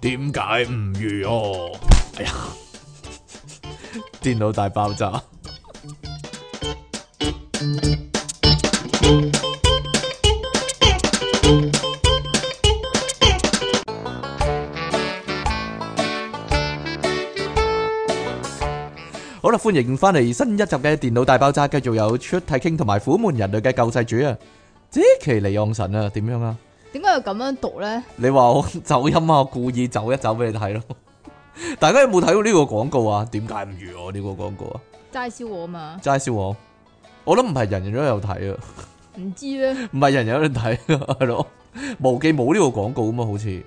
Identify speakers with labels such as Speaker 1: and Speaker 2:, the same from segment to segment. Speaker 1: 係唔如哦。哎呀，電腦大爆炸。好啦，歡迎翻嚟新一集嘅電腦大爆炸，繼續有出體 king 同埋虎門人類嘅救世主啊，即其尼昂神啊，點樣啊？
Speaker 2: 点解要咁樣讀咧？
Speaker 1: 你話我 走音啊，我故意走一走俾你睇咯。 大家有冇睇過呢個廣告啊？點解唔如我呢個廣告啊？
Speaker 2: 齋燒我嘛？
Speaker 1: 齋笑我，我諗唔係人人都有睇啊，
Speaker 2: 唔知咧，
Speaker 1: 唔係人人都有睇啊，係咯。 無記冇呢個廣告啊嘛，好似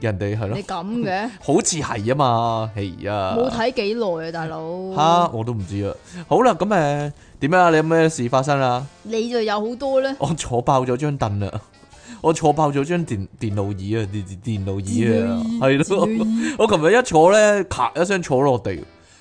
Speaker 1: 人哋係咯
Speaker 2: 你，咁嘅，
Speaker 1: 好似係啊嘛，係 啊。
Speaker 2: 冇睇幾耐啊，大佬。
Speaker 1: 吓，我都唔知啊。好啦，咁诶，點啊？你有咩事發生啊？
Speaker 2: 你就有好多咧，
Speaker 1: 我坐爆咗張凳啦， 我坐爆咗張電電腦椅啊，電電腦椅啊，係咯。 我琴日一坐咧，咔一聲坐落地，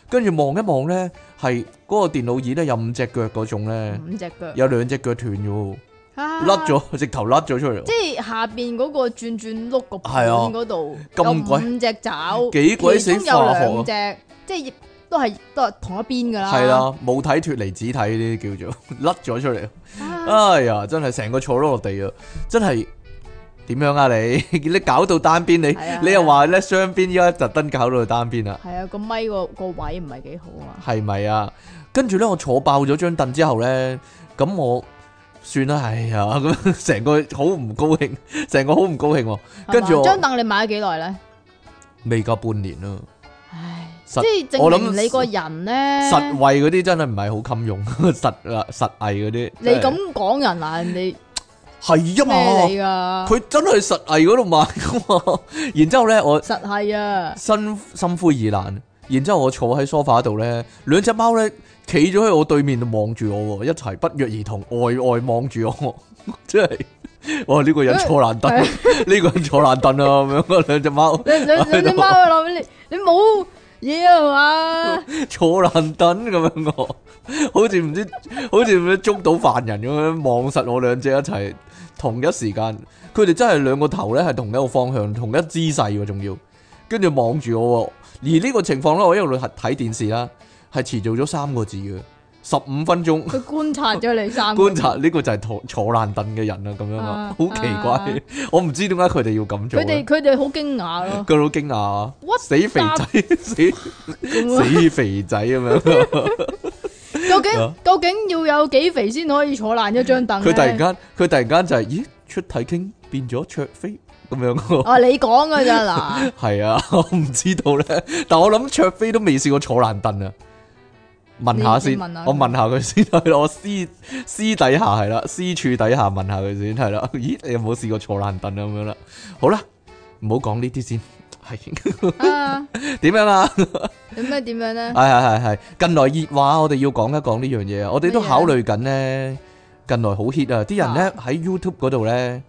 Speaker 1: 跟住望一望咧，係嗰個電腦椅咧有五隻腳嗰種咧，
Speaker 2: 五隻腳，
Speaker 1: 有兩隻腳斷咗喎，
Speaker 2: 甩
Speaker 1: 甩，咗，直頭甩咗出嚟
Speaker 2: 啊即，係下边嗰個轉轉碌個盤
Speaker 1: 係啊
Speaker 2: 嗰度，
Speaker 1: 咁鬼
Speaker 2: 有五隻爪，
Speaker 1: 幾鬼死
Speaker 2: 其中有
Speaker 1: 化學啊
Speaker 2: 兩隻，即係都係都係同一邊噶啦。
Speaker 1: 係啦，母體脱離子體呢啲叫做 甩咗出嚟。
Speaker 2: 啊，
Speaker 1: 哎呀，真係成個坐咗落地啊！真係點樣啊你？ 你搞到單邊
Speaker 2: 係啊
Speaker 1: 你，你又話咧雙邊，依家特登搞到單邊啊？
Speaker 2: 係啊，個咪個個位唔係幾好啊。
Speaker 1: 係咪啊？跟住咧，我坐爆咗張凳之後咧，咁我算啦，哎呀， 咁成個好唔高興， 成個好唔高興喎。跟住我
Speaker 2: 張凳你買咗幾耐咧？
Speaker 1: 未夠半年啊啦，
Speaker 2: 唉，即
Speaker 1: 實
Speaker 2: 係
Speaker 1: 我
Speaker 2: 證
Speaker 1: 諗
Speaker 2: 明你個人咧，
Speaker 1: 實惠嗰啲真係唔係好襟用， 實啊實藝嗰啲。
Speaker 2: 你咁講人啊，人哋
Speaker 1: 係啊
Speaker 2: 咩
Speaker 1: 嘛，
Speaker 2: 你噶？
Speaker 1: 佢真係實藝嗰度買噶嘛。 然之後咧，我
Speaker 2: 實 係啊，
Speaker 1: 心心灰意冷。然之後我坐喺梳化度咧，兩隻貓咧企咗喺我對面度望住我喎，一齊不約而同呆呆望住我， 即係哇呢、個人坐爛凳，
Speaker 2: 係
Speaker 1: 呢個人坐爛凳啊咁樣，兩隻貓
Speaker 2: 你你
Speaker 1: 喺
Speaker 2: 你
Speaker 1: 度
Speaker 2: 你猫喺度，你你冇嘢啊嘛？
Speaker 1: 坐爛凳咁樣我， 好似唔知好似唔知捉到犯人咁樣望實我兩隻一齊同一時間，佢哋真係兩個頭咧係同一個方向，同一姿勢喎，仲要跟住望住我喎。而呢個情況咧，我一路係睇電視啦，係遲早咗三個字嘅，十五分鐘。
Speaker 2: 佢觀察咗你三個
Speaker 1: 觀察呢個就係坐坐爛凳嘅人啦，咁樣啊
Speaker 2: 啊，
Speaker 1: 好奇怪，我唔知點解佢哋要咁做
Speaker 2: 佢哋
Speaker 1: 咧。
Speaker 2: 佢哋好驚訝咯。
Speaker 1: 佢好驚訝，啊
Speaker 2: What
Speaker 1: 死肥 仔，死
Speaker 2: 咁啊
Speaker 1: 死肥仔咁樣。
Speaker 2: 究竟究竟要有幾肥先可以坐爛一張凳呢
Speaker 1: 佢突然間，佢突然間就係、咦，出體傾變咗卓飛咁樣喎。
Speaker 2: 啊，你講噶咋嗱？
Speaker 1: 係啊，我唔知道咧，但我諗卓飛都未試過坐爛凳啊。問下
Speaker 2: 你
Speaker 1: 先，
Speaker 2: 你問下佢
Speaker 1: 我問下佢先係咯，我私私底下係啦，私處底下問下佢先係啦。 咦，你有冇試過坐爛凳啊咁樣啦？好啦，唔好講呢啲先。係
Speaker 2: 啊，
Speaker 1: 點樣啊？
Speaker 2: 有咩點樣
Speaker 1: 係
Speaker 2: 咧？
Speaker 1: 係係係，近來熱話，我哋要講一講呢樣嘢啊！我哋都
Speaker 2: 乜嘢
Speaker 1: 考慮緊咧，近來好 hit 啊！啲人咧
Speaker 2: 哦
Speaker 1: 喺 YouTube 嗰度咧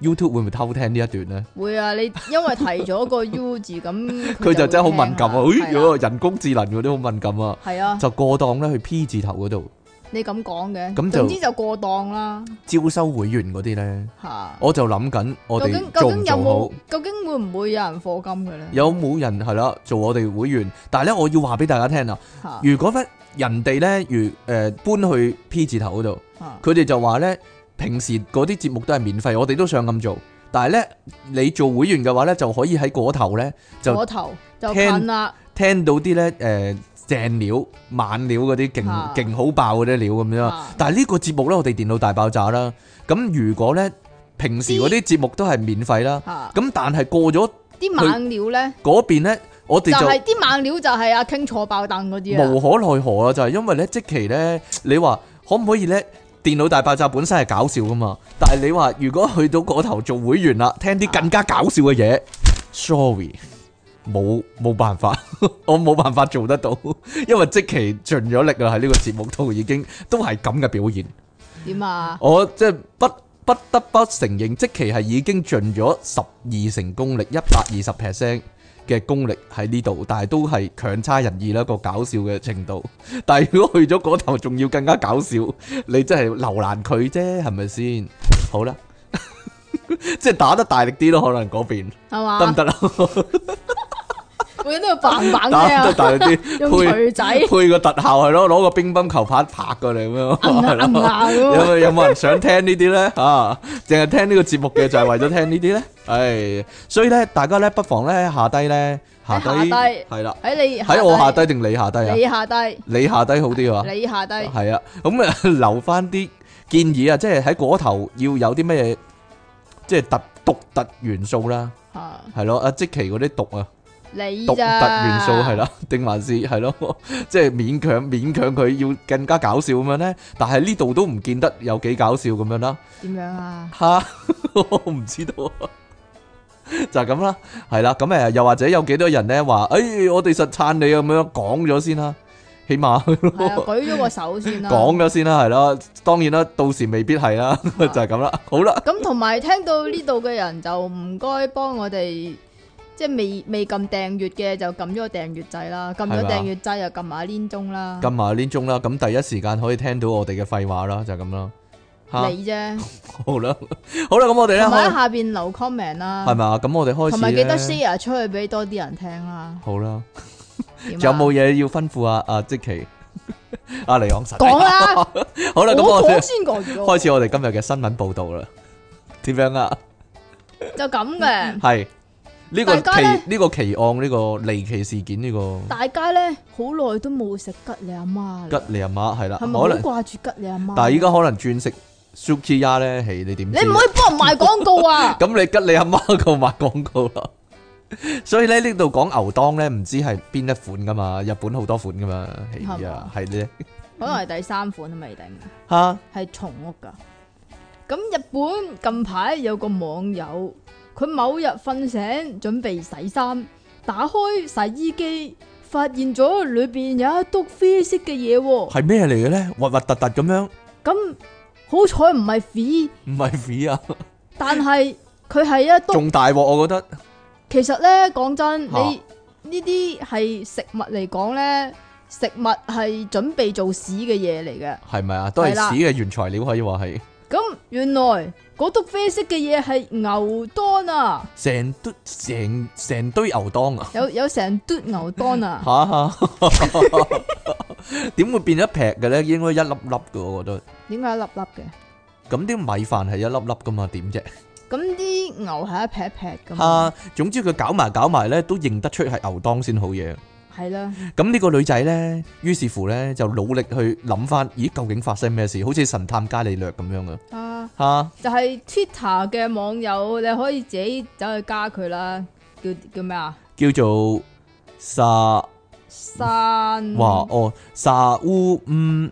Speaker 1: ，YouTube 會唔會偷聽呢一段咧？
Speaker 2: 會啊，你因為提咗個 U 字咁，
Speaker 1: 佢就真係好敏感啊！咦，
Speaker 2: 係啊
Speaker 1: 嗰個人工智能嗰啲好敏感啊！
Speaker 2: 係啊，
Speaker 1: 就過檔咧去 P 字頭嗰度
Speaker 2: 你咁講嘅，
Speaker 1: 咁
Speaker 2: 咁
Speaker 1: 就
Speaker 2: 總之就過檔啦
Speaker 1: 招收會員嗰啲咧，
Speaker 2: 吓。
Speaker 1: 我就諗緊我
Speaker 2: 究
Speaker 1: 哋
Speaker 2: 竟
Speaker 1: 做
Speaker 2: 究
Speaker 1: 唔
Speaker 2: 竟有
Speaker 1: 做
Speaker 2: 冇
Speaker 1: 好？？
Speaker 2: 究竟會唔會有人課金嘅咧？
Speaker 1: 有冇人係啦做我哋會員？但係咧，我要話俾大家聽啊！
Speaker 2: 嚇
Speaker 1: 如果咧人哋咧如誒搬去 P 字頭嗰度。
Speaker 2: 嚇
Speaker 1: 佢哋就話呢，平時嗰啲節目都係免費，我哋都想咁做。但係呢，你做會員嘅話呢，就可以喺嗰頭呢就
Speaker 2: 我頭就
Speaker 1: 聽
Speaker 2: 近啦，
Speaker 1: 聽到啲呢誒、呃正料、猛料嗰啲勁
Speaker 2: 啊
Speaker 1: 勁好爆嗰啲料咁樣
Speaker 2: 啊。
Speaker 1: 但係呢個節目呢，我哋電腦大爆炸啦。咁如果呢，平時嗰啲節目都係免費啦，
Speaker 2: 嚇
Speaker 1: 咁但係過咗
Speaker 2: 啲猛料咧
Speaker 1: 嗰邊呢，我
Speaker 2: 就
Speaker 1: 哋就
Speaker 2: 係啲猛料就係阿傾坐爆凳嗰啲
Speaker 1: 無
Speaker 2: 啊，
Speaker 1: 可奈何啊，就係、因為咧，即期咧，你話可唔可以咧？電腦大爆炸本身係搞笑噶嘛，但係你話如果去到嗰頭做會員啦，啊聽啲更加搞笑嘅嘢，sorry，冇冇辦法， 我冇辦法做得到，因為即期盡咗力啦，喺呢個節目度已經都係咁嘅表現，
Speaker 2: 點啊？
Speaker 1: 我即係不不得不承認，即期係已經盡咗十二成功力，一百二十 percent。嘅功力喺呢度，但係都係強差人意啦，個搞笑嘅程度。 但係如果去咗嗰頭，仲要更加搞笑，你真係留難佢啫，係咪先？好啦， 即係打得大力啲咯，可能嗰邊
Speaker 2: 係嘛？
Speaker 1: 得唔得啊？
Speaker 2: 每人都要棒棒聲
Speaker 1: 打得
Speaker 2: 啊，
Speaker 1: 大力
Speaker 2: 用
Speaker 1: 啲，配
Speaker 2: 錘仔
Speaker 1: 配個特效係咯，攞個乒乓球拍拍過嚟咁樣，
Speaker 2: 摁下
Speaker 1: 係
Speaker 2: 摁
Speaker 1: 咯。
Speaker 2: 下
Speaker 1: 有
Speaker 2: 咁啊。
Speaker 1: 冇有冇人想聽呢啲咧？啊，淨係聽呢個節目嘅就係為咗聽呢啲咧。唉，所以咧，大家咧不妨咧下低咧下低
Speaker 2: 喺下低
Speaker 1: 係啦，
Speaker 2: 喺你
Speaker 1: 喺我下，低定你下低啊？
Speaker 2: 你下低，
Speaker 1: 你下低好啲啊？
Speaker 2: 你下低，
Speaker 1: 係啊，咁 啊留翻啲建議啊，即係喺嗰頭要有啲咩，即係特獨特元素啦，
Speaker 2: 嚇
Speaker 1: 係咯，阿即奇嗰啲毒啊，
Speaker 2: 你
Speaker 1: 獨特
Speaker 2: 咋
Speaker 1: 元素係， 啦，定還是係 咯，即係勉強勉強佢要更加搞笑咁樣咧，但係呢度都唔見得有幾搞笑咁樣啦。
Speaker 2: 點樣啊？
Speaker 1: 吓， 我唔知道啊， 就係咁啦，係啦，咁誒，又或者有幾多人咧話，誒、我哋實撐你啊咁樣講咗先啦，起碼
Speaker 2: 係 啊，舉咗個手先啦。
Speaker 1: 講咗先啦，係啦，當然啦，到時未必係
Speaker 2: 啊
Speaker 1: 啦， 就係咁啦，好啦，
Speaker 2: 咁同埋聽到呢度嘅人就唔該幫我哋，即係未未撳訂閱嘅就撳咗個訂閱掣啦，撳
Speaker 1: 係
Speaker 2: 咗
Speaker 1: 嘛
Speaker 2: 訂閱掣又撳下連鐘啦，
Speaker 1: 撳埋呢鐘啦，咁第一時間可以聽到我哋嘅廢話啦，就係咁啦，吓，
Speaker 2: 你啫，
Speaker 1: 好啦，好啦，咁我哋咧
Speaker 2: 同埋喺
Speaker 1: 開
Speaker 2: 下邊留 comment 啦
Speaker 1: 係，咪啊？咁我哋開始
Speaker 2: 同埋記得
Speaker 1: 呢
Speaker 2: share 出去俾多啲人聽啦。
Speaker 1: 好啦，
Speaker 2: 點
Speaker 1: 仲
Speaker 2: 啊
Speaker 1: 有冇嘢要吩咐啊？阿即奇， 阿尼昂神，
Speaker 2: 啊講啦？
Speaker 1: 好啦，咁
Speaker 2: 我
Speaker 1: 我哋
Speaker 2: 講。先講咗，
Speaker 1: 開始我哋今日嘅新聞報導啦。點樣啊？
Speaker 2: 就咁嘅。
Speaker 1: 係呢個
Speaker 2: 大家呢
Speaker 1: 奇呢個奇案呢個離奇事件呢個
Speaker 2: 大家咧好耐都冇食吉你阿媽啦，
Speaker 1: 吉你阿媽係啦，
Speaker 2: 係咪
Speaker 1: 可
Speaker 2: 好
Speaker 1: 能
Speaker 2: 掛住吉你阿媽？
Speaker 1: 但係依家可能轉食 Sukiya 咧，係你點知？啊
Speaker 2: 你唔可以幫人賣廣告啊！
Speaker 1: 咁你吉你阿媽個賣廣告啦。所以咧呢度講牛當咧，唔知係邊一款噶嘛？日本好多款噶嘛，
Speaker 2: 係
Speaker 1: 係啊
Speaker 2: 嘛，
Speaker 1: 係咧
Speaker 2: 可能係第三款都未定。
Speaker 1: 嚇
Speaker 2: 係重屋噶。咁日本近排有個網友，佢某日瞓醒準備洗衫，打開洗衣機，發現咗裏邊有一篤啡色嘅嘢喎。
Speaker 1: 係咩嚟嘅咧？核核突突咁樣，
Speaker 2: 咁好彩唔係啡，
Speaker 1: 唔係 V 啊，
Speaker 2: 但係佢係一篤。
Speaker 1: 仲大鑊我覺得
Speaker 2: 其實咧，講真，
Speaker 1: 嚇
Speaker 2: 你呢啲係食物嚟講咧，食物係準備做屎嘅嘢嚟嘅。
Speaker 1: 係咪啊？都係
Speaker 2: 係啦
Speaker 1: 屎嘅原材料可以話係
Speaker 2: 咁原來嗰篤啡色嘅嘢係牛肝啊！
Speaker 1: 成堆成成堆牛當啊！
Speaker 2: 有有成嘟牛當 啊！
Speaker 1: 吓吓，點會變一劈嘅咧？應該一粒粒嘅，我覺得。
Speaker 2: 點解粒粒嘅？
Speaker 1: 咁啲米飯係一粒粒噶嘛？點啫？
Speaker 2: 咁啲牛係一劈一劈噶嘛？
Speaker 1: 嚇！總之佢搞埋搞埋咧，都認得出係牛當先好嘢。
Speaker 2: 係啦，
Speaker 1: 咁呢個女仔咧，於是乎咧就努力去諗翻，咦究竟發生咩事？好似神探伽利略咁樣嘅
Speaker 2: 啊，
Speaker 1: 嚇。
Speaker 2: 就係 Twitter 嘅網友，你可以自己走去加佢啦。叫叫咩啊？
Speaker 1: 叫做沙
Speaker 2: 山
Speaker 1: 哇哦沙烏嗯，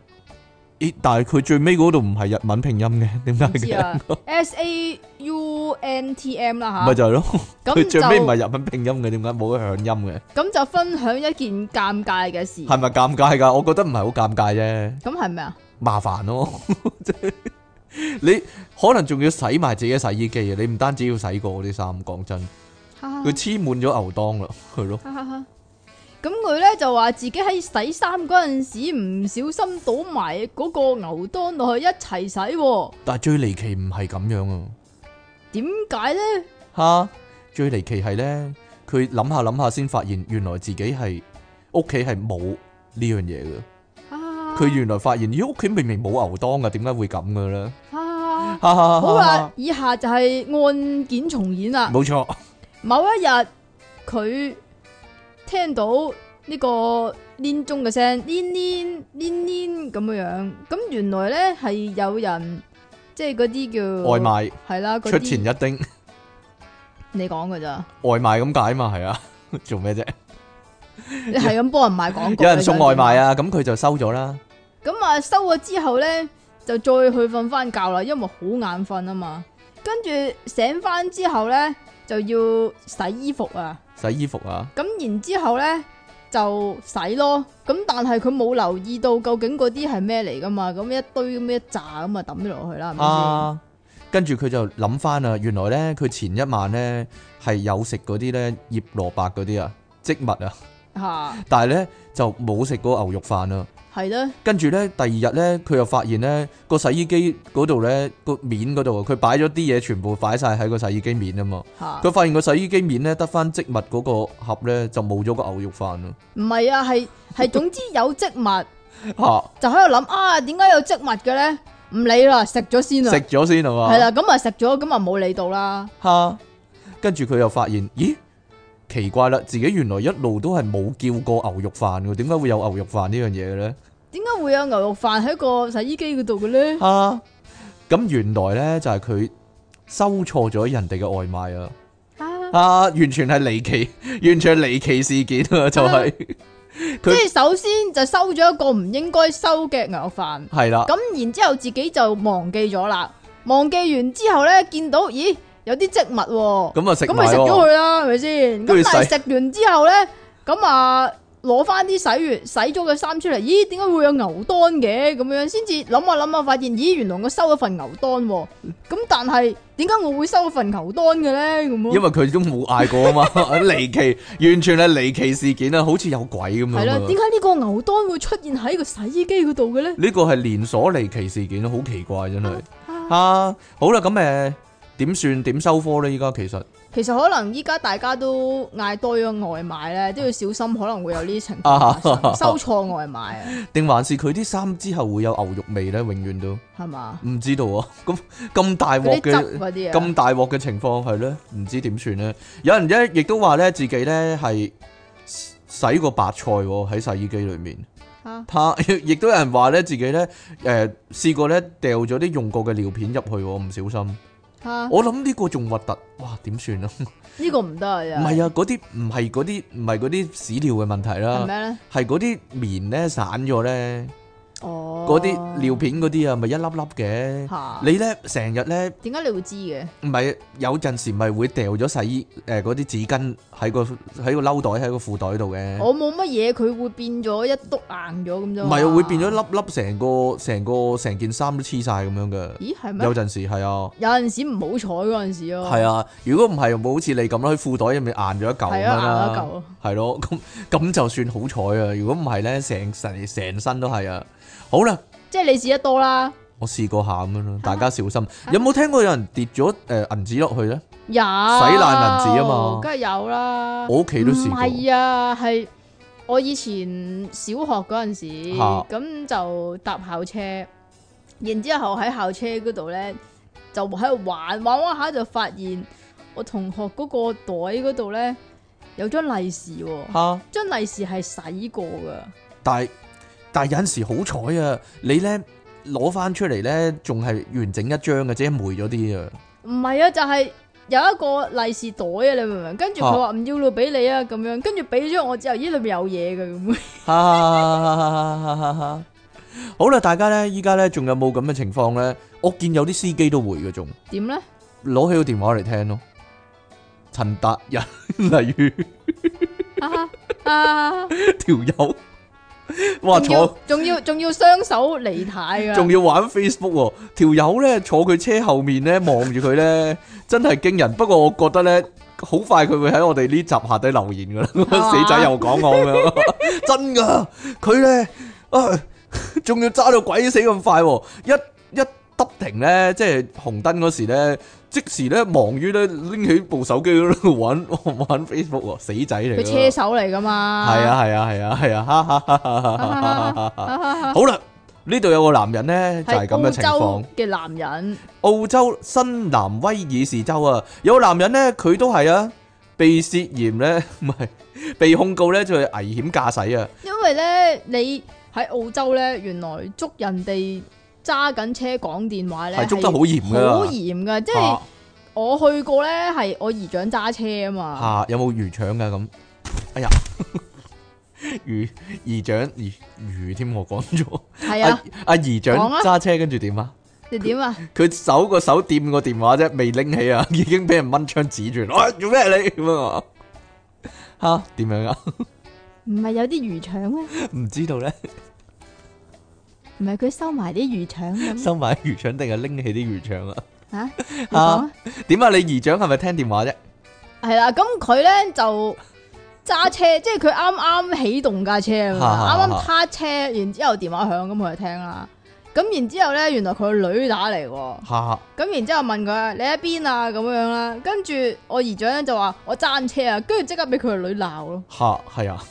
Speaker 1: 咦？但係佢最尾嗰度唔係日文拼音嘅，點解
Speaker 2: 唔知
Speaker 1: 嘅？
Speaker 2: 啊，S A U N T M 啦
Speaker 1: 咪
Speaker 2: 吓。
Speaker 1: 就係咯，
Speaker 2: 咁
Speaker 1: 佢最尾唔
Speaker 2: 就
Speaker 1: 係日文拼音嘅，點解冇咗響音嘅？
Speaker 2: 咁就分享一件尷尬嘅事。
Speaker 1: 係咪尷尬㗎？我覺得唔係好尷尬啫，
Speaker 2: 咁係咪啊？
Speaker 1: 麻煩咯。 即係你可能仲要洗埋自己洗衣機啊！你唔單止要洗過嗰啲衫，講真，
Speaker 2: 哈哈
Speaker 1: 佢黐滿咗牛當啦，係咯，
Speaker 2: 哈哈哈！咁佢咧就話自己喺洗衫嗰陣時唔小心倒埋嗰個牛當落去一齊洗、喎。
Speaker 1: 但係最離奇唔係咁樣啊！
Speaker 2: 點解咧？
Speaker 1: 吓，最離奇係咧，佢諗下諗下先發現，原來自己係屋企係冇呢樣嘢嘅。
Speaker 2: 啊
Speaker 1: 佢原來發現，咦，屋企明明冇牛當嘅，點解會咁嘅咧？
Speaker 2: 啊
Speaker 1: 哈哈哈
Speaker 2: 好
Speaker 1: 哈
Speaker 2: 啦，，以下就係案件重演啦。
Speaker 1: 冇錯，
Speaker 2: 某一日，佢聽到呢個黏鐘嘅聲，黏黏黏黏咁樣樣。咁原來咧係有人，即係嗰啲叫
Speaker 1: 外賣
Speaker 2: 係啦，嗰
Speaker 1: 出前
Speaker 2: 啲
Speaker 1: 一丁。
Speaker 2: 你 講噶咋？
Speaker 1: 外賣咁解嘛，係啊， 做咩啫？
Speaker 2: 你係咁幫人賣廣告，
Speaker 1: 有人送外賣
Speaker 2: 啊！
Speaker 1: 啊，咁佢就收咗啦。
Speaker 2: 咁啊，收咗之後咧，就再去瞓翻覺啦，因為好眼瞓啊嘛。跟住醒翻之後咧，就要洗衣服啊。
Speaker 1: 洗衣服啊，
Speaker 2: 咁然之後咧就洗咯，咁但係佢冇留意到究竟嗰啲係咩嚟噶嘛，咁一堆咁一扎咁啊抌咗落去啦，係咪
Speaker 1: 啊，跟住佢就諗翻啦，原來咧佢前一晚咧係有食嗰啲咧醃蘿蔔嗰啲啊，植物啊，
Speaker 2: 先？嚇
Speaker 1: 但係咧就冇食嗰個牛肉飯啊，
Speaker 2: 系啦，
Speaker 1: 跟住咧，第二日咧，佢又發現咧個洗衣機嗰度咧個面嗰度啊，佢擺咗啲嘢全部擺晒喺個洗衣機面啊嘛。
Speaker 2: 吓
Speaker 1: 佢發現個洗衣機面咧得翻積物嗰個盒咧就冇咗個牛肉飯 咯。
Speaker 2: 唔系啊，系系总之有积物
Speaker 1: 吓
Speaker 2: 就喺度谂啊，点解有积物嘅咧？唔理啦，食咗先啦，
Speaker 1: 食咗先係嘛？
Speaker 2: 系啦，咁啊食咗，咁啊冇理到啦，
Speaker 1: 吓，跟住佢又發現，咦，奇怪啦，自己原來一路都係冇叫過牛肉飯嘅，點解會有牛肉飯呢樣嘢嘅咧？
Speaker 2: 点解会有牛肉饭喺个洗衣机嗰度嘅咧？
Speaker 1: 吓，咁原來咧就係佢收錯咗人哋嘅外賣啊！
Speaker 2: 啊
Speaker 1: 啊，完全係離奇， 完全係離奇事件 啊！就係
Speaker 2: 即
Speaker 1: 佢
Speaker 2: 系首先就收咗一个唔应该收嘅牛肉饭，
Speaker 1: 係啦，
Speaker 2: 咁然之后自己就忘記咗啦。忘記完之後咧，見到咦有啲積物喎，
Speaker 1: 咁啊食
Speaker 2: 咁咪
Speaker 1: 埋
Speaker 2: 食咗
Speaker 1: 喎，
Speaker 2: 佢啦，係咪
Speaker 1: 跟
Speaker 2: 先？咁
Speaker 1: 住
Speaker 2: 但係
Speaker 1: 洗
Speaker 2: 食完之後咧，咁啊攞翻啲洗完洗咗嘅衫出嚟，咦點解會有牛當嘅？咁樣先至諗下諗下，發現咦原來我收咗份牛當喎。咁但係點解我會收咗份牛當嘅咧？咁
Speaker 1: 因
Speaker 2: 咯，
Speaker 1: 為佢都冇嗌過啊嘛， 離奇，完全係離奇事件啊，好似有鬼咁樣
Speaker 2: 係啦，
Speaker 1: 啊。
Speaker 2: 點解呢個牛當會出現喺個洗衣機嗰度嘅咧？
Speaker 1: 呢個係連鎖離奇事件，好奇怪真係。
Speaker 2: 啊
Speaker 1: 啊，好啦，咁誒點算點收科咧？依家其實
Speaker 2: 其實可能依家大家都嗌多咗外賣咧，都要小心，可能會有呢啲情況
Speaker 1: 啊
Speaker 2: 發生收錯外賣啊，
Speaker 1: 定還是佢啲衫之後會有牛肉味咧？永遠都
Speaker 2: 係嘛？
Speaker 1: 唔知道啊！咁咁大鑊
Speaker 2: 嗰啲汁
Speaker 1: 嘅
Speaker 2: 嗰啲啊
Speaker 1: 咁，大鑊嘅情況係咧，唔知點算咧？有人咧亦都話咧自己咧係洗過白菜喎喺洗衣機裏面。
Speaker 2: 嚇
Speaker 1: 他 亦都有人話咧自己咧誒、呃、試過咧掉咗啲用過嘅尿片入去喎，唔小心。
Speaker 2: 啊嚇
Speaker 1: 我諗呢個仲核突，哇點算啊？
Speaker 2: 呢個唔得啊，
Speaker 1: 唔
Speaker 2: 真係
Speaker 1: 係啊，嗰啲唔係嗰啲唔係嗰啲屎尿嘅問題
Speaker 2: 係
Speaker 1: 啦，
Speaker 2: 咩咧？
Speaker 1: 係嗰啲棉咧散咗咧，
Speaker 2: 哦，
Speaker 1: 嗰啲尿片嗰啲啊，咪一粒粒嘅。
Speaker 2: 嚇
Speaker 1: 你咧成日咧
Speaker 2: 點解你會知嘅？
Speaker 1: 唔係有陣時咪會掉咗洗衣誒嗰啲紙巾喺個喺個褸袋喺個褲袋度嘅，
Speaker 2: 我冇乜嘢，佢會變咗一篤硬咗咁啫
Speaker 1: 唔
Speaker 2: 嘛。
Speaker 1: 係啊會變咗粒粒成個成個成件衫都黐晒咁樣嘅。
Speaker 2: 咦係
Speaker 1: 有
Speaker 2: 咩？
Speaker 1: 陣時係啊，
Speaker 2: 有陣時唔好彩嗰陣時咯，
Speaker 1: 係啊，如果唔係冇好似你咁啦，喺褲袋入面硬咗一嚿咁
Speaker 2: 係
Speaker 1: 樣
Speaker 2: 啊，硬
Speaker 1: 啦。
Speaker 2: 一嚿啊，
Speaker 1: 系咯，咁咁就算好彩啊！如果唔係咧，成成成身都係啊！好啦，
Speaker 2: 即係你試得多啦，
Speaker 1: 我試過下咁樣
Speaker 2: 啊
Speaker 1: 咯，大家小心。有冇聽過有人跌咗诶银纸落去咧？
Speaker 2: 有洗
Speaker 1: 爛銀紙啊嘛
Speaker 2: 梗係有啦。
Speaker 1: 我屋企都試
Speaker 2: 啊唔
Speaker 1: 過。
Speaker 2: 係啊，係我以前小學嗰陣時，
Speaker 1: 嚇
Speaker 2: 咁就搭校車，然之後喺校車嗰度咧就喺度玩玩玩下就發現我同學嗰個袋嗰度咧有張利是喎、
Speaker 1: 吓，
Speaker 2: 張利是係洗過噶，
Speaker 1: 但係但系有阵时好彩啊！你咧攞翻出嚟咧，仲係完整一張嘅，即係霉咗啲啊！
Speaker 2: 唔係啊，就係、有一個利是袋啊，你明唔明？跟住佢
Speaker 1: 嚇
Speaker 2: 話唔要咯，俾你啊，咁樣。跟住俾咗我之後，咦，裏面有嘢嘅咁。
Speaker 1: 哈，好啦，大家咧，依家咧仲有冇咁嘅情況咧？我見有啲司機都會嘅仲。
Speaker 2: 點咧？
Speaker 1: 攞起個電話嚟聽咯。陳達人， 例如
Speaker 2: 啊啊！
Speaker 1: 條友，哇
Speaker 2: 仲要
Speaker 1: 坐
Speaker 2: 仲要仲要雙手離太噶，
Speaker 1: 仲要玩 Facebook 喎，條友咧坐佢車後面咧望住佢 咧，真係驚人。不過我覺得咧，好快佢會喺我哋呢集下底留言噶啦，
Speaker 2: 嘛
Speaker 1: 死仔又講我咁 樣，真噶，佢咧啊， 仲要揸到鬼死咁快喎，一一得停咧，即係紅燈嗰時咧。即時咧忙於咧拎起部手機喺度玩 玩 Facebook 喎，死仔嚟㗎。
Speaker 2: 佢車手嚟噶嘛？
Speaker 1: 係啊係啊係啊係啊，哈哈哈哈哈哈哈哈哈。好啦，呢度有個男人咧，就係
Speaker 2: 啊係
Speaker 1: 咁嘅情
Speaker 2: 澳
Speaker 1: 況
Speaker 2: 洲。嘅男人
Speaker 1: 澳洲新南威爾士州啊，有個男人咧，佢都係啊，被涉嫌咧， 唔係被控告咧，就係危險駕駛啊，
Speaker 2: 因為咧你喺澳洲咧，原來捉人哋揸緊車講電話咧
Speaker 1: 係捉得好嚴
Speaker 2: 啊
Speaker 1: 啊
Speaker 2: 好
Speaker 1: 噶。
Speaker 2: 嚴噶，即
Speaker 1: 嚇
Speaker 2: 係我去過咧，係我姨丈揸車啊嘛，
Speaker 1: 嚇，有冇魚腸噶咁？哎呀，魚姨丈魚魚添，我講咗。
Speaker 2: 係
Speaker 1: 阿
Speaker 2: 啊，
Speaker 1: 阿姨丈
Speaker 2: 講啊
Speaker 1: 揸車跟住點啊？
Speaker 2: 你點啊？
Speaker 1: 佢手個手掂個電話啫，未拎起啊， 已經俾人掹槍指住，喂、做咩你咁啊？ 吓點樣啊？
Speaker 2: 唔係有啲魚腸咩？
Speaker 1: 唔知道咧，
Speaker 2: 唔係佢收埋啲魚腸咁
Speaker 1: 收埋魚腸定係拎起啲魚腸啊？
Speaker 2: 啊？你講啊！
Speaker 1: 點啊？你姨丈係咪聽電話啫？
Speaker 2: 系啦，咁佢咧就揸車，即係佢啱啱起動架車啊嘛，
Speaker 1: 哈哈
Speaker 2: 啱啱
Speaker 1: 哈
Speaker 2: 卡車，然之後電話響，咁佢就聽啦。咁然之後咧，原來佢個女打嚟喎，
Speaker 1: 吓
Speaker 2: 咁然之後問佢你喺邊啊咁樣啦，跟住我姨丈咧就話我爭車啊，跟住即刻俾佢個女鬧咯，
Speaker 1: 吓係啊，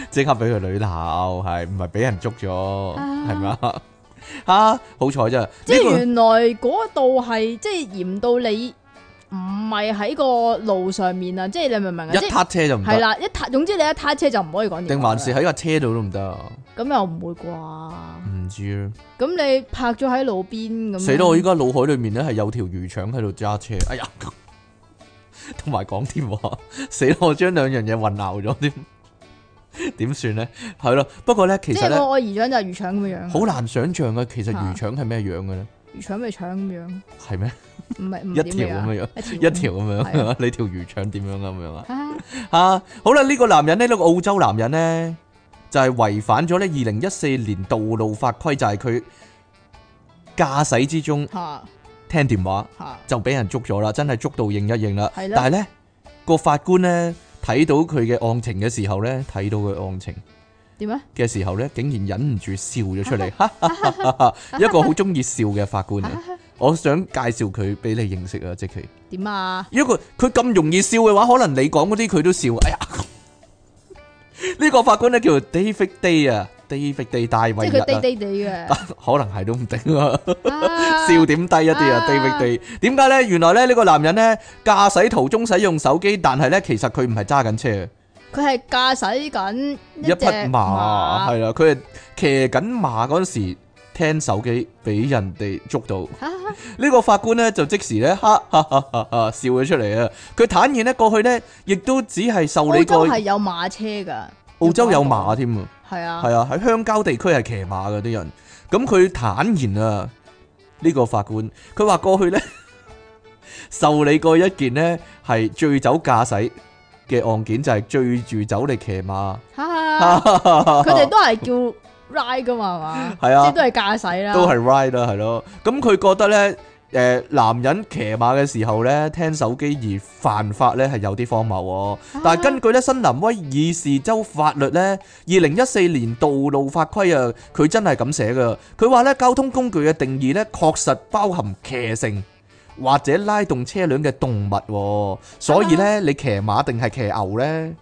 Speaker 1: 即刻俾佢女鬧，係唔係俾人捉咗係咪啊？ 吓好彩啫，呢
Speaker 2: 即係
Speaker 1: 個
Speaker 2: 原來嗰度係即係嚴到你唔係喺個路上面啊，即係你明唔明啊？即
Speaker 1: 一
Speaker 2: 係
Speaker 1: 撻車就唔
Speaker 2: 係
Speaker 1: 得，
Speaker 2: 啦，一撻總之你一撻車就唔可以講電話啦
Speaker 1: 定還是喺架車度都唔得，啊
Speaker 2: 咁又唔會啩？
Speaker 1: 唔知啊。
Speaker 2: 咁你泊咗喺路邊咁啊
Speaker 1: 死咯！我依家腦海裏面咧係有條魚腸喺度揸車，哎呀，同埋講電話，死咯！我將兩樣嘢混淆咗添，點算咧？係咯，不過咧，其
Speaker 2: 即
Speaker 1: 實
Speaker 2: 係
Speaker 1: 咧
Speaker 2: 我我姨丈就係魚啊腸咁樣，
Speaker 1: 好難想像嘅，其實魚腸係咩樣嘅咧？
Speaker 2: 魚腸咪腸咁樣，
Speaker 1: 係咩？
Speaker 2: 唔係唔
Speaker 1: 一
Speaker 2: 係
Speaker 1: 條
Speaker 2: 點
Speaker 1: 咁
Speaker 2: 樣
Speaker 1: 樣，一
Speaker 2: 一條
Speaker 1: 條咁
Speaker 2: 係
Speaker 1: 樣，你條魚腸點樣咁樣啊？
Speaker 2: 啊
Speaker 1: 啊，好啦，呢、個男人呢，呢、個澳洲男人呢，就係、違反咗呢二零一四年道路法規，就係佢駕駛之中
Speaker 2: 嚇
Speaker 1: 聽電話。
Speaker 2: 嚇
Speaker 1: 就俾人捉咗啦，真係捉到應一應啦。
Speaker 2: 係
Speaker 1: 但係
Speaker 2: 啦
Speaker 1: 呢個法官呢，睇到佢嘅案情嘅時候呢，睇到佢案情
Speaker 2: 點啊？
Speaker 1: 嘅時候呢，竟然忍唔住笑咗 出嚟，一個好中意笑嘅法官啊！我想介紹佢俾你認識啊，即其，
Speaker 2: 點啊？
Speaker 1: 因為佢佢咁容易笑嘅話，可能你講嗰啲佢都笑。哎呀， 呢個法官呢，叫做 David Day 啊，David Day 大
Speaker 2: 即係
Speaker 1: 衛日
Speaker 2: 佢低
Speaker 1: 啊，
Speaker 2: 低地 嘅，
Speaker 1: 可能係都唔定啊。
Speaker 2: 啊
Speaker 1: 笑點低一啲啊
Speaker 2: 啊
Speaker 1: ，David Day。點解呢？原來咧呢個男人呢，駕駛途中使用手機，但係呢，其實佢唔係揸緊車，
Speaker 2: 佢係駕駛緊
Speaker 1: 一匹
Speaker 2: 隻
Speaker 1: 馬係啦，佢係騎緊馬嗰陣時聽手機，俾人哋捉到。
Speaker 2: 啊
Speaker 1: 呢個法官呢，就即時呢，哈哈哈哈哈笑咗出嚟啊！佢坦言呢，過去呢，亦都只係受
Speaker 2: 澳
Speaker 1: 你個
Speaker 2: 洲係有馬車㗎，
Speaker 1: 澳洲有馬添啊！
Speaker 2: 係啊，
Speaker 1: 係啊，喺鄉郊地區係騎馬嘅啲人。咁佢坦言啊，呢、個法官，佢話過去呢， 受理過一件呢係醉酒駕駛嘅案件，就係、醉住酒嚟騎馬。
Speaker 2: 哈哈啊佢哋
Speaker 1: 佢
Speaker 2: 都係叫 ride 㗎嘛，係 嘛？
Speaker 1: 係啊
Speaker 2: 即係都係駕駛啦，
Speaker 1: 都係 ride 啦，係咯。咁佢覺得呢，誒、男人騎馬嘅時候呢，聽手機而犯法呢係有啲荒謬喎。但係根據咧新南威爾士州法律咧，二零一四年道路法規啊，佢真係咁寫噶。佢話咧交通工具嘅定義咧，確實包含騎乘或者拉動車輛嘅動物喎，所以咧你騎馬定係騎牛咧，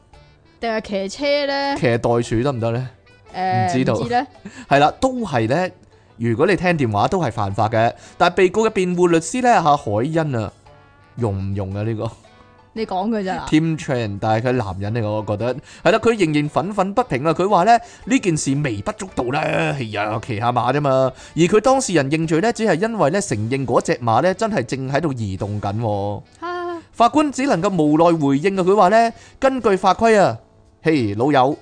Speaker 2: 定係騎車咧？
Speaker 1: 騎袋鼠得唔得咧？
Speaker 2: 誒
Speaker 1: 唔知道
Speaker 2: 唔知咧，
Speaker 1: 係啦，都係咧。如果你聽電話都係犯法嘅，但係被告嘅辯護律師咧嚇海恩啊，用唔用啊呢、個？
Speaker 2: 你講 佢咋？
Speaker 1: Tim Tran，但係佢男人嚟，我覺得係啦，佢仍然憤憤不平啊！佢話咧呢件事微不足道啦，哎呀騎下馬啫嘛，而佢當事人認罪呢，只係因為咧承認嗰只馬咧真係正喺度移動緊喎。
Speaker 2: 啊
Speaker 1: 法官只能夠無奈回應啊！佢話呢，根據法規啊，嘿老友，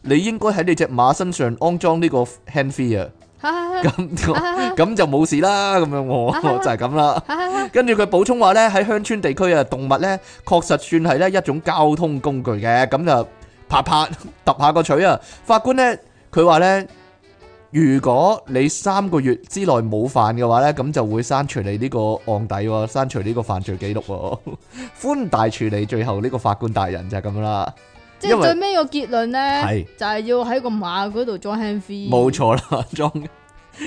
Speaker 1: 你應該喺你只馬身上安裝呢個 hand free 啊，
Speaker 2: 啊
Speaker 1: 咁
Speaker 2: 啊
Speaker 1: 咁就冇事啦，咁樣我就係咁啦。
Speaker 2: 啊
Speaker 1: 跟住佢補充話咧，喺鄉村地區啊，動物咧確實算係咧一種交通工具嘅，咁就拍拍揼下個錘啊！法官咧，佢話咧，如果你三個月之內冇犯嘅話咧，咁就會刪除你呢個案底喎，刪除呢個犯罪記錄喎， 寬大處理。最後呢個法官大人就係咁啦，
Speaker 2: 即
Speaker 1: 因
Speaker 2: 係
Speaker 1: 為
Speaker 2: 最尾個結論咧
Speaker 1: 係，
Speaker 2: 就係要喺個馬嗰度裝 hand free。
Speaker 1: 冇錯啦， 裝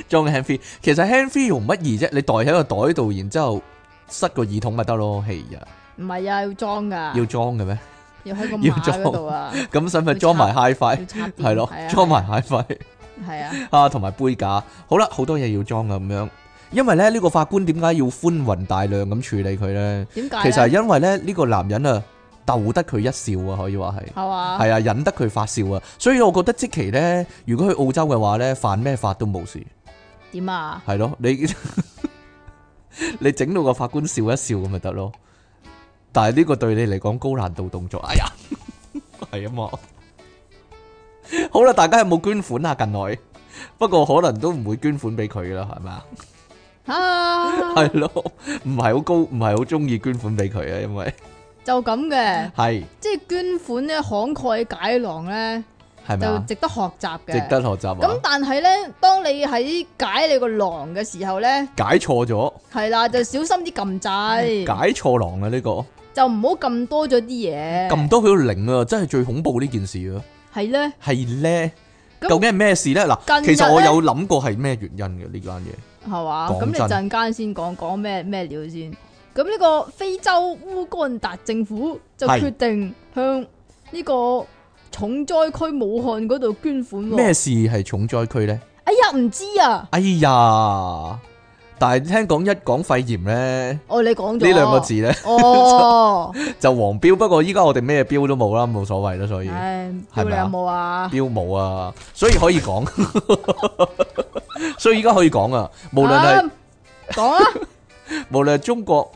Speaker 1: 裝 hand free。其實 hand free 用乜易啫？你袋喺個袋度，然之後塞個耳筒咪得咯。係呀，
Speaker 2: 唔係啊，要裝噶，
Speaker 1: 要裝嘅咩？
Speaker 2: 要喺個
Speaker 1: 要
Speaker 2: 馬
Speaker 1: 裝
Speaker 2: 嗰度啊，
Speaker 1: 咁使唔使裝埋 HiFi？
Speaker 2: 要插電。
Speaker 1: 係咯
Speaker 2: 係，啊
Speaker 1: 裝埋 HiFi
Speaker 2: 係啊，
Speaker 1: 啊，同埋杯架。好啦，好多嘢要裝啊，咁樣。因為咧，呢個法官點解要寬宏大量咁處理佢呢？
Speaker 2: 點解
Speaker 1: 其
Speaker 2: 咧？
Speaker 1: 實係因為咧，呢個男人啊，鬥得佢一笑啊，可以話係。
Speaker 2: 係嘛，
Speaker 1: 係啊，引得佢發笑啊，所以我覺得即期呢，如果去澳洲嘅話呢，犯咩法都冇事，
Speaker 2: 點啊？
Speaker 1: 係咯，你 你整到個法官笑一笑咁咪得咯。但係呢個對你嚟講高難度動作，哎呀， 係啊嘛。好啦，大家有冇捐款啊？近來不過可能都唔會捐款俾佢啦，係咪啊？
Speaker 2: 啊，
Speaker 1: 係咯，唔係好高，唔係好中意捐款俾佢啊，因為
Speaker 2: 就咁嘅，
Speaker 1: 係
Speaker 2: 即係捐款咧，慷慨解囊咧，
Speaker 1: 係咪
Speaker 2: 就
Speaker 1: 啊？
Speaker 2: 值得學習嘅。
Speaker 1: 值得學習
Speaker 2: 咁
Speaker 1: 啊！
Speaker 2: 但係咧，當你喺解你個囊嘅時候咧，
Speaker 1: 解錯咗，
Speaker 2: 係啦，就小心啲撳掣。
Speaker 1: 解錯狼啊！呢個
Speaker 2: 就唔好撳多咗啲嘢。
Speaker 1: 撳多佢個零啊，真係最恐怖呢件事啊！
Speaker 2: 係咧，
Speaker 1: 係咧，
Speaker 2: 咁
Speaker 1: 究竟係咩事咧？嗱，
Speaker 2: 近
Speaker 1: 其
Speaker 2: 日呢
Speaker 1: 實我有諗過係咩原因嘅呢間嘢。
Speaker 2: 係嘛？
Speaker 1: 講
Speaker 2: 咁你
Speaker 1: 真
Speaker 2: 陣間先講講咩咩料先。咁呢個非洲烏干達政府就
Speaker 1: 係
Speaker 2: 決定向呢個重災區武漢嗰度捐款喎。
Speaker 1: 咩事係重災區咧？
Speaker 2: 哎呀，唔知啊！
Speaker 1: 哎呀！但係聽講一講肺炎咧，呢
Speaker 2: 哦，你講咗
Speaker 1: 兩個。字咧
Speaker 2: 哦，
Speaker 1: 就黃標。不過依家我哋咩標都冇啦，冇所謂啦， 所以。
Speaker 2: 唉，
Speaker 1: 係
Speaker 2: 屌
Speaker 1: 咪
Speaker 2: 你
Speaker 1: 啊
Speaker 2: 有冇啊？
Speaker 1: 標冇啊，所以可以講， 所以而家可以講啊，無論係、
Speaker 2: 啊講啊，
Speaker 1: 無論係中國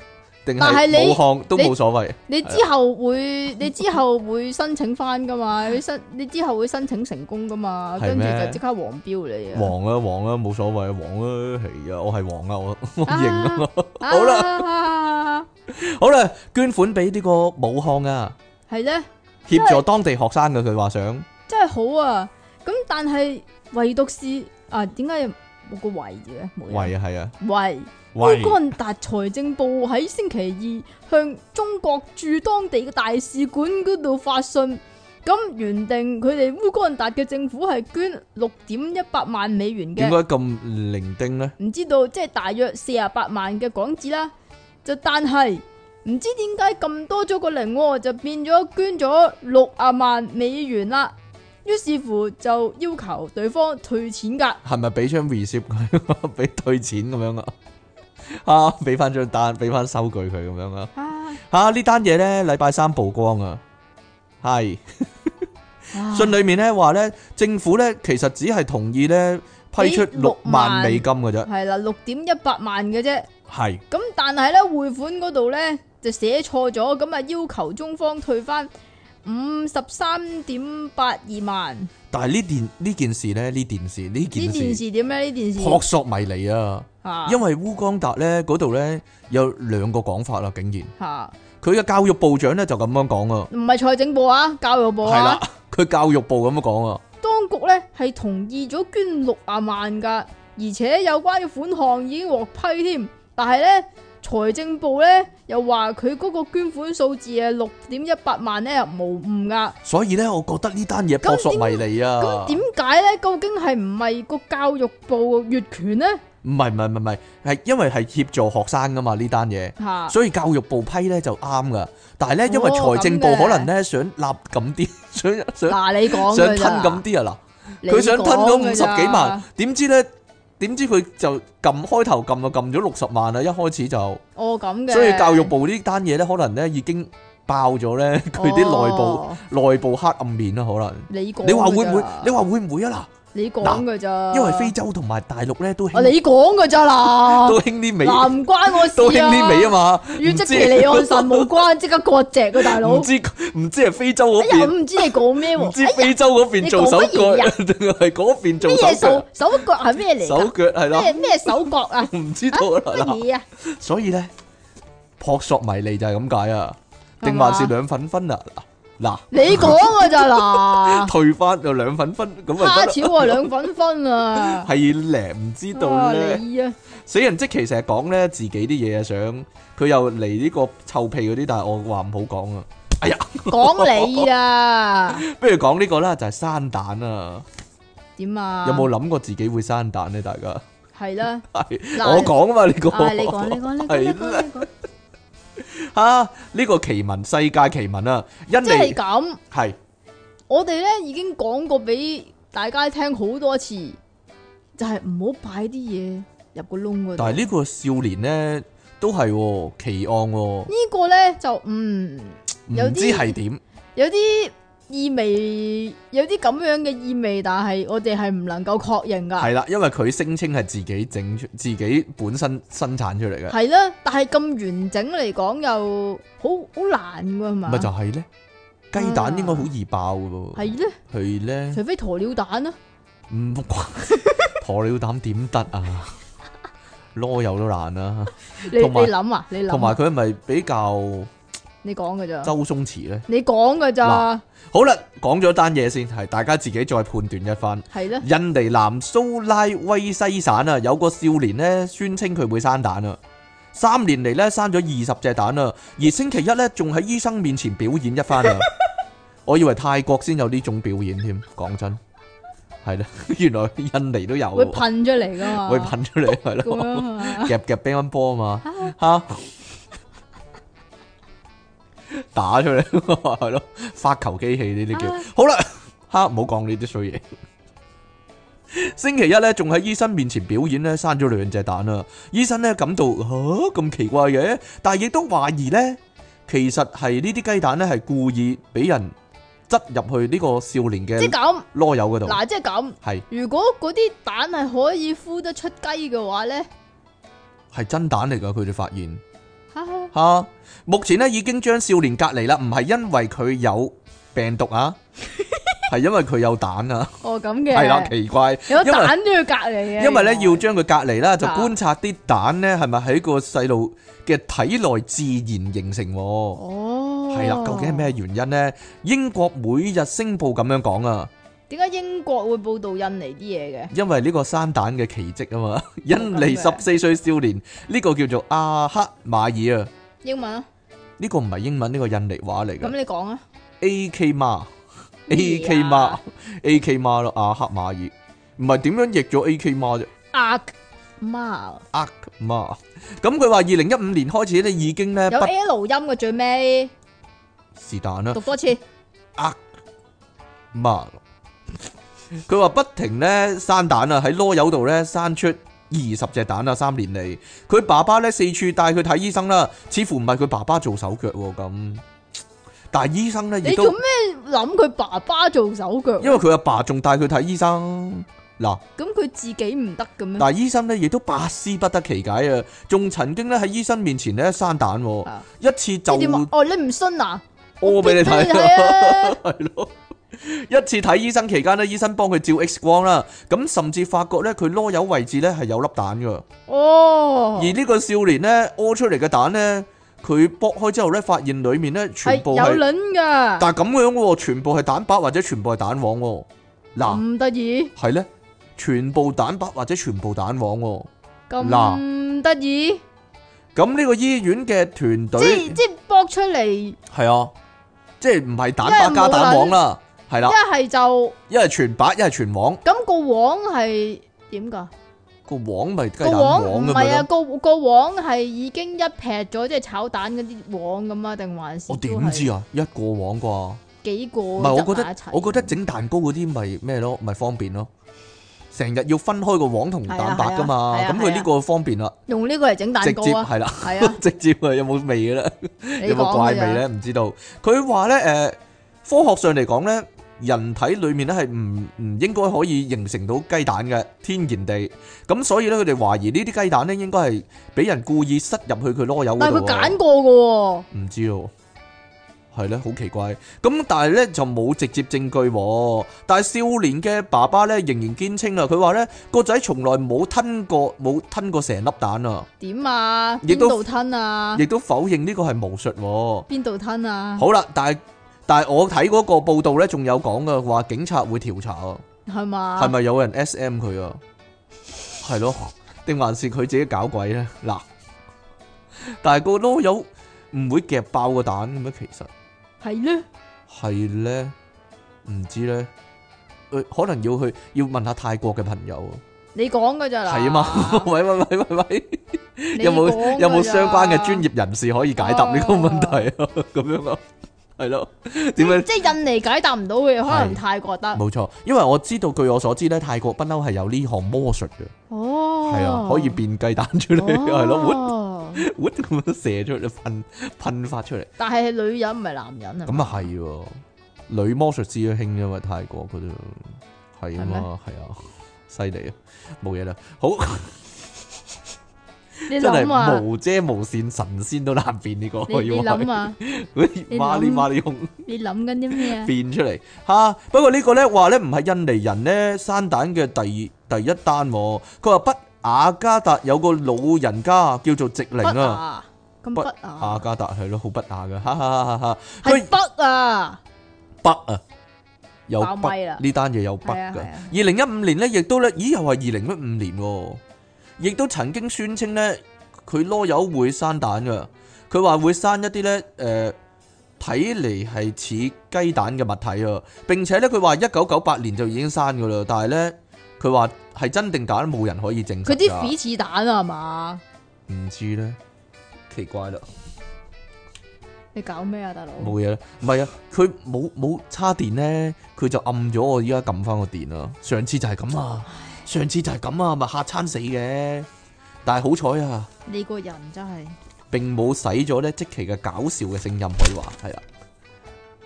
Speaker 1: 定
Speaker 2: 但
Speaker 1: 係
Speaker 2: 係你
Speaker 1: 武漢都冇所謂，
Speaker 2: 你之 後會，你之後會申請翻噶嘛？你申，你之後會申請成功噶嘛？
Speaker 1: 係
Speaker 2: 跟住
Speaker 1: 咩
Speaker 2: 就即刻黃標你啊！
Speaker 1: 黃啊黃啊冇所謂啊黃啊係啊，我係黃啊我我
Speaker 2: 啊
Speaker 1: 認啊，
Speaker 2: 啊
Speaker 1: 好
Speaker 2: 啦，
Speaker 1: 好啦，捐款俾呢個武漢啊，
Speaker 2: 係咧，
Speaker 1: 協助當地學生嘅佢話想
Speaker 2: 真係好啊！咁但係唯獨是啊，點解冇個為字咧？冇
Speaker 1: 喂啊係啊
Speaker 2: 為
Speaker 1: 喂
Speaker 2: 烏干達財政部喺星期二向中國駐當地嘅大使館嗰度發信，咁原定佢哋烏干達嘅政府係捐六點一百萬美元
Speaker 1: 點解
Speaker 2: 嘅，
Speaker 1: 咁零丁呢？
Speaker 2: 唔知道即係大約四十八萬嘅港紙啦。就但係唔知點解咁多咗個零、喎，就變咗捐咗六啊萬美元啦。於是乎就要求對方退錢㗎。
Speaker 1: 係咪俾張 receipt 佢， 俾退錢咁樣啊？ 啊，俾翻張單，俾翻收據佢咁樣啊？
Speaker 2: 啊，
Speaker 1: 吓呢單嘢咧，禮拜三曝光啊，係
Speaker 2: 啊
Speaker 1: 信裏面咧話咧，政府咧其實只係同意咧批出
Speaker 2: 俾
Speaker 1: 六
Speaker 2: 六
Speaker 1: 萬
Speaker 2: 萬
Speaker 1: 美金嘅啫，
Speaker 2: 係啦，六點一百萬嘅啫。
Speaker 1: 係
Speaker 2: 咁但係咧匯款嗰度咧就寫錯咗，咁啊要求中方退翻五十三點八二萬。呢
Speaker 1: 但係呢件呢件事咧，呢件事呢件
Speaker 2: 件
Speaker 1: 事
Speaker 2: 事點咧？呢件事
Speaker 1: 撲朔迷離啊！
Speaker 2: 吓
Speaker 1: 因為烏江達咧嗰度咧有兩個講法啦，竟然
Speaker 2: 吓，
Speaker 1: 佢嘅教育部長咧就咁樣講啊，
Speaker 2: 唔係財政部啊，教育部
Speaker 1: 係啦
Speaker 2: 啊，，
Speaker 1: 佢教育部咁樣講啊，
Speaker 2: 當局咧係同意咗捐六啊萬噶，而且有關嘅款項已經獲批添，但係咧。財政部咧又話佢嗰個捐款數字係六點一百萬咧無誤噶，
Speaker 1: 所以咧我覺得呢單嘢撲朔迷離
Speaker 2: 咁
Speaker 1: 啊，
Speaker 2: 點解咧？究竟係唔係個教育部越權呢？
Speaker 1: 唔係唔係唔係唔係，係因為係協助學生噶嘛呢單嘢。
Speaker 2: 吓、
Speaker 1: 所以教育部批咧就啱噶，但係咧因為
Speaker 2: 哦
Speaker 1: 財政部
Speaker 2: 咁嘅
Speaker 1: 可能咧想立咁啲， 想想
Speaker 2: 嗱，你講
Speaker 1: 想吞
Speaker 2: 㗎咋
Speaker 1: 咁，啲啊嗱，佢想吞咗五十幾萬
Speaker 2: 萬，，
Speaker 1: 點知咧點知佢就撳開頭撳啊撳咗六十萬啦，一開始就，
Speaker 2: 哦咁 嘅，
Speaker 1: 所以教育部呢單嘢咧可能咧已經爆咗咧佢啲內部
Speaker 2: 哦
Speaker 1: 內部黑暗面啦，可能
Speaker 2: 你講㗎咋，
Speaker 1: 你話會唔會？你話會唔會啊
Speaker 2: 你講噶咋？
Speaker 1: 嗱？因為非洲同埋大陸咧都
Speaker 2: 啊，
Speaker 1: 興
Speaker 2: 你講噶咋
Speaker 1: 都
Speaker 2: 嗱，
Speaker 1: 興啲美
Speaker 2: 嗱唔關我事
Speaker 1: 都興啲美啊
Speaker 2: 嘛，
Speaker 1: 嘛，
Speaker 2: 與
Speaker 1: 唔知
Speaker 2: 即其離 岸神冇關，即刻割席啊，大佬
Speaker 1: 唔！知唔知係非洲嗰
Speaker 2: 哎呀，
Speaker 1: 邊
Speaker 2: 我。唔知你講咩
Speaker 1: 唔
Speaker 2: 喎？
Speaker 1: 知非洲嗰邊做手腳，
Speaker 2: 哎呀
Speaker 1: 定係嗰邊做
Speaker 2: 咩嘢
Speaker 1: 手
Speaker 2: 手手腳係
Speaker 1: 腳？
Speaker 2: 咩嚟
Speaker 1: 手
Speaker 2: 㗎？
Speaker 1: 腳係啦，
Speaker 2: 咩咩手腳 啊？
Speaker 1: 唔知
Speaker 2: 啊
Speaker 1: 道啦
Speaker 2: 乜嘢啊？
Speaker 1: 所以咧，撲朔迷離就係咁解啊，
Speaker 2: 係嘛
Speaker 1: 定還是兩粉分啊？嗱，
Speaker 2: 你講噶咋嗱？
Speaker 1: 退翻就兩粉分咁啊
Speaker 2: 蝦
Speaker 1: 得啦，
Speaker 2: 條啊，兩粉分啊！
Speaker 1: 係咧，唔知道
Speaker 2: 啊
Speaker 1: 咧。
Speaker 2: 你啊，
Speaker 1: 死人即其成日講咧自己啲嘢啊，想佢又嚟呢個臭屁嗰啲，但係我話唔好講 啊。哎呀，
Speaker 2: 講你啊，
Speaker 1: 不如講呢個啦，就係生蛋啊！
Speaker 2: 點啊？
Speaker 1: 有冇諗過自己會生蛋咧？大家
Speaker 2: 係啦，
Speaker 1: 係
Speaker 2: 嗱
Speaker 1: 我講啊嘛，呢個
Speaker 2: 啊，你 講，你講，你講，你
Speaker 1: 係
Speaker 2: 講，你講，
Speaker 1: 啊！呢、個奇聞世界奇聞啊，因
Speaker 2: 即係
Speaker 1: 尼
Speaker 2: 咁，
Speaker 1: 係
Speaker 2: 我哋咧已經講過俾大家聽好多次，就係唔好擺啲嘢入個窿嗰
Speaker 1: 但係
Speaker 2: 度。
Speaker 1: 呢個少年呢，都係、喎、奇案、喎，
Speaker 2: 呢個咧就嗯
Speaker 1: 唔
Speaker 2: 有啲
Speaker 1: 知係點，
Speaker 2: 有啲意味，有啲咁樣嘅意味，但係我哋係唔能夠確認噶。
Speaker 1: 係啊啦，因為佢聲稱係自己整出，自己本身生產出嚟嘅，
Speaker 2: 係啦，但係咁完整嚟講又好好難噶嘛啊
Speaker 1: 咪。就係呢？雞蛋應該好易爆嘅喎，
Speaker 2: 係咧，
Speaker 1: 係呢？
Speaker 2: 除非鴕鳥蛋啊啦。
Speaker 1: 唔 關鴕鳥蛋點得啊？攞油都難啦、
Speaker 2: 你你
Speaker 1: 同埋
Speaker 2: 諗啊，你諗啊，
Speaker 1: 同埋佢係咪比較
Speaker 2: 你講噶咋？
Speaker 1: 周松弛呢？
Speaker 2: 你講噶咋？
Speaker 1: 好啦，講咗單嘢先，係大家自己再判斷一番。
Speaker 2: 係咧，
Speaker 1: 印尼南蘇拉威西省啊，有個少年咧宣稱佢會生蛋啊，三年嚟咧生咗二十隻蛋啦，而星期一咧仲喺醫生面前表演一番啊！ 我以為泰國先有呢種表演添，講真係啦， 原來印尼都有，
Speaker 2: 會噴出嚟噶嘛，
Speaker 1: 會噴出嚟係
Speaker 2: 咁樣
Speaker 1: 咯，
Speaker 2: 啊
Speaker 1: 夾夾乒乓波啊嘛。吓，打出嚟 係咯，發球機器呢啲叫。
Speaker 2: 啊
Speaker 1: 好啦，吓唔好講呢啲衰嘢。星期一咧，仲喺醫生面前表演咧，生咗兩隻蛋啦。醫生咧感到吓咁、奇怪嘅，但係亦都懷疑咧，其實係呢啲雞蛋咧係故意俾人擠入去呢個少年
Speaker 2: 即係
Speaker 1: 嘅
Speaker 2: 咁，
Speaker 1: 啰柚嗰度，
Speaker 2: 嗱，即係咁。
Speaker 1: 係
Speaker 2: 如果嗰啲蛋係可以孵得出雞嘅話咧，
Speaker 1: 係真蛋嚟噶。佢哋發現。
Speaker 2: 哈哈
Speaker 1: 吓、目前咧已經將少年隔離啦，唔係因為佢有病毒 啊，係因為佢有蛋啊，
Speaker 2: 哦咁嘅，
Speaker 1: 係啦，奇怪，
Speaker 2: 有
Speaker 1: 因為
Speaker 2: 蛋都要隔離嘅，
Speaker 1: 因為咧要
Speaker 2: 啊原來
Speaker 1: 將佢隔離啦，就
Speaker 2: 啊
Speaker 1: 觀察啲蛋咧係咪喺個細路嘅體內自然形成喎。
Speaker 2: 哦，
Speaker 1: 係啦，究竟係咩？原因呢？英國每日星報咁樣講啊，
Speaker 2: 點解英國會報導印尼啲嘢嘅？
Speaker 1: 因為呢個生蛋嘅奇蹟啊嘛， 印 尼十
Speaker 2: 咁嘅
Speaker 1: 四歲少年呢、個叫做阿克馬爾啊，
Speaker 2: 英文啊，
Speaker 1: 呢、個唔係英文，呢、個印尼話嚟嘅
Speaker 2: 咁。你講啊，
Speaker 1: A K 媽
Speaker 2: 咩啊
Speaker 1: ，A K 媽，A K 媽咯，啊阿黑馬爾，唔係點樣譯咗 A K 媽啫，
Speaker 2: 阿媽
Speaker 1: 阿媽。咁佢話二零一五年開始咧已經咧不
Speaker 2: 有 L 音嘅最尾，
Speaker 1: 是但啦
Speaker 2: 讀，多次。
Speaker 1: 阿媽。佢話不停咧生蛋啊，喺啰柚度咧生出二十隻蛋啊，三年嚟。佢爸爸咧四處帶佢睇醫生啦，似乎唔係佢爸爸做手腳喎咁。但係醫生咧亦
Speaker 2: 你
Speaker 1: 都
Speaker 2: 做咩諗佢爸爸做手腳？
Speaker 1: 因為佢阿爸仲帶佢睇醫生嗱。
Speaker 2: 咁佢自己唔得嘅咩？
Speaker 1: 但醫生咧亦都百思不得其解啊，仲曾經咧喺醫生面前咧生蛋喎，
Speaker 2: 啊
Speaker 1: 一次就
Speaker 2: 即係點啊？哦，你唔信啊？
Speaker 1: 屙俾你睇
Speaker 2: 我跌俾你
Speaker 1: 啊
Speaker 2: 睇，
Speaker 1: 係咯。一次睇醫生期間咧，醫生幫佢照 X 光啦，咁甚至發覺咧佢啰柚位置咧係有粒蛋噶，
Speaker 2: 哦
Speaker 1: 而，呢個少年咧屙出嚟嘅蛋咧，佢剝開之後咧，發現裡面咧全部
Speaker 2: 係有
Speaker 1: 係，
Speaker 2: 卵㗎，
Speaker 1: 但係咁樣喎，全部係蛋白或者全部係蛋黃喎，嗱
Speaker 2: 咁得意，
Speaker 1: 係咧，全部蛋白或者全部蛋黃喎，
Speaker 2: 咁得意，
Speaker 1: 咁呢個醫院嘅團
Speaker 2: 即
Speaker 1: 隊
Speaker 2: 係。即係剝出嚟，一
Speaker 1: 系啊，即系唔系蛋白加蛋黃啦，系啦，
Speaker 2: 係就
Speaker 1: 一係全白，一係全黃，
Speaker 2: 咁個黃係點㗎？
Speaker 1: 個黃咪雞
Speaker 2: 個
Speaker 1: 蛋
Speaker 2: 黃
Speaker 1: 黃
Speaker 2: 唔
Speaker 1: 咁
Speaker 2: 係啊，
Speaker 1: 樣咯。
Speaker 2: 個個黃係已經一劈咗，即係炒蛋嗰啲黃咁啊，定還是
Speaker 1: 我
Speaker 2: 都
Speaker 1: 點
Speaker 2: 係
Speaker 1: 知啊？一個黃啩，
Speaker 2: 幾個？
Speaker 1: 唔
Speaker 2: 唔
Speaker 1: 係我覺得
Speaker 2: 一齊，
Speaker 1: 我覺得整蛋糕嗰啲咪咩咯，咪方便咯。成日要分開個黃同蛋白噶嘛，
Speaker 2: 係啊係啊係啊
Speaker 1: 咁佢呢個方便啦，
Speaker 2: 用呢個嚟整
Speaker 1: 直
Speaker 2: 蛋糕
Speaker 1: 接
Speaker 2: 啊，
Speaker 1: 係啦，
Speaker 2: 係啊，
Speaker 1: 直接啊，有冇味嘅咧？
Speaker 2: 你
Speaker 1: 有冇怪
Speaker 2: 講㗎
Speaker 1: 味
Speaker 2: 咋
Speaker 1: 咧？？唔知道。佢話咧，誒、科學上嚟講咧，人體裡面咧係唔唔應該可以形成到雞蛋嘅，天然地。咁所以咧，佢哋懷疑呢啲雞蛋咧應該係俾人故意塞入去佢啰柚嗰
Speaker 2: 但係
Speaker 1: 度喎。
Speaker 2: 佢揀過嘅喎，
Speaker 1: 唔知喎。係咧，好奇怪。咁但係咧就冇直接證據喎。但係少年嘅爸爸咧仍然堅稱啊，佢話咧個仔從來冇吞過冇吞過成粒蛋啊，
Speaker 2: 點啊？
Speaker 1: 亦
Speaker 2: 邊
Speaker 1: 都
Speaker 2: 度吞啊？
Speaker 1: 亦都否認呢個係巫術喎。
Speaker 2: 邊度吞啊？
Speaker 1: 好啦，但系但系我睇嗰個報道咧，仲有講噶，話警察會調查啊，
Speaker 2: 係嘛？
Speaker 1: 係咪有人 S.M 佢啊？係咯，定還是佢自己搞鬼咧？嗱，但係個啰柚唔會夾爆個蛋嘅咩？其實
Speaker 2: 係咧？
Speaker 1: 係咧，唔知咧。誒可能要去要問下泰國嘅朋友啊，
Speaker 2: 你講㗎咋嗱？
Speaker 1: 係啊嘛， 喂喂喂喂喂，
Speaker 2: 你
Speaker 1: 有冇
Speaker 2: 講㗎
Speaker 1: 有冇相關嘅
Speaker 2: 咋
Speaker 1: 專？業人士可以解答呢個問題啊？咁樣啊，係咯，點樣
Speaker 2: 即係印尼解答唔到嘅，可能
Speaker 1: 係
Speaker 2: 泰國得。
Speaker 1: 冇錯，因為我知道，據我所知咧，泰國不嬲係有呢項魔術嘅，
Speaker 2: 哦，
Speaker 1: 係啊，可以變雞蛋出嚟，係咯，
Speaker 2: 咯。
Speaker 1: 活咁樣射出嚟，噴噴發出嚟，
Speaker 2: 但係女人唔係男人啊。
Speaker 1: 咁啊係喎，女魔術師都興因為泰國嗰度係啊嘛，係啊，犀利啊，冇嘢啦，好
Speaker 2: 你
Speaker 1: 真
Speaker 2: 諗
Speaker 1: 係
Speaker 2: 啊，
Speaker 1: 無遮無線神仙都難變呢個，
Speaker 2: 你
Speaker 1: 我
Speaker 2: 你
Speaker 1: 要
Speaker 2: 諗啊，
Speaker 1: 係，
Speaker 2: 你
Speaker 1: 哇哩
Speaker 2: 諗
Speaker 1: 哇哩用。
Speaker 2: 你諗緊啲咩啊？
Speaker 1: 變出嚟嚇、啊不過呢個呢話呢唔係印尼人呢生蛋嘅第第一單喎、佢話北雅加達有個老人家叫做直
Speaker 2: 不
Speaker 1: 靈啊，
Speaker 2: 啊，咁
Speaker 1: 不
Speaker 2: 不
Speaker 1: 雅
Speaker 2: 啊，
Speaker 1: 加達係咯，好不雅嘅，哈哈哈哈！佢
Speaker 2: 係不啊，
Speaker 1: 北啊，有
Speaker 2: 爆咪
Speaker 1: 北
Speaker 2: 啦
Speaker 1: 呢單嘢有北
Speaker 2: 係啊
Speaker 1: 㗎。
Speaker 2: 係
Speaker 1: 二
Speaker 2: 啊
Speaker 1: 零一五年呢，亦都呢，咦又係二零一五年喎、亦都曾經宣稱呢，佢啰柚會生蛋噶。佢話會生一啲咧誒睇嚟係似雞蛋嘅物體啊。並且咧佢話一九九八年就已經生噶啦，但係咧佢話係真定假呢冇人可以證實㗎。
Speaker 2: 佢啲ฝี似蛋啊係嘛？
Speaker 1: 唔知咧，奇怪啦，
Speaker 2: 你搞咩啊，大佬？
Speaker 1: 冇嘢啦。唔係啊，佢冇冇叉電咧，佢就暗咗我依家撳翻個電啊。上次就係咁啊，上次就係咁啊，咪嚇餐死嘅。但係好彩啊！
Speaker 2: 你個人真係
Speaker 1: 並冇使咗咧即期嘅搞笑嘅聲音，可以話係啦。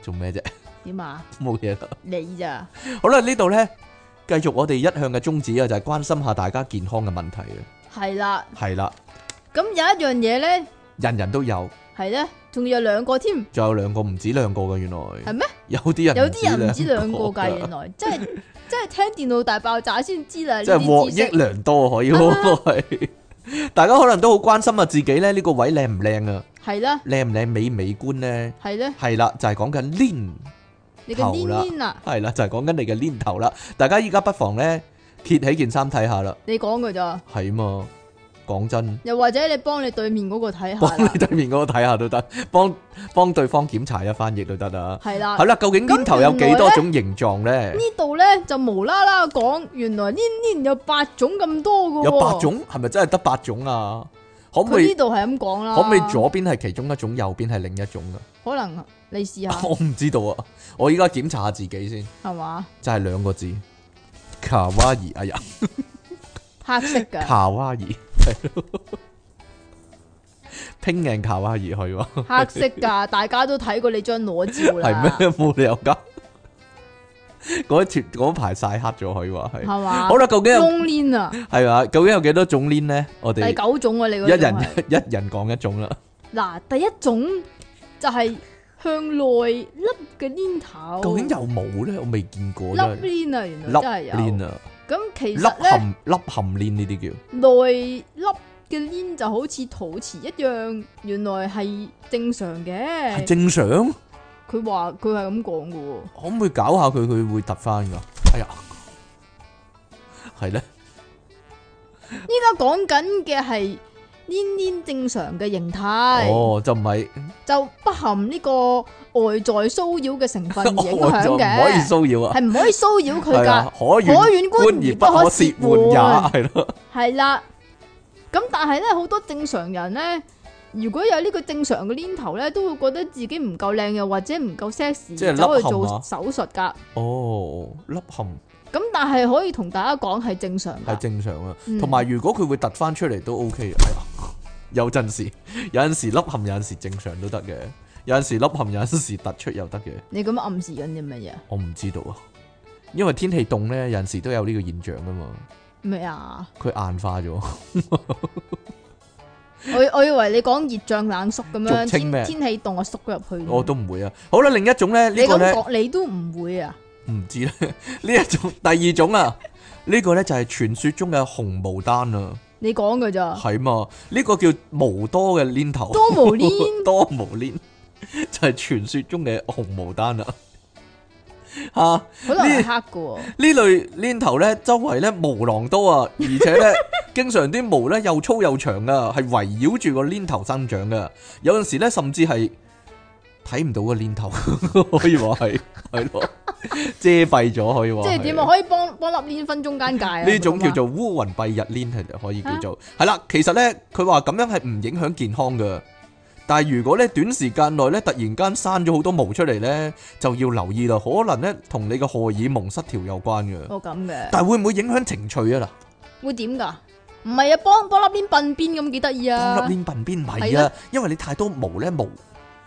Speaker 1: 做咩啫？
Speaker 2: 點啊？
Speaker 1: 冇嘢啦。
Speaker 2: 你咋？
Speaker 1: 好啦，呢度咧繼續我哋一向嘅宗旨啊，就係、關心下大家健康嘅問題啊。
Speaker 2: 係啦，
Speaker 1: 係啦，
Speaker 2: 咁有一樣嘢咧，
Speaker 1: 人人都有，
Speaker 2: 係咧，仲有兩個添，
Speaker 1: 仲有兩個唔止兩個嘅原來。
Speaker 2: 係咩？
Speaker 1: 有啲人
Speaker 2: 有啲人唔知兩個
Speaker 1: 個
Speaker 2: 㗎，原來 即係即係聽電腦大爆炸先知啊啦。呢
Speaker 1: 即係獲
Speaker 2: 啲知
Speaker 1: 益
Speaker 2: 識
Speaker 1: 良多 可以
Speaker 2: 啊
Speaker 1: 係。大家可能都好關心啊，自己咧呢個位靚唔靚啊，
Speaker 2: 係啦，
Speaker 1: 靚唔靚美唔美觀咧？
Speaker 2: 係咧，
Speaker 1: 係啦，就係講緊 lean，
Speaker 2: 你
Speaker 1: 頭
Speaker 2: 嘅黏
Speaker 1: 啦
Speaker 2: 黏啊，
Speaker 1: 係啦，就係講緊你嘅 lean 頭啦。大家依家不妨咧揭起件衫睇下啦，
Speaker 2: 你講㗎咋？
Speaker 1: 係嘛？講真，
Speaker 2: 又或者你幫你對面嗰個睇
Speaker 1: 幫
Speaker 2: 下啦
Speaker 1: 你，對面嗰個睇下都得，幫幫對方檢查一番亦都得啊。
Speaker 2: 係啦
Speaker 1: 係。啦，究竟
Speaker 2: 咁
Speaker 1: lean 頭有幾多
Speaker 2: 原來呢
Speaker 1: 種形狀咧？
Speaker 2: 呢度咧就無啦啦講，原來黏黏有八種咁多㗎喎。
Speaker 1: 有八，種，係咪真係得八種啊？可唔可
Speaker 2: 佢呢啊
Speaker 1: 以
Speaker 2: 度係咁講啦。
Speaker 1: 可唔可以左邊係其中一種，右邊係另一種啊噶？
Speaker 2: 可能啊你試 下
Speaker 1: 我唔知道啊，我依家檢查下自己先，
Speaker 2: 係嘛？
Speaker 1: 就係、兩個字，卡哇伊。哎呀，
Speaker 2: 黑色 㗎，
Speaker 1: 卡哇伊，拼硬卡哇伊去喎，
Speaker 2: 黑色㗎，大家都睇過你張裸照啦。
Speaker 1: 係咩？冇理由噶，嗰條嗰排晒黑咗佢喎，係。
Speaker 2: 係嘛？
Speaker 1: 好啦，究竟有
Speaker 2: long 鏈啊，
Speaker 1: 係啊？究竟有幾多種 l 呢？我哋
Speaker 2: 第九種啊，你嗰
Speaker 1: 一
Speaker 2: 種
Speaker 1: 人
Speaker 2: 係
Speaker 1: 一人講一種啦。
Speaker 2: 嗱，第一種就係向內凹嘅鏈頭，
Speaker 1: 究竟有冇咧？我未見過
Speaker 2: 凹
Speaker 1: 真係。
Speaker 2: 鏈啊，原來
Speaker 1: 凹
Speaker 2: 真係
Speaker 1: l
Speaker 2: 有。
Speaker 1: 啊，
Speaker 2: 咁其
Speaker 1: 凹
Speaker 2: 實咧，
Speaker 1: 陷凹陷 l 呢啲叫
Speaker 2: 內凹嘅鏈就好似陶瓷一樣，原來係正常
Speaker 1: 係
Speaker 2: 嘅。
Speaker 1: 正常。
Speaker 2: 佢話佢係咁講嘅喎，
Speaker 1: 可唔可以搞下佢？佢會突翻噶。哎呀，係咧，
Speaker 2: 依家講緊嘅係黏黏正常嘅形態，
Speaker 1: 哦，就唔係
Speaker 2: 就不含呢個外在騷擾嘅成 分影
Speaker 1: 我就
Speaker 2: 響
Speaker 1: 唔可以
Speaker 2: 嘅，
Speaker 1: 騷擾啊。
Speaker 2: 係唔可以騷擾佢
Speaker 1: 係
Speaker 2: 㗎
Speaker 1: 啊，。可
Speaker 2: 可
Speaker 1: 遠
Speaker 2: 遠觀
Speaker 1: 觀
Speaker 2: 而
Speaker 1: 而
Speaker 2: 不
Speaker 1: 不
Speaker 2: 可
Speaker 1: 可
Speaker 2: 褻
Speaker 1: 褻
Speaker 2: 玩
Speaker 1: 玩也，係咯。
Speaker 2: 係啦，咁但係咧，好多正常人咧，如果有呢個正常嘅黏頭咧，都會覺得自己唔夠靚，又或者唔夠 sexy，
Speaker 1: 即係
Speaker 2: 走
Speaker 1: 凹
Speaker 2: 去
Speaker 1: 陷
Speaker 2: 做
Speaker 1: 啊
Speaker 2: 手術噶。
Speaker 1: 哦，凹陷
Speaker 2: 咁但係可以同大家講係正常
Speaker 1: 係
Speaker 2: 㗎，
Speaker 1: 正常啊。
Speaker 2: 嗯
Speaker 1: 同埋如果佢會突翻出嚟都 OK 嘅。哎呀，有陣時有陣時凹陷，有陣時正常都得嘅。有陣時凹陷，有陣時突出又得嘅。
Speaker 2: 你咁暗示緊啲乜嘢？
Speaker 1: 我唔知道啊，因為天氣凍咧，有陣時都有呢個現象噶嘛。
Speaker 2: 咩啊？
Speaker 1: 佢硬化咗。
Speaker 2: 我我以為你講熱脹冷縮咁樣，
Speaker 1: 俗稱咩
Speaker 2: 天天氣凍我啊縮咗入去。
Speaker 1: 我都唔會啊。好啦，另一種咧，
Speaker 2: 你
Speaker 1: 呢個
Speaker 2: 咁
Speaker 1: 咧
Speaker 2: 講，你都唔會啊？
Speaker 1: 唔知咧，呢 一種第二種啊，呢個咧就係傳說中嘅紅毛丹啊，
Speaker 2: 你講㗎咋？
Speaker 1: 係嘛？呢個叫毛多嘅鏈頭，
Speaker 2: 多毛鏈
Speaker 1: 多毛鏈就係傳說中嘅紅毛丹啊。 啊！
Speaker 2: 可能係
Speaker 1: 呢
Speaker 2: 黑嘅喎，
Speaker 1: 呢類鏈頭咧，周圍咧毛囊多 啊，而且咧經常啲毛咧又粗又長啊，係圍繞住個鏈頭生長噶。有陣時咧，甚至係睇唔到個鏈頭， 可以話係係咯，遮蔽咗可以話係。
Speaker 2: 即係點啊？可以幫幫粒鏈分中間界啊？
Speaker 1: 呢種
Speaker 2: 咁啊
Speaker 1: 叫做烏雲蔽日鏈係可以叫做係啦。其實咧，佢話咁樣係唔影響健康嘅。但係如果咧短時間內咧突然間生咗好多毛出嚟咧，就要留意啦。可能咧同你嘅荷爾蒙失調有關嘅。
Speaker 2: 哦咁嘅。
Speaker 1: 但係會唔會影響情趣啊？
Speaker 2: 会点噶？唔系啊，幫幫粒邊笨邊咁幾得意
Speaker 1: 嗱，
Speaker 2: 啊
Speaker 1: 幫！粒鏈鬢邊
Speaker 2: 係
Speaker 1: 咪
Speaker 2: 啦
Speaker 1: 啊，因為你太多毛咧毛，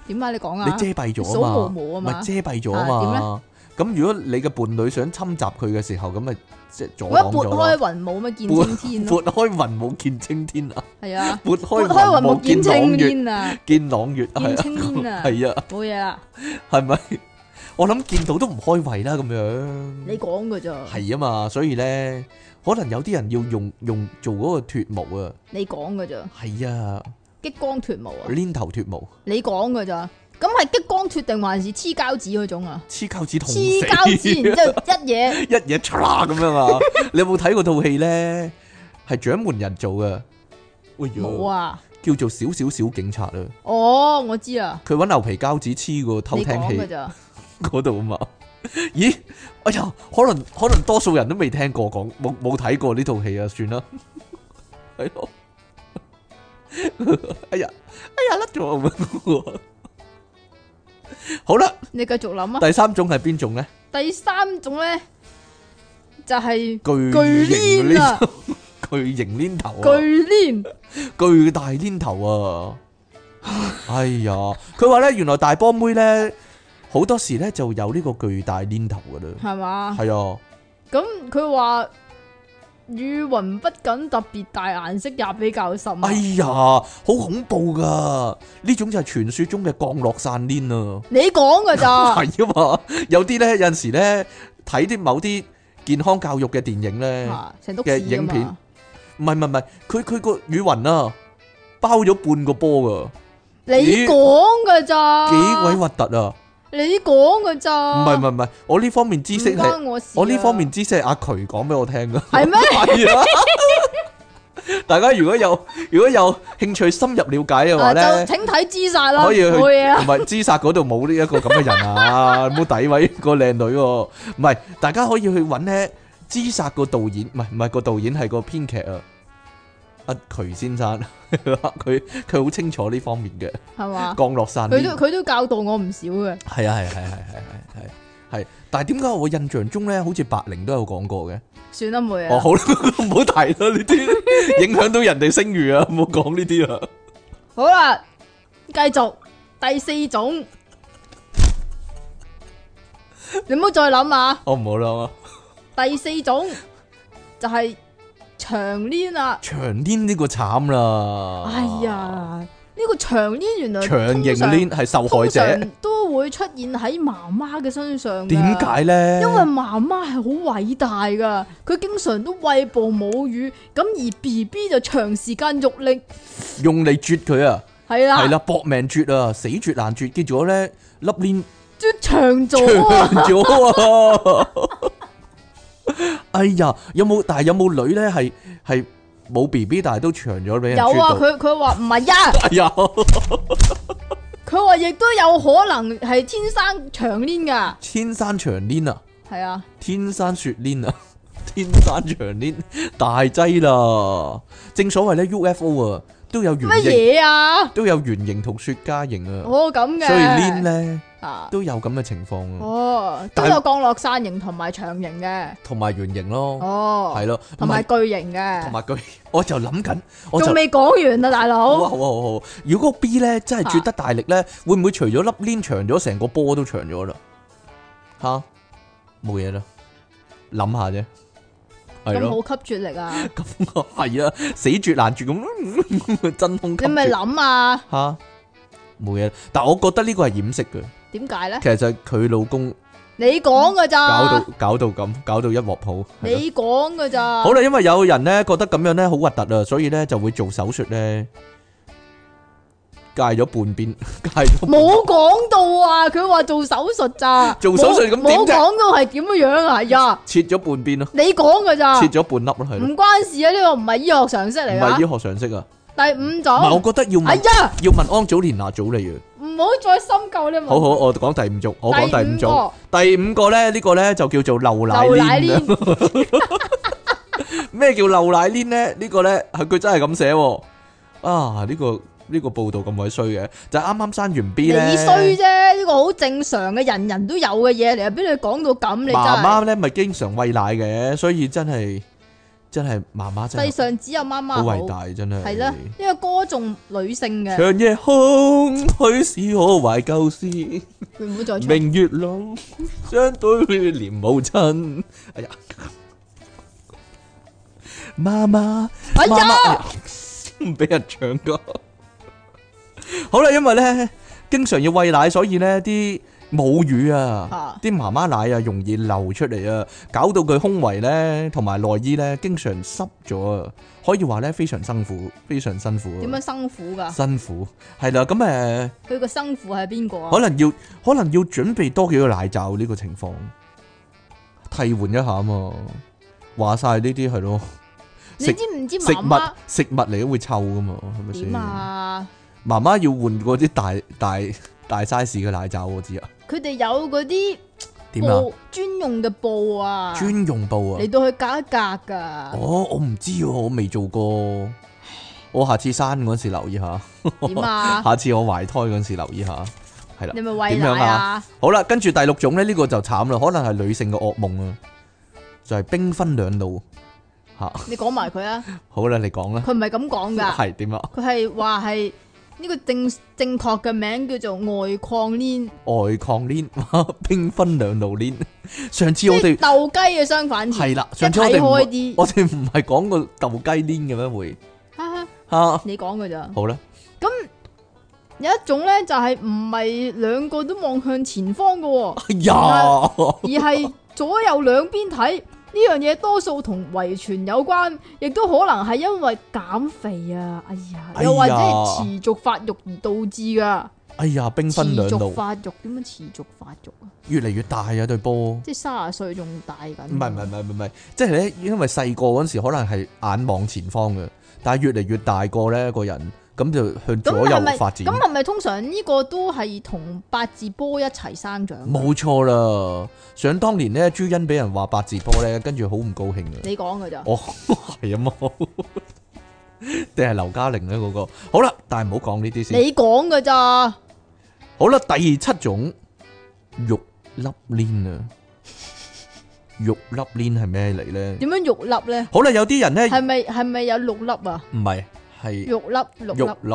Speaker 2: 點啊？你講
Speaker 1: 你
Speaker 2: 啊？
Speaker 1: 遮蔽
Speaker 2: 數
Speaker 1: 咗
Speaker 2: 毛
Speaker 1: 啊嘛，
Speaker 2: 毛啊
Speaker 1: 咪
Speaker 2: 嘛
Speaker 1: 遮，蔽咗啊
Speaker 2: 啊
Speaker 1: 嘛。咁如果你嘅伴侶想侵襲佢嘅時候，咁咪即係阻
Speaker 2: 我一
Speaker 1: 擋
Speaker 2: 啊撥
Speaker 1: 咗
Speaker 2: 開
Speaker 1: 咯。
Speaker 2: 雲霧咪見青天咯，
Speaker 1: 撥開雲冇見青天 啊！
Speaker 2: 係啊，
Speaker 1: 撥
Speaker 2: 撥
Speaker 1: 開
Speaker 2: 開
Speaker 1: 雲
Speaker 2: 雲
Speaker 1: 冇
Speaker 2: 霧
Speaker 1: 見朗
Speaker 2: 見青
Speaker 1: 月，
Speaker 2: 天啊，
Speaker 1: 見朗月係
Speaker 2: 見
Speaker 1: 啊，
Speaker 2: 青天 啊，
Speaker 1: 係啊，
Speaker 2: 冇嘢啦，
Speaker 1: 係咪？我諗見到都唔開胃啦，咁樣
Speaker 2: 你講噶咋？
Speaker 1: 係啊嘛，所以咧，可能有啲人要用用做嗰個脱毛啊，
Speaker 2: 你講噶咋？
Speaker 1: 係啊，
Speaker 2: 激光脱毛啊？
Speaker 1: 黏頭脱毛，
Speaker 2: 你講噶咋？咁係激光脱定還是黐膠紙嗰種啊？
Speaker 1: 黐膠紙痛死。
Speaker 2: 黐膠紙，然之 後一嘢
Speaker 1: 一嘢嚓啦咁樣 啊！你有冇睇過套戲咧？係掌門人做嘅，哎呀
Speaker 2: 冇啊！
Speaker 1: 叫做少少小警察啦。
Speaker 2: 哦，我知啦，
Speaker 1: 佢揾牛皮膠紙黐個偷
Speaker 2: 你
Speaker 1: 聽
Speaker 2: 講
Speaker 1: 器
Speaker 2: 㗎。咋？
Speaker 1: 嗰度啊嘛。 咦？哎呀，可能可能多數人都未聽過講，冇冇睇過呢套戲啊，算啦， 係咯。 哎呀，哎呀，甩咗我喎 好啦，
Speaker 2: 你繼續諗啊。
Speaker 1: 第三種係邊種咧？
Speaker 2: 第三種咧就係
Speaker 1: 巨
Speaker 2: 巨
Speaker 1: 型
Speaker 2: 黏啊
Speaker 1: 呢，巨型黏頭啊！
Speaker 2: 巨黏，
Speaker 1: 巨大黏頭啊！哎呀，佢話咧，原來大波妹咧好多時咧就有呢個巨大黏頭噶啦，
Speaker 2: 係嘛？
Speaker 1: 係啊，
Speaker 2: 咁佢話與雲不僅特別大，顏色也比較深啊。
Speaker 1: 哎呀，好恐怖噶！呢種就係傳說中嘅降落傘黏啊，
Speaker 2: 你講㗎咋？
Speaker 1: 係啊嘛，有啲咧有陣時咧睇啲某啲健康教育嘅電影咧，
Speaker 2: 啊成督
Speaker 1: 嘅
Speaker 2: 屎㗎
Speaker 1: 影片
Speaker 2: 嘛。
Speaker 1: 唔係唔係唔係，佢佢個雨雲啊包咗半個波
Speaker 2: 你
Speaker 1: 咦
Speaker 2: 講㗎
Speaker 1: 噶，
Speaker 2: 咋？
Speaker 1: 幾鬼核突啊！
Speaker 2: 你講㗎
Speaker 1: 唔
Speaker 2: 咋？
Speaker 1: 係唔係唔係，我呢方面知識
Speaker 2: 唔
Speaker 1: 係。
Speaker 2: 關我事啊。
Speaker 1: 我哦呢方面知識係阿渠講俾我聽噶，
Speaker 2: 係咩
Speaker 1: 係啊！大家如果有如果有興趣深入了解 嘅話
Speaker 2: 啊
Speaker 1: 咧
Speaker 2: 就，請睇知殺啦，
Speaker 1: 可以去
Speaker 2: 冇嘢啊
Speaker 1: 唔。係知殺嗰度冇呢一個咁嘅人 啊，唔好詆毀個靚女喎。唔係，大家可以去揾咧知殺個導演，唔係唔係個導演係個編劇啊，阿渠先生， 佢佢好清楚呢方面嘅
Speaker 2: 係嘛？
Speaker 1: 降落傘
Speaker 2: 啊佢
Speaker 1: 呢。
Speaker 2: 都佢都教導我唔少嘅，
Speaker 1: 係啊係啊係啊係係係係，但係點解我印象中咧，好似白靈都有講過嘅？
Speaker 2: 算啦妹
Speaker 1: 哦，
Speaker 2: 啊，
Speaker 1: 好啦， 唔好提啦，呢 啲影響到人哋聲譽啊，唔好講呢啲啦。
Speaker 2: 好啦，繼續第四種，你唔好再諗啊！
Speaker 1: 哦我唔好啦，
Speaker 2: 第四種就係長鏈啦，
Speaker 1: 長黏呢個慘啦。
Speaker 2: 哎，呀，呢個長鏈原來
Speaker 1: 啊長
Speaker 2: 通
Speaker 1: 型
Speaker 2: 常
Speaker 1: 黏係受害
Speaker 2: 通
Speaker 1: 者，
Speaker 2: 常都會出現喺媽媽嘅身上㗎。
Speaker 1: 點解咧？
Speaker 2: 因為媽媽係好偉大噶，佢經常都餵哺母乳，咁而 B B 就長時間育力，
Speaker 1: 用嚟啜佢啊，
Speaker 2: 係
Speaker 1: 係
Speaker 2: 啦，
Speaker 1: 啦，搏命啜啊，死啜難啜，結果咧粒黏
Speaker 2: 即係長
Speaker 1: 長
Speaker 2: 咗啊！
Speaker 1: 咗啊！ 哎呀，有冇？但係有冇女咧係係冇 B B，但係都長咗俾人
Speaker 2: 有啊，
Speaker 1: 啜到？
Speaker 2: 佢佢話唔係啊，
Speaker 1: 哎呀，
Speaker 2: 佢話亦都有可能係天生長黏噶，
Speaker 1: 天生長黏啊！
Speaker 2: 係啊，
Speaker 1: 天山雪鏈啊， 天山長鏈大劑啦！正所謂咧，UFO 啊都有
Speaker 2: 乜
Speaker 1: 圓形，
Speaker 2: 嘢啊？
Speaker 1: 都有圓形同雪茄形啊，
Speaker 2: 哦咁嘅，
Speaker 1: 所以鏈咧
Speaker 2: 啊，
Speaker 1: 都有咁嘅情況啊，
Speaker 2: 哦，都
Speaker 1: 但
Speaker 2: 有降落傘型同埋長型嘅，
Speaker 1: 同埋圓形咯，
Speaker 2: 哦，
Speaker 1: 係咯，
Speaker 2: 同
Speaker 1: 唔
Speaker 2: 埋
Speaker 1: 係
Speaker 2: 巨型
Speaker 1: 同
Speaker 2: 嘅，
Speaker 1: 埋佢， 我就諗緊，我就
Speaker 2: 仲未講完啊，大
Speaker 1: 好啊好啊
Speaker 2: 佬，
Speaker 1: 好啊好啊！如果個 B 咧真係
Speaker 2: 啊
Speaker 1: 絕得大力咧，會唔會除咗粒鏈長咗，成個波都長咗啦？吓，冇嘢啦，諗下啫，係咯。
Speaker 2: 咁好吸絕力啊！
Speaker 1: 咁啊，系啊，死絕難絕咁，嗯真空吸
Speaker 2: 你咪
Speaker 1: 絕
Speaker 2: 諗啊，
Speaker 1: 吓，冇嘢。但我覺得呢個係掩飾嘅，
Speaker 2: 點解咧？
Speaker 1: 其實就係佢老公
Speaker 2: 你講
Speaker 1: 搞到
Speaker 2: 噶咋？
Speaker 1: 搞到咁，搞到一鑊泡。係咯
Speaker 2: 啊你啊講噶咋？
Speaker 1: 好啦，因為有人咧覺得咁樣咧好核突啊，所以咧就會做手術咧，戒咗半邊， 戒咗
Speaker 2: 冇講到啊！佢話做手術咋？
Speaker 1: 做手術咁
Speaker 2: 冇冇
Speaker 1: 點啫
Speaker 2: 講到係點樣樣啊？呀，
Speaker 1: 切咗半邊咯，
Speaker 2: 你講噶咋？
Speaker 1: 切咗半粒咯，係
Speaker 2: 啊唔
Speaker 1: 咯，
Speaker 2: 關事啊！呢個唔係醫學常識
Speaker 1: 唔
Speaker 2: 嚟
Speaker 1: 係
Speaker 2: 啊！
Speaker 1: 醫學常識啊。
Speaker 2: 第五
Speaker 1: 唔係，我
Speaker 2: 種，
Speaker 1: 覺得要
Speaker 2: 哎
Speaker 1: 問
Speaker 2: 呀，
Speaker 1: 要問安祖蓮娜祖嚟嘅。
Speaker 2: 唔好再深究呢個問題。
Speaker 1: 好好，我講第五種，我講第五
Speaker 2: 第五
Speaker 1: 種。第五個咧，呢個咧就叫做漏奶
Speaker 2: 流奶
Speaker 1: 鏈啦
Speaker 2: 黏。
Speaker 1: 啊 咩叫漏奶鏈咧？呢個咧係佢真係咁寫喎。啊，呢個呢個報道咁鬼衰嘅，就係啱啱生完 B 咧。
Speaker 2: 你衰啫，呢個好正常嘅，人人都有嘅嘢嚟，俾你講到咁，你真
Speaker 1: 媽
Speaker 2: 係
Speaker 1: 媽咧咪經常喂奶嘅，所以真係真係媽媽真
Speaker 2: 世
Speaker 1: 係
Speaker 2: 上只有媽媽
Speaker 1: 好
Speaker 2: 好，
Speaker 1: 偉大，啊真係。
Speaker 2: 係啦，啊呢個歌頌女性嘅，
Speaker 1: 長夜空虛使我懷舊思。
Speaker 2: 唔好再唱。
Speaker 1: 明月朗，相對連母親。哎呀，媽媽，
Speaker 2: 哎
Speaker 1: 媽媽哎
Speaker 2: 呀
Speaker 1: 呀，唔俾人唱歌。好啦，因為咧，經常要喂奶，所以咧啲母乳啊
Speaker 2: 啊，
Speaker 1: 啲媽媽奶啊，容易流出嚟啊，搞到佢胸圍咧同埋內衣咧，經常濕咗啊，可以話咧非常辛苦，非常辛苦啊。
Speaker 2: 點樣辛苦㗎？
Speaker 1: 辛苦？係啦，咁誒。呃
Speaker 2: 佢個生父係邊個啊？
Speaker 1: 可能要可能要準備多幾個奶罩呢個情況，替換一下嘛。話晒呢啲係咯，
Speaker 2: 你
Speaker 1: 食
Speaker 2: 知唔知
Speaker 1: 食
Speaker 2: 媽媽
Speaker 1: 物食物嚟都會臭噶嘛，係咪先
Speaker 2: 點？啊？
Speaker 1: 媽媽要換嗰啲大大大 size 嘅奶罩，我知啊。
Speaker 2: 佢哋有嗰啲
Speaker 1: 點啊？
Speaker 2: 布專用嘅布啊，
Speaker 1: 專用布啊
Speaker 2: 嚟？到去隔一隔噶。
Speaker 1: 哦，我唔知喎，我未做過。我下次生嗰時留意下，
Speaker 2: 點 啊？
Speaker 1: 下次我懷胎嗰時留意下，係啦
Speaker 2: 你。咪喂
Speaker 1: 點樣
Speaker 2: 奶
Speaker 1: 啊
Speaker 2: 啊？
Speaker 1: 好啦，跟住第六種咧，呢、個就慘啦，可能係女性嘅噩夢啊，就係、兵分兩路吓、
Speaker 2: 你講埋佢啊！
Speaker 1: 好啦，你講啦，
Speaker 2: 佢唔係咁講噶，
Speaker 1: 係點啊？
Speaker 2: 佢係話係呢個正正確嘅名叫做外擴鏈，
Speaker 1: 外抗鏈， 兵分兩路鏈。上次
Speaker 2: 即
Speaker 1: 我哋
Speaker 2: 係鬥雞嘅相反詞。
Speaker 1: 係啦，
Speaker 2: 即
Speaker 1: 上
Speaker 2: 係
Speaker 1: 次我哋
Speaker 2: 睇開
Speaker 1: 唔
Speaker 2: 啲
Speaker 1: 我哋唔係講個鬥雞鏈嘅咩會
Speaker 2: 哈哈
Speaker 1: 吓、
Speaker 2: 你講噶咋？
Speaker 1: 好啦，
Speaker 2: 有一種咧就係唔係兩個都望向前方噶、 喎，
Speaker 1: 哎呀，
Speaker 2: 而係左右兩邊睇。呢樣嘢多數同遺傳有關，亦都可能係因為減肥啊，哎呀，
Speaker 1: 哎呀
Speaker 2: 又或者係持續發育而導致噶。
Speaker 1: 哎呀，兵
Speaker 2: 持
Speaker 1: 分兩
Speaker 2: 續
Speaker 1: 路，
Speaker 2: 發育點樣持續發育啊？
Speaker 1: 越嚟越大啊對波。
Speaker 2: 即係卅歲仲大緊。
Speaker 1: 唔係唔係唔係唔係唔係，即係咧，因為細個嗰陣時可能係眼望前方嘅，但係越嚟越大個咧，個人咁就向左
Speaker 2: 咁係咪
Speaker 1: 右發展，
Speaker 2: 咁係咪通常呢個都係同八字波一齊生長？
Speaker 1: 冇錯啦。想當年咧，朱茵俾人話八字波咧，跟住好唔高興啊嘅，
Speaker 2: 你講噶咋？
Speaker 1: 我係啊 冇，定係劉嘉玲咧嗰個。好啦，但係唔好講呢啲先。
Speaker 2: 你講噶咋？
Speaker 1: 好啦，第七種肉粒鏈啊，肉粒鏈係咩嚟咧？
Speaker 2: 點樣肉粒咧？
Speaker 1: 好啦，有啲人咧
Speaker 2: 係咪係咪有六粒啊？
Speaker 1: 唔係係。
Speaker 2: 肉粒六粒
Speaker 1: 肉粒，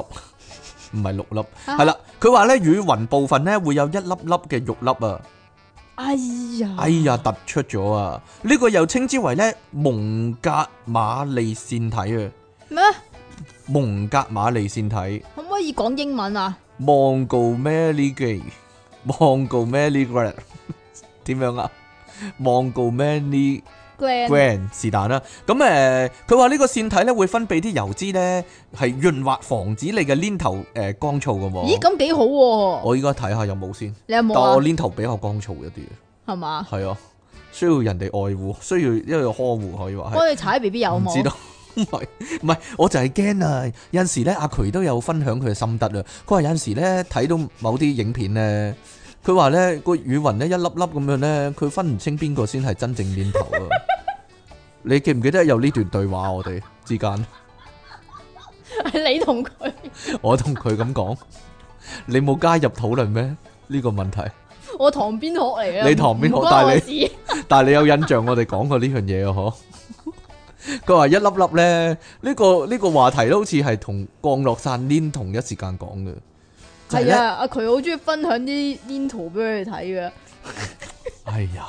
Speaker 1: 唔係六粒，係啦。佢話咧，雨雲部分咧會有一粒粒嘅肉粒啊，
Speaker 2: 哎呀，
Speaker 1: 哎呀，突出咗啊！呢個又稱之為咧蒙格馬利腺體啊，
Speaker 2: 咩？
Speaker 1: 蒙格馬利腺體
Speaker 2: 可唔可以講英文啊？
Speaker 1: （Montgomery gland），Montgomery gland 點樣啊？Montgomery
Speaker 2: Glenn
Speaker 1: Grand 是但啦，咁誒佢話呢個腺體咧會分泌啲油脂咧，係潤滑防止你嘅黏頭誒、呃乾燥嘅喎。
Speaker 2: 咦，咁幾好喎？
Speaker 1: 我依家睇下有冇先。
Speaker 2: 你有
Speaker 1: 但
Speaker 2: 冇
Speaker 1: 我
Speaker 2: 啊？
Speaker 1: 黏頭比較乾燥一啲，
Speaker 2: 係嘛？
Speaker 1: 係啊，需要人哋愛護，需要一個呵護可以話係。
Speaker 2: 幫你踩 B B 有
Speaker 1: 唔
Speaker 2: 冇？
Speaker 1: 知道，唔係唔係，我就係驚啊！有陣時咧，阿渠都有分享佢嘅心得啊。佢話有陣時咧睇到某啲影片咧，佢話咧個雨雲咧一粒粒咁樣咧，佢分唔清邊個先係真正黏頭啊！ 你記唔記得有呢段對話我哋之間？
Speaker 2: 係你同佢，
Speaker 1: 我同佢咁講，你冇加入討論咩？呢個問題，
Speaker 2: 我堂邊學嚟嘅。啊
Speaker 1: 你堂邊學
Speaker 2: 唔關
Speaker 1: 但係
Speaker 2: 我
Speaker 1: 你
Speaker 2: 事
Speaker 1: 但係你有印象我哋講過呢樣嘢啊？嗬， 佢話一粒粒咧，呢、個呢、個話題都好似係同降落傘黏同一時間講嘅，就係
Speaker 2: 係
Speaker 1: 咧，
Speaker 2: 啊，阿佢好中意分享啲黏圖俾佢睇噶，
Speaker 1: 哎呀，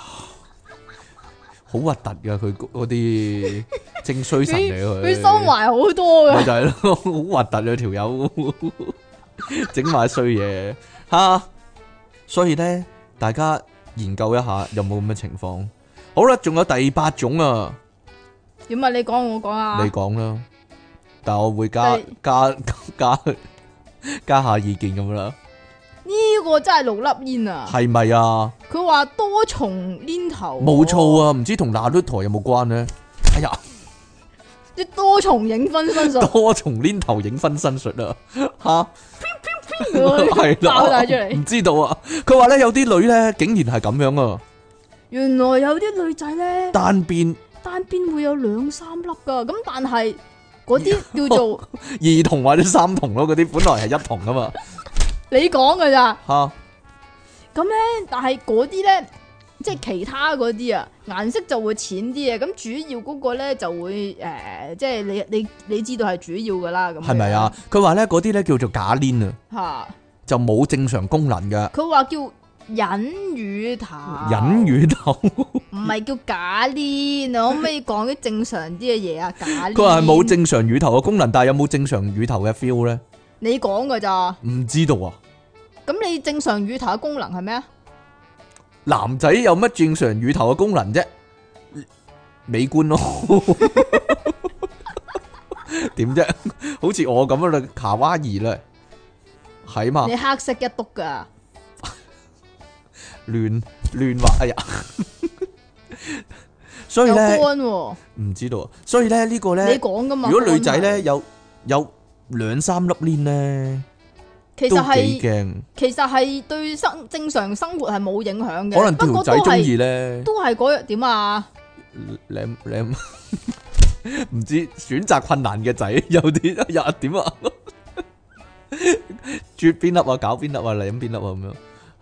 Speaker 1: 好核突噶佢嗰嗰啲正衰神嚟啊
Speaker 2: 佢收埋好多
Speaker 1: 咪
Speaker 2: 噶。
Speaker 1: 就係咯，好核突啊條友， 整埋衰嘢吓。所以咧，大家研究一下有冇咁嘅情況。好啦，仲有第八種啊，
Speaker 2: 點啊？你講我講啊
Speaker 1: 你？講啦，但我會加
Speaker 2: 第
Speaker 1: 加加加下意見咁啦，
Speaker 2: 呢個真係六粒煙啊！
Speaker 1: 係咪啊？
Speaker 2: 佢話多重黏頭，
Speaker 1: 冇錯！啊，唔知同那律台有冇關呢？哎 呀，
Speaker 2: 啲多重影分身 術，
Speaker 1: 多重黏頭影分身術啊， 吓！
Speaker 2: 咁
Speaker 1: 系啦，
Speaker 2: 爆晒出嚟。
Speaker 1: 唔知道啊！佢話咧有啲女咧竟然係咁樣啊，
Speaker 2: 原來有啲女仔咧，
Speaker 1: 單邊
Speaker 2: 單邊會有兩三粒噶，咁但係 嗰啲叫做
Speaker 1: 二同或者三同咯，嗰啲本來係一同噶 嘛，
Speaker 2: 你講噶咋？
Speaker 1: 吓
Speaker 2: 咁咧，但係嗰啲咧，即係其他嗰啲啊，顏色就會淺啲嘅。咁主要嗰個咧就會誒、呃即係你你你知道係主要噶啦。咁樣
Speaker 1: 係咪啊？？佢話咧嗰啲咧叫做假鏈啊，
Speaker 2: 嚇！
Speaker 1: 就冇正常功能嘅，
Speaker 2: 佢話叫隱乳頭，
Speaker 1: 隱乳頭。
Speaker 2: 唔係叫假鏈。你可唔可以講啲正常啲嘅 嘢啊？假鏈。
Speaker 1: 佢話係冇，正常乳頭嘅功能，但係有冇正常乳頭嘅 feel 咧？
Speaker 2: 你講噶咋？
Speaker 1: 唔知道啊！
Speaker 2: 咁你正常乳頭嘅功能係咩啊？
Speaker 1: 男仔有乜正常乳頭嘅功能啫？美觀咯， 點啫？好似我咁樣啦，卡哇伊啦，係嘛？
Speaker 2: 你黑色一篤噶，
Speaker 1: 亂亂畫，哎呀！ 所以
Speaker 2: 又
Speaker 1: 咧
Speaker 2: 乾喎，
Speaker 1: 唔知道啊，所以咧呢個
Speaker 2: 你
Speaker 1: 咧，
Speaker 2: 講噶嘛？
Speaker 1: 如果女仔
Speaker 2: 乾係
Speaker 1: 咧，有有兩三粒鏈咧，
Speaker 2: 其
Speaker 1: 都
Speaker 2: 實
Speaker 1: 幾
Speaker 2: 係
Speaker 1: 驚，
Speaker 2: 其實係對生正常生活係冇影響嘅，
Speaker 1: 可能
Speaker 2: 不
Speaker 1: 條
Speaker 2: 過
Speaker 1: 仔
Speaker 2: 都
Speaker 1: 中
Speaker 2: 係
Speaker 1: 意咧，
Speaker 2: 都係嗰樣點啊？
Speaker 1: 舐舐， 唔知選擇困難嘅仔 有啲有點啊， 啜邊粒啊，搞邊粒啊，舐邊粒啊咁樣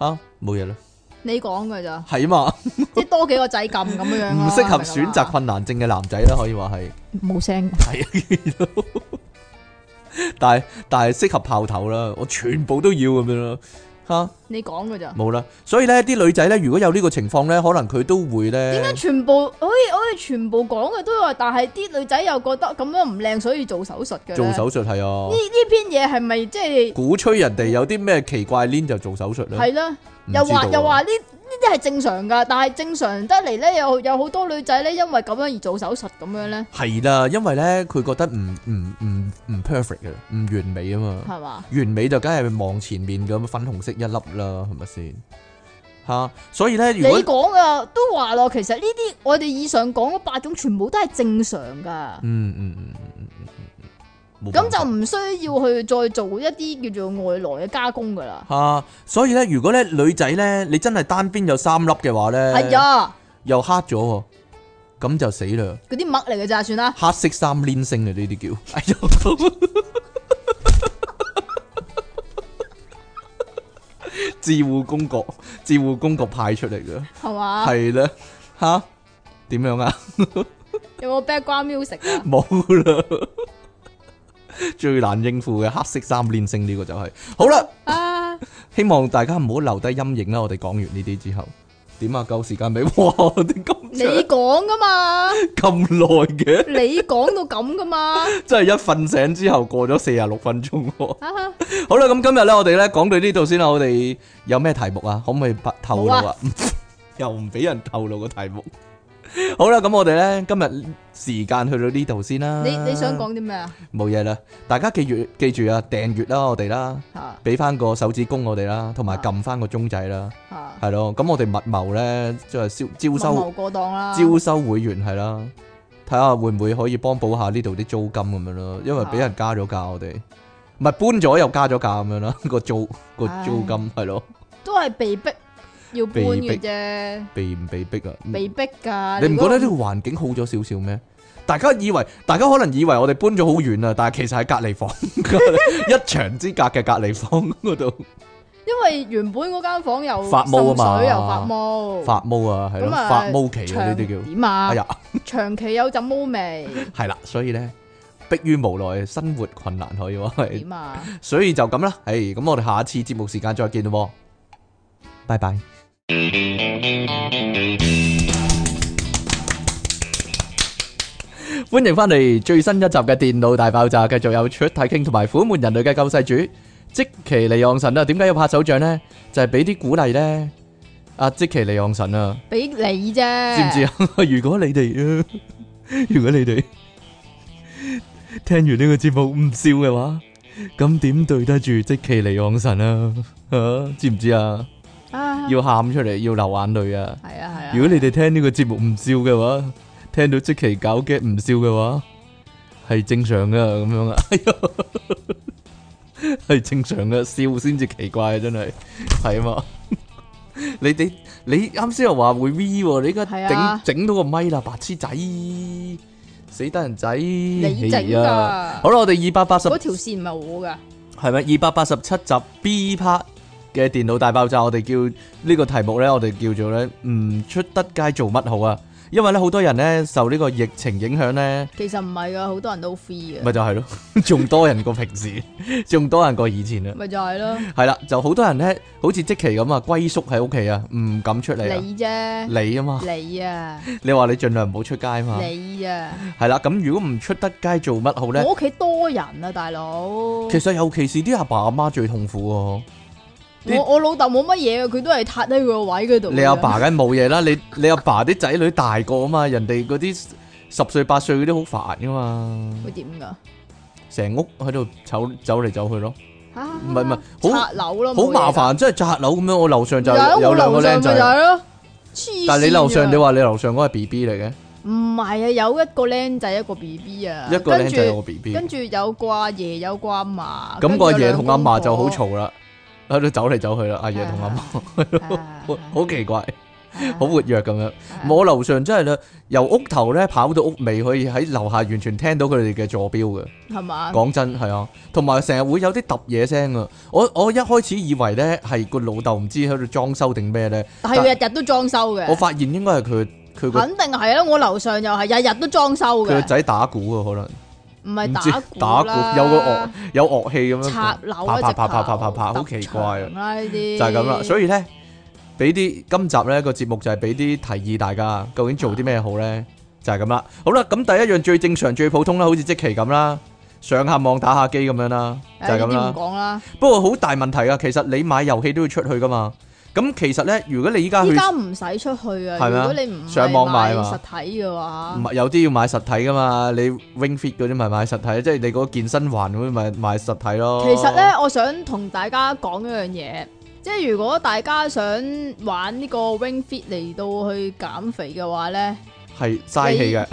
Speaker 1: 吓，冇嘢啦，
Speaker 2: 你講 噶咋？
Speaker 1: 係嘛，
Speaker 2: 即係多幾個仔撳咁樣樣
Speaker 1: 唔
Speaker 2: 咯
Speaker 1: 適合
Speaker 2: 係咪咁
Speaker 1: 選
Speaker 2: 啊
Speaker 1: 擇困難症嘅男仔啦，可以話係。
Speaker 2: 冇聲。
Speaker 1: 系啊，但系但系适合炮头啦，我全部都要咁样咯，吓
Speaker 2: 你講噶咋？
Speaker 1: 冇啦。所以咧，啲女仔咧，如果有呢個情況咧，可能佢都會
Speaker 2: 點
Speaker 1: 咧
Speaker 2: 解，全部好似好似全部講嘅都話，但係啲女仔又覺得咁樣唔靚，所以做手術嘅咧
Speaker 1: 做
Speaker 2: 呢
Speaker 1: 手術係啊，
Speaker 2: 呢篇嘢係咪即係
Speaker 1: 鼓吹人哋有啲咩奇怪 link 就做手術咧，
Speaker 2: 係啦？
Speaker 1: 唔
Speaker 2: 又
Speaker 1: 知道啊
Speaker 2: 話又話呢呢啲係正常噶，但係正常得嚟咧，有有好多女仔咧，因為咁樣而做手術咁樣咧，
Speaker 1: 係啦，因為咧佢覺得唔唔唔唔 perfect 嘅，唔完美啊嘛。
Speaker 2: 係嘛？
Speaker 1: 完美就梗係望前面咁啊粉紅色一粒啦，係咪先？吓，所以咧，
Speaker 2: 你
Speaker 1: 如果
Speaker 2: 講噶都話咯，其實呢啲我哋以上講嗰八種全部都係正常噶，
Speaker 1: 嗯嗯嗯嗯嗯嗯嗯嗯，冇
Speaker 2: 咁
Speaker 1: 辦法
Speaker 2: 就唔需要去再做一啲叫做外來嘅加工噶啦。
Speaker 1: 啊，所以咧，如果咧女仔咧，你真係單邊有三粒嘅話咧，
Speaker 2: 係啊，
Speaker 1: 又黑咗喎，咁就死啦！
Speaker 2: 嗰啲墨嚟嘅咋，算啦。
Speaker 1: 黑色三連星嘅呢啲叫，哎 呀，自護公國，自護公國派出嚟嘅，
Speaker 2: 系嘛？
Speaker 1: 係啦、吓點樣啊？
Speaker 2: 有冇 background music 啊？
Speaker 1: 冇啦，最難應付嘅黑色三連星呢個就係、好啦。
Speaker 2: 啊，
Speaker 1: 希望大家唔好留低陰影啦。我哋講完呢啲之後，點啊？夠時間未？哇！我哋咁
Speaker 2: 你
Speaker 1: 長
Speaker 2: 講噶嘛？
Speaker 1: 咁耐嘅，
Speaker 2: 你講到咁噶嘛？
Speaker 1: 真係一瞓醒之後過咗四十六分鐘喎。
Speaker 2: 啊，
Speaker 1: 好啦，咁今日咧，我哋咧講到呢度先啦。我哋有咩題目啊？可唔可以不透露
Speaker 2: 冇
Speaker 1: 啊？ 又唔俾人透露個題目。 好啦，咁我哋咧今日時間去到呢度先啦。
Speaker 2: 你你想講啲咩啊？
Speaker 1: 冇嘢啦，大家記住記住啊，訂閱啦我哋啦，
Speaker 2: 吓
Speaker 1: 俾翻個手指公我哋啦，同埋撳翻個鐘仔啦。
Speaker 2: 吓，
Speaker 1: 系咯，咁我哋密謀咧，即係招招
Speaker 2: 密謀
Speaker 1: 收
Speaker 2: 過檔啦，
Speaker 1: 招收會員係啦，睇下會唔會可以幫補下呢度啲租金咁樣咯，因為俾人加咗價，我哋唔係搬咗又加咗價咁樣啦， 個租個
Speaker 2: 唉
Speaker 1: 租金係咯，
Speaker 2: 都係被逼要搬
Speaker 1: 被
Speaker 2: 嘅
Speaker 1: 逼
Speaker 2: 啫，
Speaker 1: 被唔被逼啊？
Speaker 2: 被逼㗎。
Speaker 1: 你唔
Speaker 2: 如果
Speaker 1: 覺得呢個環境好咗少少咩？大家以為，大家可能以為我哋搬咗好遠啊，但係其實喺隔離房， 一牆之隔嘅隔離房嗰度
Speaker 2: 因為原本嗰間房又
Speaker 1: 發毛啊嘛
Speaker 2: 滲水又發毛，
Speaker 1: 發毛啊，係咯，
Speaker 2: 哦咁啊
Speaker 1: 發毛期啊，
Speaker 2: 長
Speaker 1: 呢啲叫，
Speaker 2: 點啊
Speaker 1: 哎？呀！
Speaker 2: 長期有陣毛味，
Speaker 1: 系啦，所以咧，迫於無奈，生活困難可以話係，
Speaker 2: 點啊？
Speaker 1: 所以就咁啦。诶，咁我哋下次節目時間再見咯喎，拜拜。歡迎翻嚟最新一集嘅電腦大爆炸，繼續有出體傾同埋苦悶人類嘅救世主即其利昂神啊！點解要拍手掌呢？就係俾啲鼓勵呢。啊阿即其利昂神啊！
Speaker 2: 俾你啫，
Speaker 1: 知唔知啊？ 如果你哋， 如果你哋聽完呢個節目唔笑嘅話，咁點對得住即其尼昂神啊？ 啊知唔知啊？
Speaker 2: 啊？
Speaker 1: 要喊出嚟，要流眼淚啊！
Speaker 2: 係啊係啊。
Speaker 1: 如果你哋聽呢個節目唔笑嘅話，聽到即其搞嘅唔笑嘅話，係正常噶咁樣啊，哎 呀係正常嘅笑先至奇怪啊！真係係啊嘛，你哋你啱先又話會 V 喎，你依家
Speaker 2: 係
Speaker 1: 整
Speaker 2: 啊
Speaker 1: 整到個咪啦，白痴仔，死得人仔，你
Speaker 2: 整㗎
Speaker 1: 好啦，我哋二百八十
Speaker 2: 嗰條線唔係我㗎。
Speaker 1: 係咪二百八十七集 B part 嘅電腦大爆炸？我哋叫呢個題目呢，我哋叫做呢：「唔出得街做乜好啊？因為呢，好多人呢，受呢個疫情影響呢，
Speaker 2: 其實唔係噶，好多人都 free 嘅，
Speaker 1: 咪就係咯， 仲多人過平時， 仲多人過以前啊。
Speaker 2: 咪就係咯，
Speaker 1: 係啦，就好多人呢，好似即期咁啊，龜縮喺屋企啊，唔敢出嚟啊。
Speaker 2: 你啫，
Speaker 1: 你啊嘛，
Speaker 2: 你啊，
Speaker 1: 你話你盡量唔好出街啊嘛。
Speaker 2: 你啊，
Speaker 1: 係啦，咁如果唔出得街做乜好呢？
Speaker 2: 我屋企多人啊，大佬，我
Speaker 1: 其實尤其是啲阿爸阿媽最痛苦喎。啲
Speaker 2: 我老豆冇乜嘢嘅，佢都係塌喺佢個位嗰度。
Speaker 1: 你阿爸梗係冇嘢啦，你你阿爸啲仔女大個啊嘛，人哋嗰啲十歲八歲嗰啲好煩噶嘛，
Speaker 2: 會點噶？
Speaker 1: 成屋喺度走走嚟走去咯，
Speaker 2: 唔
Speaker 1: 唔係唔係好
Speaker 2: 拆樓咯，
Speaker 1: 好
Speaker 2: 冇嘢㗎
Speaker 1: 麻。煩，真係宅樓咁樣。我樓上就
Speaker 2: 有
Speaker 1: 有兩個
Speaker 2: 我樓
Speaker 1: 僆
Speaker 2: 上咪就
Speaker 1: 仔，
Speaker 2: 係咯，黐線㗎
Speaker 1: 但係你樓上你話你樓上嗰個係 B B 嚟嘅，
Speaker 2: 唔係啊，有一個僆仔，一個 B B 啊，
Speaker 1: 一個僆仔有
Speaker 2: 跟
Speaker 1: 個
Speaker 2: 住
Speaker 1: B B，
Speaker 2: 跟住有個阿爺，有個阿嫲，
Speaker 1: 咁個阿爺同阿嫲
Speaker 2: 嫲
Speaker 1: 就好，嘈啦，喺度走嚟走去啦，阿爺同阿嫲 好
Speaker 2: 好
Speaker 1: 好奇怪， 好
Speaker 2: 好
Speaker 1: 活躍咁樣。我樓上真係咧，由屋頭咧跑到屋尾，可以喺樓下完全聽到佢哋嘅坐標嘅。
Speaker 2: 係嘛？
Speaker 1: 講真係啊，同埋成日會有啲揼嘢聲啊！我我一開始以為咧係個老豆唔知喺度裝修定咩咧，
Speaker 2: 但係日日都裝修嘅
Speaker 1: 我，發現應該係佢佢個
Speaker 2: 肯定係啦。我樓上又係日日都裝修
Speaker 1: 佢個
Speaker 2: 嘅，
Speaker 1: 仔打鼓啊，可能
Speaker 2: 唔係
Speaker 1: 唔
Speaker 2: 打
Speaker 1: 知
Speaker 2: 鼓
Speaker 1: 打
Speaker 2: 啦
Speaker 1: 鼓有個樂有樂器咁樣
Speaker 2: 拆樓
Speaker 1: 啪
Speaker 2: 啊，
Speaker 1: 啪
Speaker 2: 直
Speaker 1: 啪啪啪
Speaker 2: 頭
Speaker 1: 啪啪，好奇怪啊！
Speaker 2: 揼牆啦呢啲
Speaker 1: 就係咁啦。所以咧，俾啲今集咧個節目就係俾啲提議大家，究竟做啲咩好
Speaker 2: 啊
Speaker 1: 咧？就係咁啦。好啦，咁第一樣最正常、最普通啦，好似即期咁啦，上下網打下機咁樣啦，就係
Speaker 2: 哎
Speaker 1: 咁
Speaker 2: 誒呢啲唔
Speaker 1: 啦。
Speaker 2: 講啦。
Speaker 1: 不過好大問題啊，其實你買遊戲都要出去噶嘛。咁其實咧，如果你依家去
Speaker 2: 依家唔使出去啊，
Speaker 1: 啊係咩
Speaker 2: 如
Speaker 1: 啊
Speaker 2: 果你唔係
Speaker 1: 上網買嘛嗯
Speaker 2: 實體嘅話
Speaker 1: 唔，係有啲要買實體噶嘛，你 Wing Fit 嗰啲咪買實體，即係你嗰個健身環嗰啲咪買實體咯。
Speaker 2: 其實咧，我想同大家講一樣嘢，即係如果大家想玩呢個 Wing Fit 嚟到去減肥嘅話咧，
Speaker 1: 係嘥氣嘅，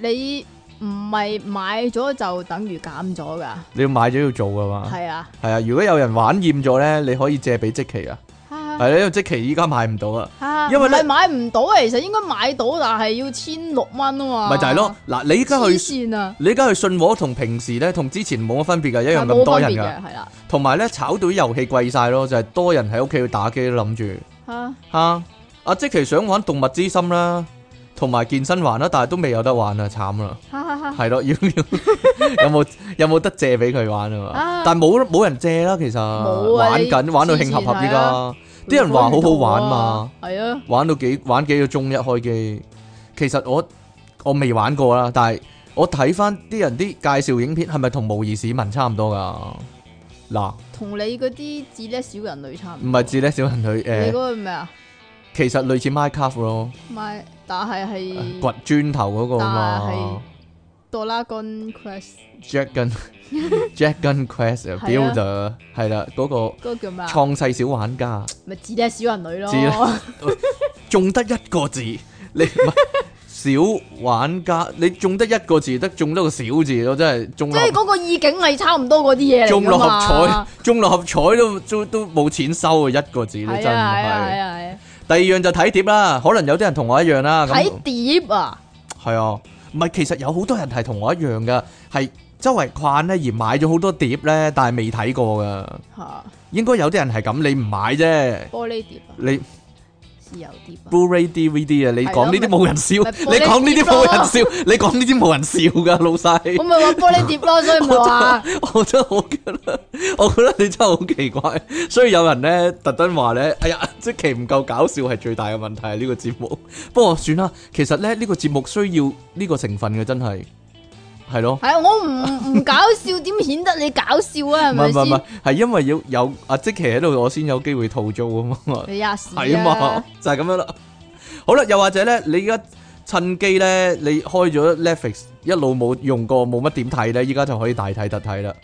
Speaker 2: 你唔係買咗就等於減咗噶，
Speaker 1: 你要買咗要做噶嘛。
Speaker 2: 係啊，
Speaker 1: 係啊，如果有人玩厭咗咧，你可以借俾即期啊。
Speaker 2: 哈
Speaker 1: 系咧，因為即期依家買唔到啊，
Speaker 2: 哈
Speaker 1: 因為
Speaker 2: 唔
Speaker 1: 咧
Speaker 2: 係買唔到，其實應該買到，但係要千六蚊啊嘛，
Speaker 1: 咪就係咯，。嗱，你依家
Speaker 2: 黐
Speaker 1: 去
Speaker 2: 線啊，
Speaker 1: 你依家去信和同平時咧，同之前冇乜分別噶，一
Speaker 2: 一
Speaker 1: 樣咁多人噶，
Speaker 2: 嘅，係啦，
Speaker 1: 同埋咧炒到啲遊戲貴晒咯，就係多人喺屋企去打機諗住
Speaker 2: 嚇
Speaker 1: 吓。阿即期想玩動物之心啦，同埋健身環啦，但係都未有得玩啊，慘啦，
Speaker 2: 哈哈哈，
Speaker 1: 係咯，要要 有冇有冇得借俾佢玩啊嘛
Speaker 2: 啊？
Speaker 1: 但係冇冇人借啦，其實
Speaker 2: 冇啊
Speaker 1: 玩緊玩到
Speaker 2: 你
Speaker 1: 慶合合依
Speaker 2: 之前係
Speaker 1: 家
Speaker 2: 啊，
Speaker 1: 啲人話好好玩嘛。，
Speaker 2: 係啊。
Speaker 1: 玩到幾玩幾個鐘一開機，其實我我未玩過啦，但係我睇翻啲人啲介紹影片，係咪同模擬市民差唔多噶？嗱，
Speaker 2: 同你嗰啲自叻小人類差唔
Speaker 1: 唔
Speaker 2: 多。
Speaker 1: 係自叻小人類
Speaker 2: 你嗰
Speaker 1: 誒，
Speaker 2: 個咩啊？
Speaker 1: 其實類似 Minecraft 咯，
Speaker 2: 咪但係係
Speaker 1: 掘磚頭嗰個啊
Speaker 2: 但係
Speaker 1: 嘛
Speaker 2: 哆啦 Gun Quest
Speaker 1: ，Dragon Dragon Quest 啊
Speaker 2: 係啊
Speaker 1: Builder 係啦，嗰個
Speaker 2: 嗰個叫咩啊？
Speaker 1: 創世小玩家，
Speaker 2: 咪自叻小人類咯。
Speaker 1: 自
Speaker 2: 係
Speaker 1: 中得一個字，你 唔係小玩家，你中得一個字，得中得個小字咯，真係中
Speaker 2: 即係嗰個意境係差唔多嗰啲嘢嚟
Speaker 1: 中
Speaker 2: 㗎
Speaker 1: 六合
Speaker 2: 嘛。啊
Speaker 1: 彩，中六合彩都都都冇錢收啊！一個字都真
Speaker 2: 係啊係啊係
Speaker 1: 係。
Speaker 2: 啊係啊！
Speaker 1: 第二樣就睇碟啦，可能有啲人同我一樣啦。咁
Speaker 2: 睇碟啊，
Speaker 1: 係啊，唔係其實有好多人係同我一樣噶，係周圍逛咧而買咗好多碟咧，但係未睇過噶。
Speaker 2: 嚇
Speaker 1: 應該有啲人係咁，你唔買啫，
Speaker 2: 玻璃碟啊，
Speaker 1: 你
Speaker 2: 豉油碟啊，
Speaker 1: Blu-ray、DVD 啊，你
Speaker 2: 係
Speaker 1: 講
Speaker 2: 咯
Speaker 1: 呢啲
Speaker 2: 咪
Speaker 1: 冇人笑，
Speaker 2: 咪玻璃
Speaker 1: 你講呢啲
Speaker 2: 碟
Speaker 1: 冇
Speaker 2: 咯
Speaker 1: 人笑，你講呢啲冇人笑噶，老細。
Speaker 2: 我咪話玻璃碟 咯，所以咪話
Speaker 1: 我真係好覺得，我覺得你真係好奇怪，所以有人咧特登話咧，哎呀， 即期唔夠搞笑係最大嘅問題呢、個節目。 不過算啦，其實咧呢、個節目需要呢個成分嘅，真係係咯，
Speaker 2: 係啊，我唔唔搞笑點顯得你搞笑啊？係
Speaker 1: 唔係
Speaker 2: 咪
Speaker 1: 唔係唔係
Speaker 2: 先？，
Speaker 1: 係因為要有阿即期喺度，我先有機會套租啊嘛，
Speaker 2: 你呀屎
Speaker 1: 係啊嘛
Speaker 2: 啊！，
Speaker 1: 就係、咁樣啦。好啦，又或者咧，你而家趁機咧，你開咗 Netflix 一路冇用過，冇乜點睇咧，依家就可以大睇特睇啦。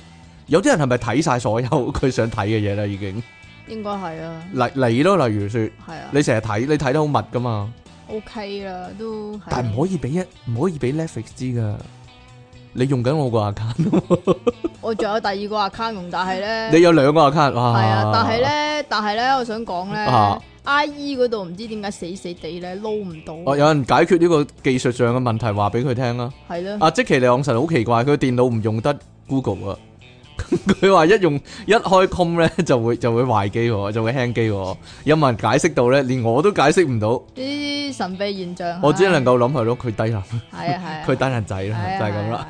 Speaker 1: 有啲人係咪睇晒所有 佢想睇嘅嘢咧？已經
Speaker 2: 應該係啊，
Speaker 1: 例你咯，例如說，
Speaker 2: 係啊
Speaker 1: 你成日睇，你睇得好密噶嘛，
Speaker 2: ，OK 啦，都係啊。
Speaker 1: 但係唔可以俾一唔可以俾 Netflix 知噶。你用緊我個 account，
Speaker 2: 我仲有第二個 account 用，但係咧，
Speaker 1: 你有兩個 account，哇！
Speaker 2: 啊係啊，但係咧，但係咧，我想講
Speaker 1: 啊
Speaker 2: 咧，I E 嗰度唔知點解死死地咧撈唔到，
Speaker 1: 哦，有人解決呢個技術上嘅問題，話俾佢聽啊啦。
Speaker 2: 係咯，
Speaker 1: 阿即其利昂神好奇怪，佢電腦唔用得 Google 啊。 佢話一用一開 com 咧 就會就會壞機喎，就會輕機喎。有冇人解釋到咧？連我都解釋唔到，
Speaker 2: 呢啲神秘現象，
Speaker 1: 我只能夠諗係咯，佢低能，
Speaker 2: 係啊係啊，
Speaker 1: 佢低能仔
Speaker 2: 係
Speaker 1: 啦，
Speaker 2: 啊
Speaker 1: 就係咁啦。，
Speaker 2: 係啊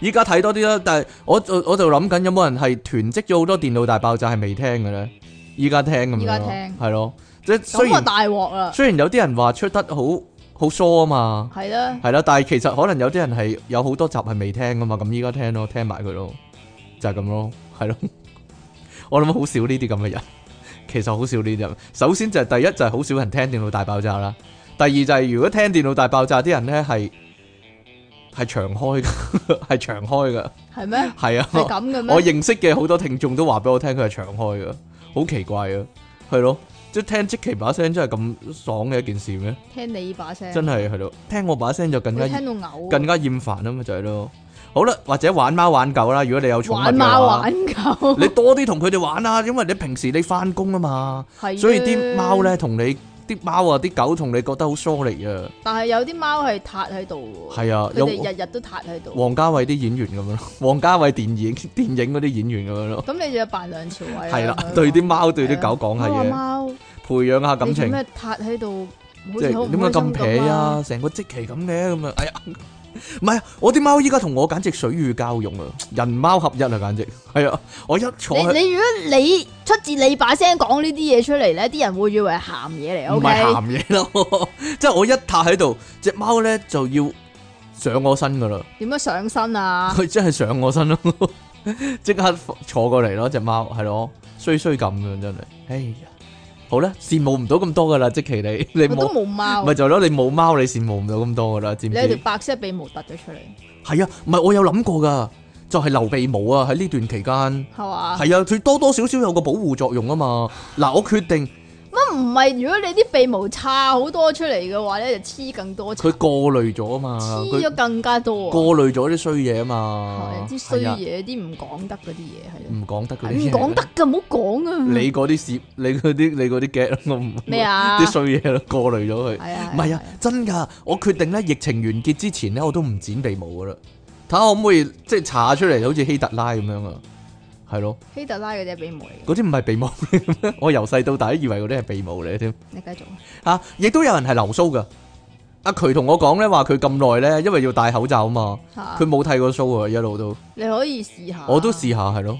Speaker 1: 依家睇多啲啦，但係我就我就諗緊有冇人係囤積咗好多電腦大爆炸係未聽嘅咧？依家聽咁
Speaker 2: 依
Speaker 1: 樣
Speaker 2: 家
Speaker 1: 咯
Speaker 2: 聽，
Speaker 1: 係咯，即係雖
Speaker 2: 咁啊
Speaker 1: 然
Speaker 2: 大鑊啦，
Speaker 1: 雖然有啲人話出得好好疏啊嘛。
Speaker 2: 係啦，
Speaker 1: 系啦，但系其實可能有啲人係有好多集係未聽噶嘛，咁依家聽咯，聽埋佢咯，就係咁咯，係咯。 我諗好少呢啲咁嘅人， 其實好少呢啲人。首先就係第一就係好少人聽電腦大爆炸啦，第二就係如果聽電腦大爆炸啲人咧係係長開噶， 係長開噶，
Speaker 2: 係咩？
Speaker 1: 係啊。
Speaker 2: 係咁 嘅
Speaker 1: 我
Speaker 2: 咩？
Speaker 1: 認識嘅好多聽眾都話俾我聽佢係長開噶，好奇怪啊，係咯。即係聽即奇把聲真係咁爽嘅一件事咩？
Speaker 2: 聽你把聲，
Speaker 1: 真係係咯，聽我把聲就更加
Speaker 2: 會聽到嘔。
Speaker 1: 更加厭煩啊嘛，就係咯。好啦，或者玩貓玩狗啦，如果你有寵物
Speaker 2: 玩
Speaker 1: 嘅
Speaker 2: 貓啊
Speaker 1: 話，
Speaker 2: 玩狗，
Speaker 1: 你多啲同佢哋玩啦，因為你平時你翻工啊嘛，
Speaker 2: 係
Speaker 1: 所以
Speaker 2: 咧
Speaker 1: 啲貓，咧同你啲貓啊啲狗同你覺得好疏離啊，
Speaker 2: 但係有啲貓係塌喺度喎，
Speaker 1: 係啊，
Speaker 2: 佢
Speaker 1: 有
Speaker 2: 哋日日都塌喺度。
Speaker 1: 王家衛啲演員咁樣咯， 王家衛電影電影嗰啲演員咁樣咯，
Speaker 2: 咁你就要扮梁朝偉啊
Speaker 1: 係啦
Speaker 2: 咁樣，
Speaker 1: 對啲
Speaker 2: 講
Speaker 1: 貓對啲
Speaker 2: 係啊
Speaker 1: 狗講下
Speaker 2: 貓啊
Speaker 1: 嘢，
Speaker 2: 貓，
Speaker 1: 培養下感
Speaker 2: 你做
Speaker 1: 情。
Speaker 2: 咩塌喺度？好
Speaker 1: 即
Speaker 2: 似
Speaker 1: 係
Speaker 2: 好唔
Speaker 1: 點解
Speaker 2: 開
Speaker 1: 咁
Speaker 2: 心
Speaker 1: 撇
Speaker 2: 咁啊？
Speaker 1: 啊？成個即期咁嘅咁啊！哎呀，唔係啊，我啲貓依家同我簡直水乳交融啊，人貓合一啊，簡直係啊！我一坐
Speaker 2: 你
Speaker 1: 喺
Speaker 2: 你如果你出自你把聲講呢啲嘢出嚟咧，啲人會以為係鹹嘢
Speaker 1: 唔
Speaker 2: 嚟。O
Speaker 1: 係
Speaker 2: K，
Speaker 1: 鹹嘢咯， 即係我一塌喺度，只貓咧就要上我身噶啦，
Speaker 2: 點樣上身啊？
Speaker 1: 佢真係上我身咯， 即刻坐過嚟咯，只貓係咯，衰衰咁樣真係，哎呀，好啦，羨慕唔到咁多噶啦，即期你你
Speaker 2: 我都
Speaker 1: 冇
Speaker 2: 冇貓
Speaker 1: 咪，就係咯，你冇貓你羨慕唔到咁多噶啦，知唔
Speaker 2: 你
Speaker 1: 知？
Speaker 2: 有條白色鼻毛突咗出嚟，
Speaker 1: 系啊，唔係我有諗過噶，就係流鼻毛啊！喺呢段期間，
Speaker 2: 係嘛？
Speaker 1: 係啊，佢多多少少有個保護作用啊嘛。嗱，我決定
Speaker 2: 乜唔係？如果你啲鼻毛差好多出嚟嘅話咧，就黐更多層，
Speaker 1: 佢過濾咗啊嘛，
Speaker 2: 黐
Speaker 1: 佢
Speaker 2: 咗更加多啊！
Speaker 1: 過濾咗啲衰嘢啊嘛
Speaker 2: 係，啲衰
Speaker 1: 係啊，
Speaker 2: 嘢，啲唔講得嗰啲嘢係啊
Speaker 1: 唔講得嗰
Speaker 2: 唔
Speaker 1: 啲嘢
Speaker 2: 講得噶，唔好講啊！
Speaker 1: 你嗰啲事，你嗰啲你嗰啲 get 我唔
Speaker 2: 咩啊？
Speaker 1: 啲衰嘢咯，過濾咗佢。
Speaker 2: 係啊，
Speaker 1: 唔係啊，真噶，我決定咧，疫情完結之前咧，我都唔剪鼻毛噶啦，睇下可唔可以即係搽出嚟，好似希特拉咁樣啊，係咯。
Speaker 2: 希特拉嗰啲係鼻毛嚟嘅，
Speaker 1: 嗰啲唔係鼻毛 嚟嘅咩？我由細到大都以為嗰啲係鼻毛嚟添。
Speaker 2: 你繼續啊。
Speaker 1: 啊，亦都有人係留鬚噶。阿渠同我講咧，話佢咁耐咧，因為要戴口罩啊嘛，
Speaker 2: 嚇
Speaker 1: 佢冇剃過鬚啊，一路都。
Speaker 2: 你可以試下，
Speaker 1: 我都試下係咯，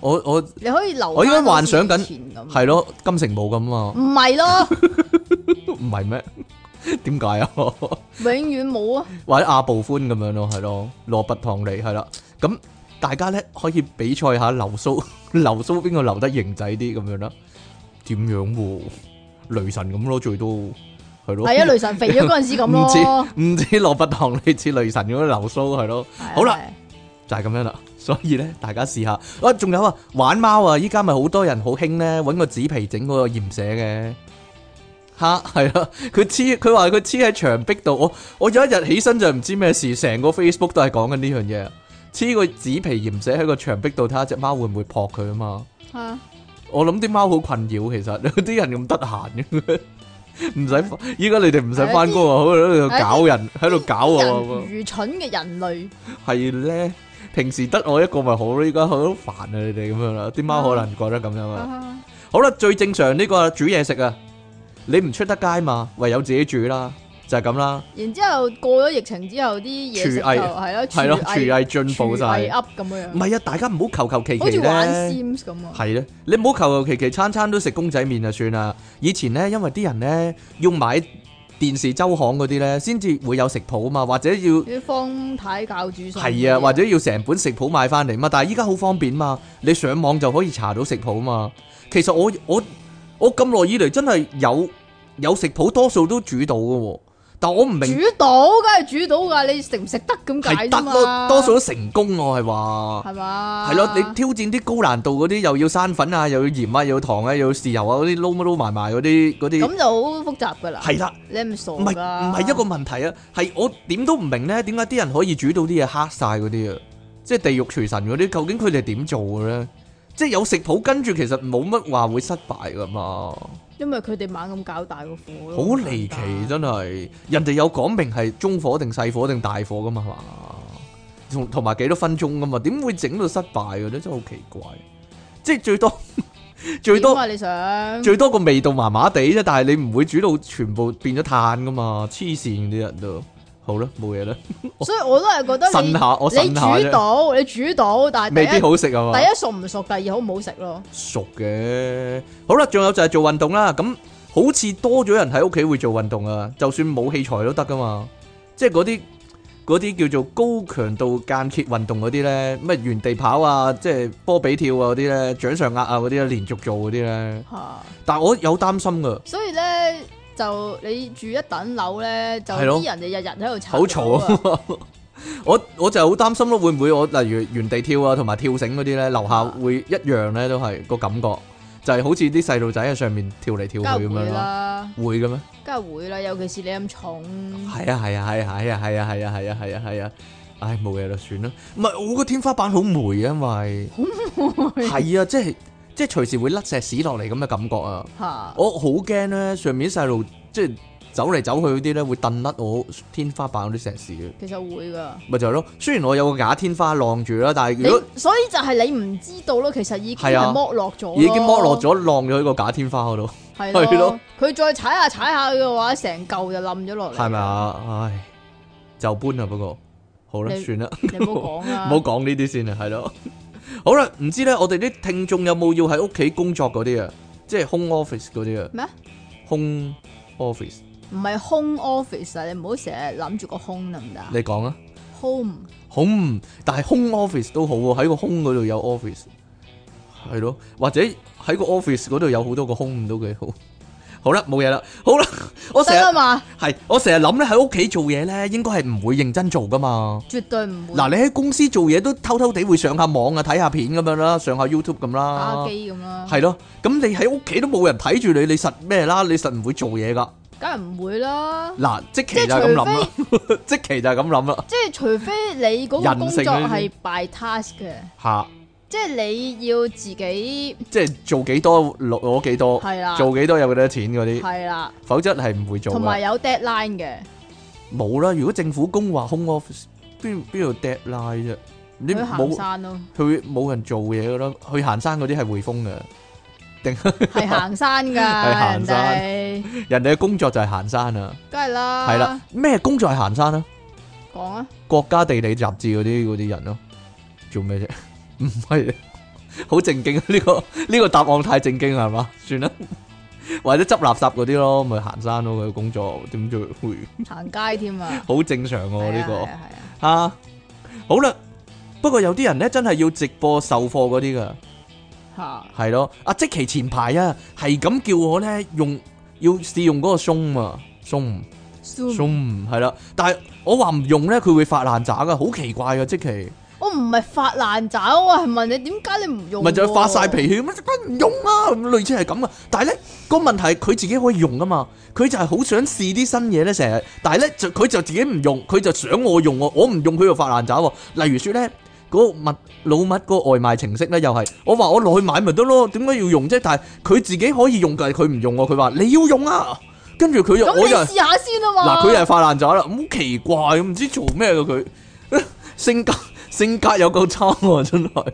Speaker 1: 我我
Speaker 2: 你可以留返
Speaker 1: 我應該幻想緊
Speaker 2: 好似以前咁，
Speaker 1: 係咯，金城武咁啊
Speaker 2: 唔，係咯？
Speaker 1: 唔係咩？ 點解啊？ 或
Speaker 2: 永遠 冇啊！
Speaker 1: 者阿部寬咁樣咯，係咯，羅拔唐尼係啦。咁大家咧可以比賽下留鬚， 留鬚邊個留得型仔啲咁樣啦？點樣喎？雷神咁咯，最多係咯。
Speaker 2: 係啊，雷神肥咗嗰陣時咁
Speaker 1: 唔
Speaker 2: 咯。
Speaker 1: 知唔知羅拔唐尼似雷神咁樣流蘇係咯，
Speaker 2: 係啊
Speaker 1: 好啦，就係咁樣啦。所以咧，大家試下。啊，仲有啊，玩貓啊，依家咪好多人好興咧，揾個紙皮整嗰個鹽寫嘅。吓，係啦，佢黐，佢話佢黐喺牆壁度。我我有一日起身就唔知咩事，成個 Facebook 都係講緊呢樣嘢。黐個紙皮鹽寫喺個牆壁度，睇下只貓會唔會撲佢啊嘛。
Speaker 2: 係啊
Speaker 1: 我諗啲貓好困擾，其實 啲人咁得閒嘅， 唔使依家你哋唔使翻工啊，喺度搞人，喺度搞
Speaker 2: 啲
Speaker 1: 我
Speaker 2: 人，愚蠢嘅人類，
Speaker 1: 係咧。平時得我一個咪好咯，依家好煩啊！你哋咁樣啦，啲貓可能覺得咁樣啊。
Speaker 2: 啊
Speaker 1: 好啦，最正常呢個煮嘢食啊，你唔出得街嘛，唯有自己煮啦，就係咁啦。
Speaker 2: 然之後過咗疫情之後，啲嘢食
Speaker 1: 廚
Speaker 2: 就
Speaker 1: 藝
Speaker 2: 係咯，
Speaker 1: 係咯，廚
Speaker 2: 藝
Speaker 1: 藝進步晒。
Speaker 2: 廚藝
Speaker 1: 唔
Speaker 2: up 咁樣，
Speaker 1: 係啊，大家唔好求求其
Speaker 2: 好
Speaker 1: 其
Speaker 2: 似玩
Speaker 1: 咧。
Speaker 2: Sims 咁啊。
Speaker 1: 係咧，你唔好求求其其餐餐都食公仔麵就算啦。以前咧，因為啲人咧要買電視周刊嗰啲咧，先至會有食譜啊嘛，或者要
Speaker 2: 啲方太教主信
Speaker 1: 係啊，或者要成本食譜買翻嚟嘛。但係依家好方便嘛，你上網就可以查到食譜嘛。其實我我我咁耐以嚟真係有有食譜，多數都煮到嘅喎。但我唔明
Speaker 2: 煮到，梗係煮到㗎，你食唔食得咁解
Speaker 1: 係
Speaker 2: 啫
Speaker 1: 得
Speaker 2: 嘛？
Speaker 1: 咯，多數都成功我係話。
Speaker 2: 係嘛？
Speaker 1: 係咯，你挑戰啲高難度嗰啲，又要生粉啊，又要鹽啊，又要糖啊，又要豉油啊，嗰啲撈乜撈埋埋嗰啲嗰啲，
Speaker 2: 咁就好複雜㗎啦。
Speaker 1: 係啦，
Speaker 2: 你係咪傻
Speaker 1: 唔
Speaker 2: 㗎？
Speaker 1: 係唔係一個問題啊，係我點都唔明咧，點解啲人可以煮到啲嘢黑晒嗰啲啊，即係地獄廚神嗰啲，究竟佢哋點做嘅咧？即係有食譜跟住，其實冇乜話會失敗噶嘛，
Speaker 2: 因為佢哋猛咁搞大個火咯，
Speaker 1: 好離奇真係。人哋有講明係中火定細火定大火噶嘛，係嘛？同同埋幾多分鐘噶嘛？點會整到失敗嘅咧？真係好奇怪。即係最多 最多
Speaker 2: 點。啊！你想
Speaker 1: 最多個味道麻麻地啫，但係你唔會煮到全部變咗炭噶嘛，黐線啲人都好啦，冇嘢啦，
Speaker 2: 所以我都係覺得你
Speaker 1: 呻下我
Speaker 2: 你
Speaker 1: 呻下
Speaker 2: 煮
Speaker 1: 啫，
Speaker 2: 到，你煮到，但係
Speaker 1: 未
Speaker 2: 第
Speaker 1: 必
Speaker 2: 一
Speaker 1: 好食啊嘛
Speaker 2: 第，一熟唔熟，第二好唔好食咯。
Speaker 1: 熟嘅。好啦，仲有就係做運動啦，咁好似多咗人喺屋企會做運動啊，就算冇器材都得噶嘛，即係嗰啲嗰啲叫做高強度間歇運動嗰啲咧，咩原地跑啊，即係波比跳啊嗰啲咧，掌上壓啊嗰啲咧，連續做嗰啲咧，
Speaker 2: 吓，
Speaker 1: 但我有擔心噶。
Speaker 2: 所以咧就你住一等樓咧，就
Speaker 1: 係咯
Speaker 2: 啲人就日日喺度
Speaker 1: 好嘈
Speaker 2: 啊！
Speaker 1: 啊！ 我我就好擔心咯，會
Speaker 2: 啊
Speaker 1: 唔會我例如原地跳啊，同埋跳繩嗰啲咧，樓下會一樣咧，都係個感覺。就係好似啲細路仔喺上面跳嚟跳
Speaker 2: 啊
Speaker 1: 去
Speaker 2: 梗
Speaker 1: 咁
Speaker 2: 係
Speaker 1: 樣
Speaker 2: 會
Speaker 1: 啦。
Speaker 2: 啦，
Speaker 1: 會嘅咩？
Speaker 2: 梗係會啦，尤其是你咁重，
Speaker 1: 係啊係啊係啊係啊係啊係啊係啊係啊係啊！唉，冇嘢啦，算啦。唔係我個天花板好霉啊，因為係啊，即係即係隨時會甩石屎落嚟咁嘅感覺啊！
Speaker 2: 吓
Speaker 1: 我好驚咧，上面啲細路即係走嚟走去嗰啲咧，會蹬甩我天花板嗰啲石屎嘅。
Speaker 2: 其實會噶。
Speaker 1: 咪就係咯，雖然我有個假天花晾住啦，但係
Speaker 2: 你
Speaker 1: 如果
Speaker 2: 所以就係你唔知道咯，其實已經係
Speaker 1: 係啊
Speaker 2: 剝落咗，
Speaker 1: 已經剝落，咗，晾咗喺個假天花嗰度，
Speaker 2: 係
Speaker 1: 係
Speaker 2: 咯
Speaker 1: 咯。
Speaker 2: 佢再踩下踩下嘅話，成嚿就冧咗落嚟。
Speaker 1: 係咪？啊？唉，就搬啦，不過好啦，
Speaker 2: 你
Speaker 1: 算啦。
Speaker 2: 你唔好 講
Speaker 1: 唔
Speaker 2: 啦，
Speaker 1: 好講呢啲先啊，係咯。 好啦，唔知咧，我哋啲聽眾有冇要喺屋企工作嗰啲啊？即係 home office 嗰啲啊？
Speaker 2: 咩啊
Speaker 1: ？home office，
Speaker 2: 唔係 home office 啊，你唔好成日諗住個 home 得唔得啊
Speaker 1: 你講啊。
Speaker 2: ？home
Speaker 1: home，但係 home office 都好喎，喺個 home 嗰度有 office，係咯，或者喺個 office 嗰度有好多個 home 都幾好。 好啦，冇嘢啦。好啦，我成
Speaker 2: 得
Speaker 1: 日
Speaker 2: 啦嘛，
Speaker 1: 係我成日諗咧喺屋企做嘢咧，應該係唔會認真做噶嘛。
Speaker 2: 絕對唔會
Speaker 1: 嗱，你喺公司做嘢都偷偷地會上下網啊，睇下片咁樣啦，上下 YouTube 咁啦。
Speaker 2: 打機咁啦，
Speaker 1: 系咯，咁你喺屋企都冇人睇住你，你實咩啦？你實唔會做嘢噶。
Speaker 2: 梗係唔會啦。
Speaker 1: 嗱，即
Speaker 2: 即
Speaker 1: 期
Speaker 2: 係
Speaker 1: 就係咁 諗啦，
Speaker 2: 除非
Speaker 1: 即期就係咁諗啦。
Speaker 2: 即係除非你嗰個工作
Speaker 1: 人性啊呢啲
Speaker 2: 係 by task 嘅，
Speaker 1: 吓，
Speaker 2: 即係你要自己
Speaker 1: 即係做幾多攞攞幾多，
Speaker 2: 係啦
Speaker 1: 做幾多有幾多錢嗰啲，
Speaker 2: 係啦，
Speaker 1: 否則係唔會做啊
Speaker 2: 同埋
Speaker 1: 噶。
Speaker 2: 有 deadline 嘅。
Speaker 1: 冇啦，如果政府工話 home office，邊邊度 deadline 啫？你
Speaker 2: 去行
Speaker 1: 冇
Speaker 2: 山咯，
Speaker 1: 去冇人做嘢噶啦，去行山嗰啲係匯豐嘅，
Speaker 2: 係行山 噶，
Speaker 1: 係行山
Speaker 2: 人哋
Speaker 1: 人哋嘅工作就係行山啊。
Speaker 2: 梗係啦，
Speaker 1: 係啦，，咩工作係行山啊？
Speaker 2: 講啊，
Speaker 1: 國家地理雜誌嗰啲嗰啲人咯，做咩啫？ 唔係好正經呢、個呢、個答案太正經係嘛？算啦， 或者執垃圾嗰啲咯，咪行山咯佢嘅工作，點做 會
Speaker 2: 行街添啊，
Speaker 1: 好正常喎、呢、
Speaker 2: 係
Speaker 1: 個
Speaker 2: 啊係啊
Speaker 1: 吓、啊好啦，不過有啲人咧真係要直播售貨嗰啲噶，
Speaker 2: 係啊
Speaker 1: 係咯。阿、即其前排啊，係咁叫我咧用要試用嗰個松啊松。
Speaker 2: 吓，Zoom，
Speaker 1: 松係啦，但係我話唔用咧，佢會發爛渣噶，好奇怪噶，即其。
Speaker 2: 我唔係發爛渣，我係問你點解你唔用喎？
Speaker 1: 咪就係發晒脾氣，乜乜唔用啊？咁類似係咁啊。但係咧個問題係佢自己可以用啊嘛，佢就係好想試啲新嘢咧，成日。但係咧就佢就自己唔用，佢就想我用喎，我唔用佢就發爛渣喎。例如説咧，嗰、個麥老麥個外賣程式咧又係，我話我落去買咪得咯，點解要用啫？但係佢自己可以用，但係佢唔用喎。佢話你要用啊，跟住佢又
Speaker 2: 咁
Speaker 1: 我
Speaker 2: 你
Speaker 1: 又。
Speaker 2: 試下先啊嘛，
Speaker 1: 嗱，佢又係發爛渣啦，咁好奇怪，唔知做咩嘅佢， 性格性格有夠差喎，真係。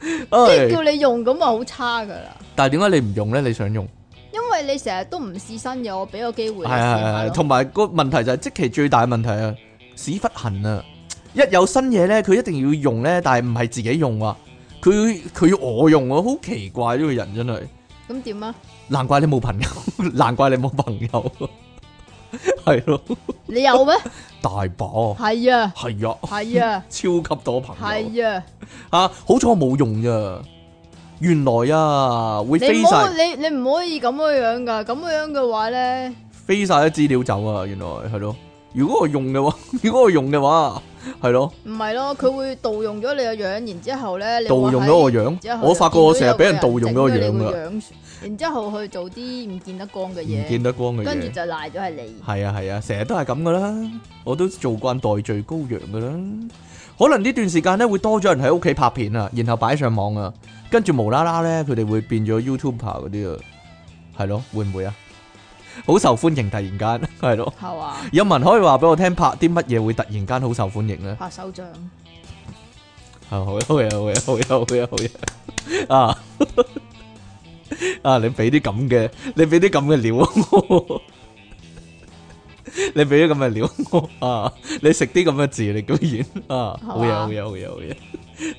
Speaker 2: 即係
Speaker 1: 唉，
Speaker 2: 叫你用咁啊，好差噶啦，
Speaker 1: 但係點解你唔用咧？你想用？
Speaker 2: 因為你成日都唔試新嘢，我俾個機會你
Speaker 1: 係
Speaker 2: 試
Speaker 1: 係
Speaker 2: 下
Speaker 1: 係，
Speaker 2: 咯
Speaker 1: 同埋個問題就係即其最大嘅問題啊，屎忽痕啊！一有新嘢咧，佢一定要用咧，但係唔係自己用啊，佢佢要我用啊，好奇怪呢個人真係。
Speaker 2: 咁點啊？
Speaker 1: 難怪你冇朋友， 難怪你冇朋友，係咯，
Speaker 2: 你有咩？
Speaker 1: 大把啊，
Speaker 2: 係啊，
Speaker 1: 係啊，
Speaker 2: 係啊，
Speaker 1: 超級多朋友。
Speaker 2: 係啊，
Speaker 1: 啊，好彩我冇用咋，原來啊會
Speaker 2: 你
Speaker 1: 飛
Speaker 2: 唔好
Speaker 1: 晒
Speaker 2: 你你唔可以咁樣樣噶，咁樣樣嘅話咧。
Speaker 1: 飛晒啲資料走啊，原來係咯。如果我用嘅話， 如果我用嘅話，係咯，
Speaker 2: 唔係咯，佢會盜用咗你個樣，然之後咧，你會
Speaker 1: 盜用
Speaker 2: 喺
Speaker 1: 咗我樣
Speaker 2: 之後，
Speaker 1: 我發覺我成日俾人盜用咗
Speaker 2: 又
Speaker 1: 個
Speaker 2: 見到有
Speaker 1: 樣啊
Speaker 2: 個
Speaker 1: 噶，
Speaker 2: 人整咗你個樣然之後去做啲唔見得光嘅
Speaker 1: 唔見
Speaker 2: 嘢，
Speaker 1: 得光嘅
Speaker 2: 跟住
Speaker 1: 嘢。
Speaker 2: 就賴咗係你。
Speaker 1: 係啊係啊，成日都係咁噶啦，我都做慣代罪羔羊噶啦。可能呢段時間咧會多咗人喺屋企拍片啊，然後擺上網啊，跟住無啦啦咧佢哋會變咗 YouTuber 嗰啲啊，係咯，會唔會啊？好受歡迎，突然間係咯。
Speaker 2: 係嘛？
Speaker 1: 有冇人可以話俾我聽拍啲乜嘢會突然間好受歡迎咧？
Speaker 2: 拍手掌，
Speaker 1: 啊，好呀，好呀，好呀，好呀，好呀，好呀，啊 啊！你俾啲咁嘅，你俾啲咁嘅料我， 你俾啲咁嘅料我啊！你食啲咁嘅字，你居然啊！好嘢，
Speaker 2: 係嘛
Speaker 1: 好嘢，好嘢，好嘢！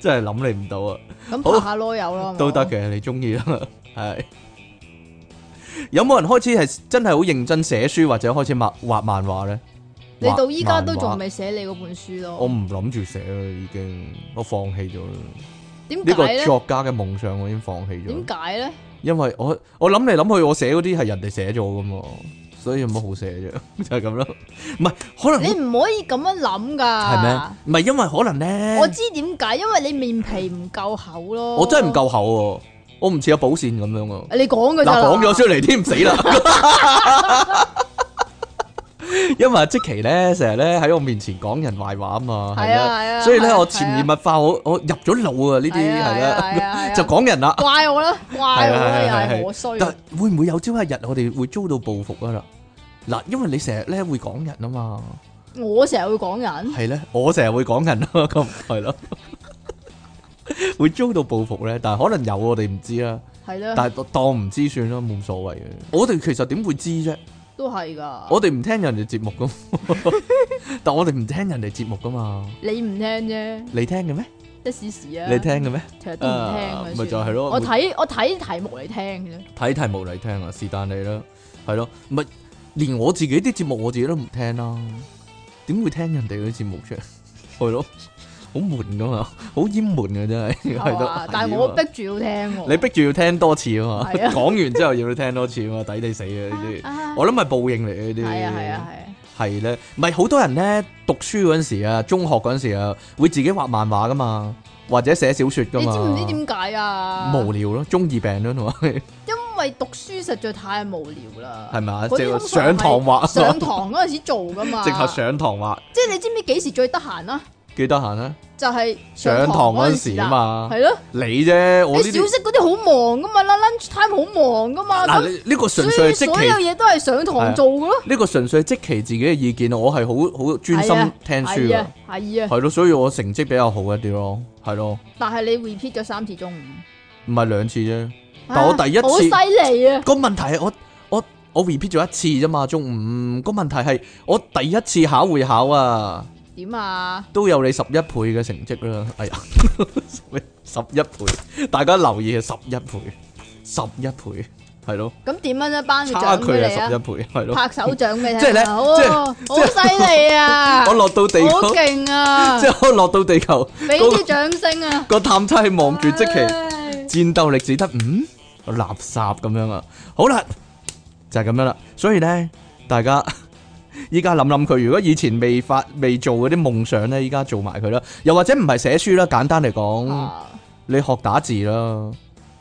Speaker 1: 真係諗你唔到啊！
Speaker 2: 咁
Speaker 1: 好
Speaker 2: 拍下啰柚咯，
Speaker 1: 都得嘅，你中意啦， 係。有冇人開始係真係好認真寫書或者開始畫畫漫畫咧？
Speaker 2: 係嘛。你到依家
Speaker 1: 畫
Speaker 2: 都
Speaker 1: 漫畫
Speaker 2: 仲未寫你嗰本書咯？
Speaker 1: 我唔諗住寫啦，已經我放棄咗啦。
Speaker 2: 點
Speaker 1: 呢
Speaker 2: 解
Speaker 1: 個
Speaker 2: 咧？
Speaker 1: 作家嘅夢想我已經放棄咗
Speaker 2: 點，解咧？
Speaker 1: 因為我我諗嚟諗去，我寫嗰啲係人哋寫咗噶嘛，所以有乜好寫啫？ 就係咁咯。唔係可能
Speaker 2: 你唔可以咁樣諗㗎。
Speaker 1: 係咩？？唔係因為可能咧，
Speaker 2: 我知點解，因為你面皮唔夠厚咯。
Speaker 1: 我真係唔夠厚喎。我唔似有保線咁樣啊。
Speaker 2: 你講嘅
Speaker 1: 嗱，
Speaker 2: 咋啦？
Speaker 1: 講咗出嚟添，死啦！ 因為即期咧，成日咧喺我面前講人壞話啊嘛，
Speaker 2: 係啊係啊
Speaker 1: 所以咧
Speaker 2: 係啊
Speaker 1: 我潛移默化，我我入咗腦啊，呢啲係
Speaker 2: 係啊係啊係
Speaker 1: 啦，
Speaker 2: 啊
Speaker 1: 就講人啦。
Speaker 2: 怪我啦，怪我
Speaker 1: 係啊係啊
Speaker 2: 啦，
Speaker 1: 係啊
Speaker 2: 又係我衰。
Speaker 1: 但會唔會有朝一日我哋會遭到報復啊啦？嗱，因為你成日咧會講人啊嘛，
Speaker 2: 我成日會講人，
Speaker 1: 係咧，我成日會講人啊， 咁係咯，會遭到報復咧，但係可能有我哋唔知啦，
Speaker 2: 係啦，
Speaker 1: 但係當唔知算啦，冇所謂嘅。我哋其實點會知啫？
Speaker 2: 都係㗎。
Speaker 1: 我哋唔聽人哋節目噶， 但我哋唔聽人哋節目噶嘛？
Speaker 2: 你唔聽啫，
Speaker 1: 你聽嘅咩？
Speaker 2: 一時時啊。
Speaker 1: 你聽嘅咩？
Speaker 2: 其實都唔聽
Speaker 1: 啊
Speaker 2: 嘅
Speaker 1: 咪
Speaker 2: 算
Speaker 1: 就係咯
Speaker 2: 我睇我睇題目嚟聽嘅啫，
Speaker 1: 睇題目嚟聽啊，是但你啦，係咯，咪連我自己啲節目我自己都唔聽啦，點會聽人哋嗰啲節目啫？ 係咯，好悶噶嘛，好淹悶嘅真係，係
Speaker 2: 係
Speaker 1: 咯哎
Speaker 2: 嘛。哦但係我逼住要聽喎。
Speaker 1: 你逼住要聽多次啊嘛，
Speaker 2: 係啊
Speaker 1: 講完之後要聽多次啊嘛，抵你死啊呢啲，
Speaker 2: 啊
Speaker 1: 我諗係報應嚟嘅呢啲。
Speaker 2: 係啊係啊係啊，
Speaker 1: 係咧，咪好多人咧讀書嗰陣時啊，中學嗰陣時啊，會自己畫漫畫噶嘛，或者寫小說噶
Speaker 2: 你
Speaker 1: 嘛。
Speaker 2: 知唔知點解啊？
Speaker 1: 無聊咯，中二病咯，同埋
Speaker 2: 因為讀書實在太無聊啦。
Speaker 1: 係咪啊？
Speaker 2: 嗰啲
Speaker 1: 即係
Speaker 2: 通常
Speaker 1: 上堂啊畫，
Speaker 2: 係上堂嗰陣時做 噶嘛。
Speaker 1: 直頭上堂畫，
Speaker 2: 即係你知唔知幾時最得閒啊？
Speaker 1: 幾得閒啊？
Speaker 2: 就係
Speaker 1: 上堂
Speaker 2: 堂
Speaker 1: 嗰
Speaker 2: 陣
Speaker 1: 陣時
Speaker 2: 啦
Speaker 1: 啊嘛
Speaker 2: 係咯。
Speaker 1: 你啫，我
Speaker 2: 你
Speaker 1: 呢
Speaker 2: 小
Speaker 1: 啲
Speaker 2: 息嗰啲好忙噶嘛，啦 lunch time 好忙噶嘛，
Speaker 1: 嗱，
Speaker 2: 咁
Speaker 1: 你呢個純
Speaker 2: 所
Speaker 1: 粹
Speaker 2: 以
Speaker 1: 係即
Speaker 2: 所有
Speaker 1: 期，
Speaker 2: 嘢都係上堂做噶咯。
Speaker 1: 呢個純粹係即期自己嘅意見，我係好好專
Speaker 2: 係
Speaker 1: 心
Speaker 2: 啊
Speaker 1: 聽書
Speaker 2: 係
Speaker 1: 㗎
Speaker 2: 啊，係啊，
Speaker 1: 係咯，所以我成績比較好一啲咯，係咯，
Speaker 2: 但係你 repeat 咗三次中午，
Speaker 1: 唔係兩次啫。但我第一次
Speaker 2: 啊好犀利啊！
Speaker 1: 個問題係我我我 repeat 咗一次啫嘛，中午個問題係我第一次考會考啊，
Speaker 2: 點啊？
Speaker 1: 都有你十一倍嘅成績啦。哎呀， 十一倍，大家留意啊，十一倍，十一倍，係咯，
Speaker 2: 咁點樣咧？班
Speaker 1: 差距
Speaker 2: 獎俾
Speaker 1: 係
Speaker 2: 你
Speaker 1: 十一
Speaker 2: 啊！
Speaker 1: 倍，係咯。
Speaker 2: 拍手掌俾你，
Speaker 1: 即係呢
Speaker 2: 好
Speaker 1: 即係
Speaker 2: 啊
Speaker 1: 即
Speaker 2: 好
Speaker 1: 係
Speaker 2: 犀利啊！
Speaker 1: 我落到地
Speaker 2: 好
Speaker 1: 球，
Speaker 2: 勁 啊！
Speaker 1: 即係我落到地球，
Speaker 2: 俾
Speaker 1: 嗰
Speaker 2: 啲掌聲啊！
Speaker 1: 個探測器望住即期。
Speaker 2: 唉
Speaker 1: 戰鬥力只得嗯垃圾咁樣啊！好啦，就係、咁樣啦。所以咧，大家 依家諗諗佢，如果以前未發未做嗰啲夢想咧，依家做埋佢啦。又或者唔係寫書啦，簡單嚟講，
Speaker 2: 啊
Speaker 1: 你學打字啦，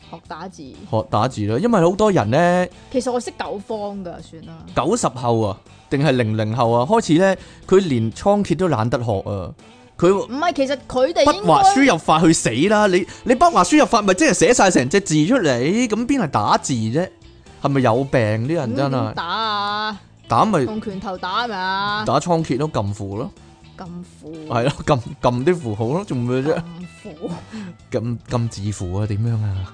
Speaker 2: 學打字，
Speaker 1: 學打字啦。因為好多人咧，
Speaker 2: 其實我識九方噶，算啦。
Speaker 1: 九十後啊，定係零零後啊，開始咧，佢連倉頡都懶得學啊，佢。
Speaker 2: 唔係，其實佢哋
Speaker 1: 筆
Speaker 2: 應
Speaker 1: 畫
Speaker 2: 該
Speaker 1: 輸入法去死啦！你你筆畫輸入法咪即係寫晒成隻字出嚟，咁邊係打字啫？係咪有病啲人真
Speaker 2: 咁點
Speaker 1: 係
Speaker 2: 打啊？
Speaker 1: 打咪
Speaker 2: 用拳頭打係咪啊？
Speaker 1: 打倉頡咯，撳符咯，
Speaker 2: 咁苦，
Speaker 1: 係咯，撳撳啲符號咯，做咩啫？
Speaker 2: 咁苦，
Speaker 1: 撳撳字符啊？點樣啊？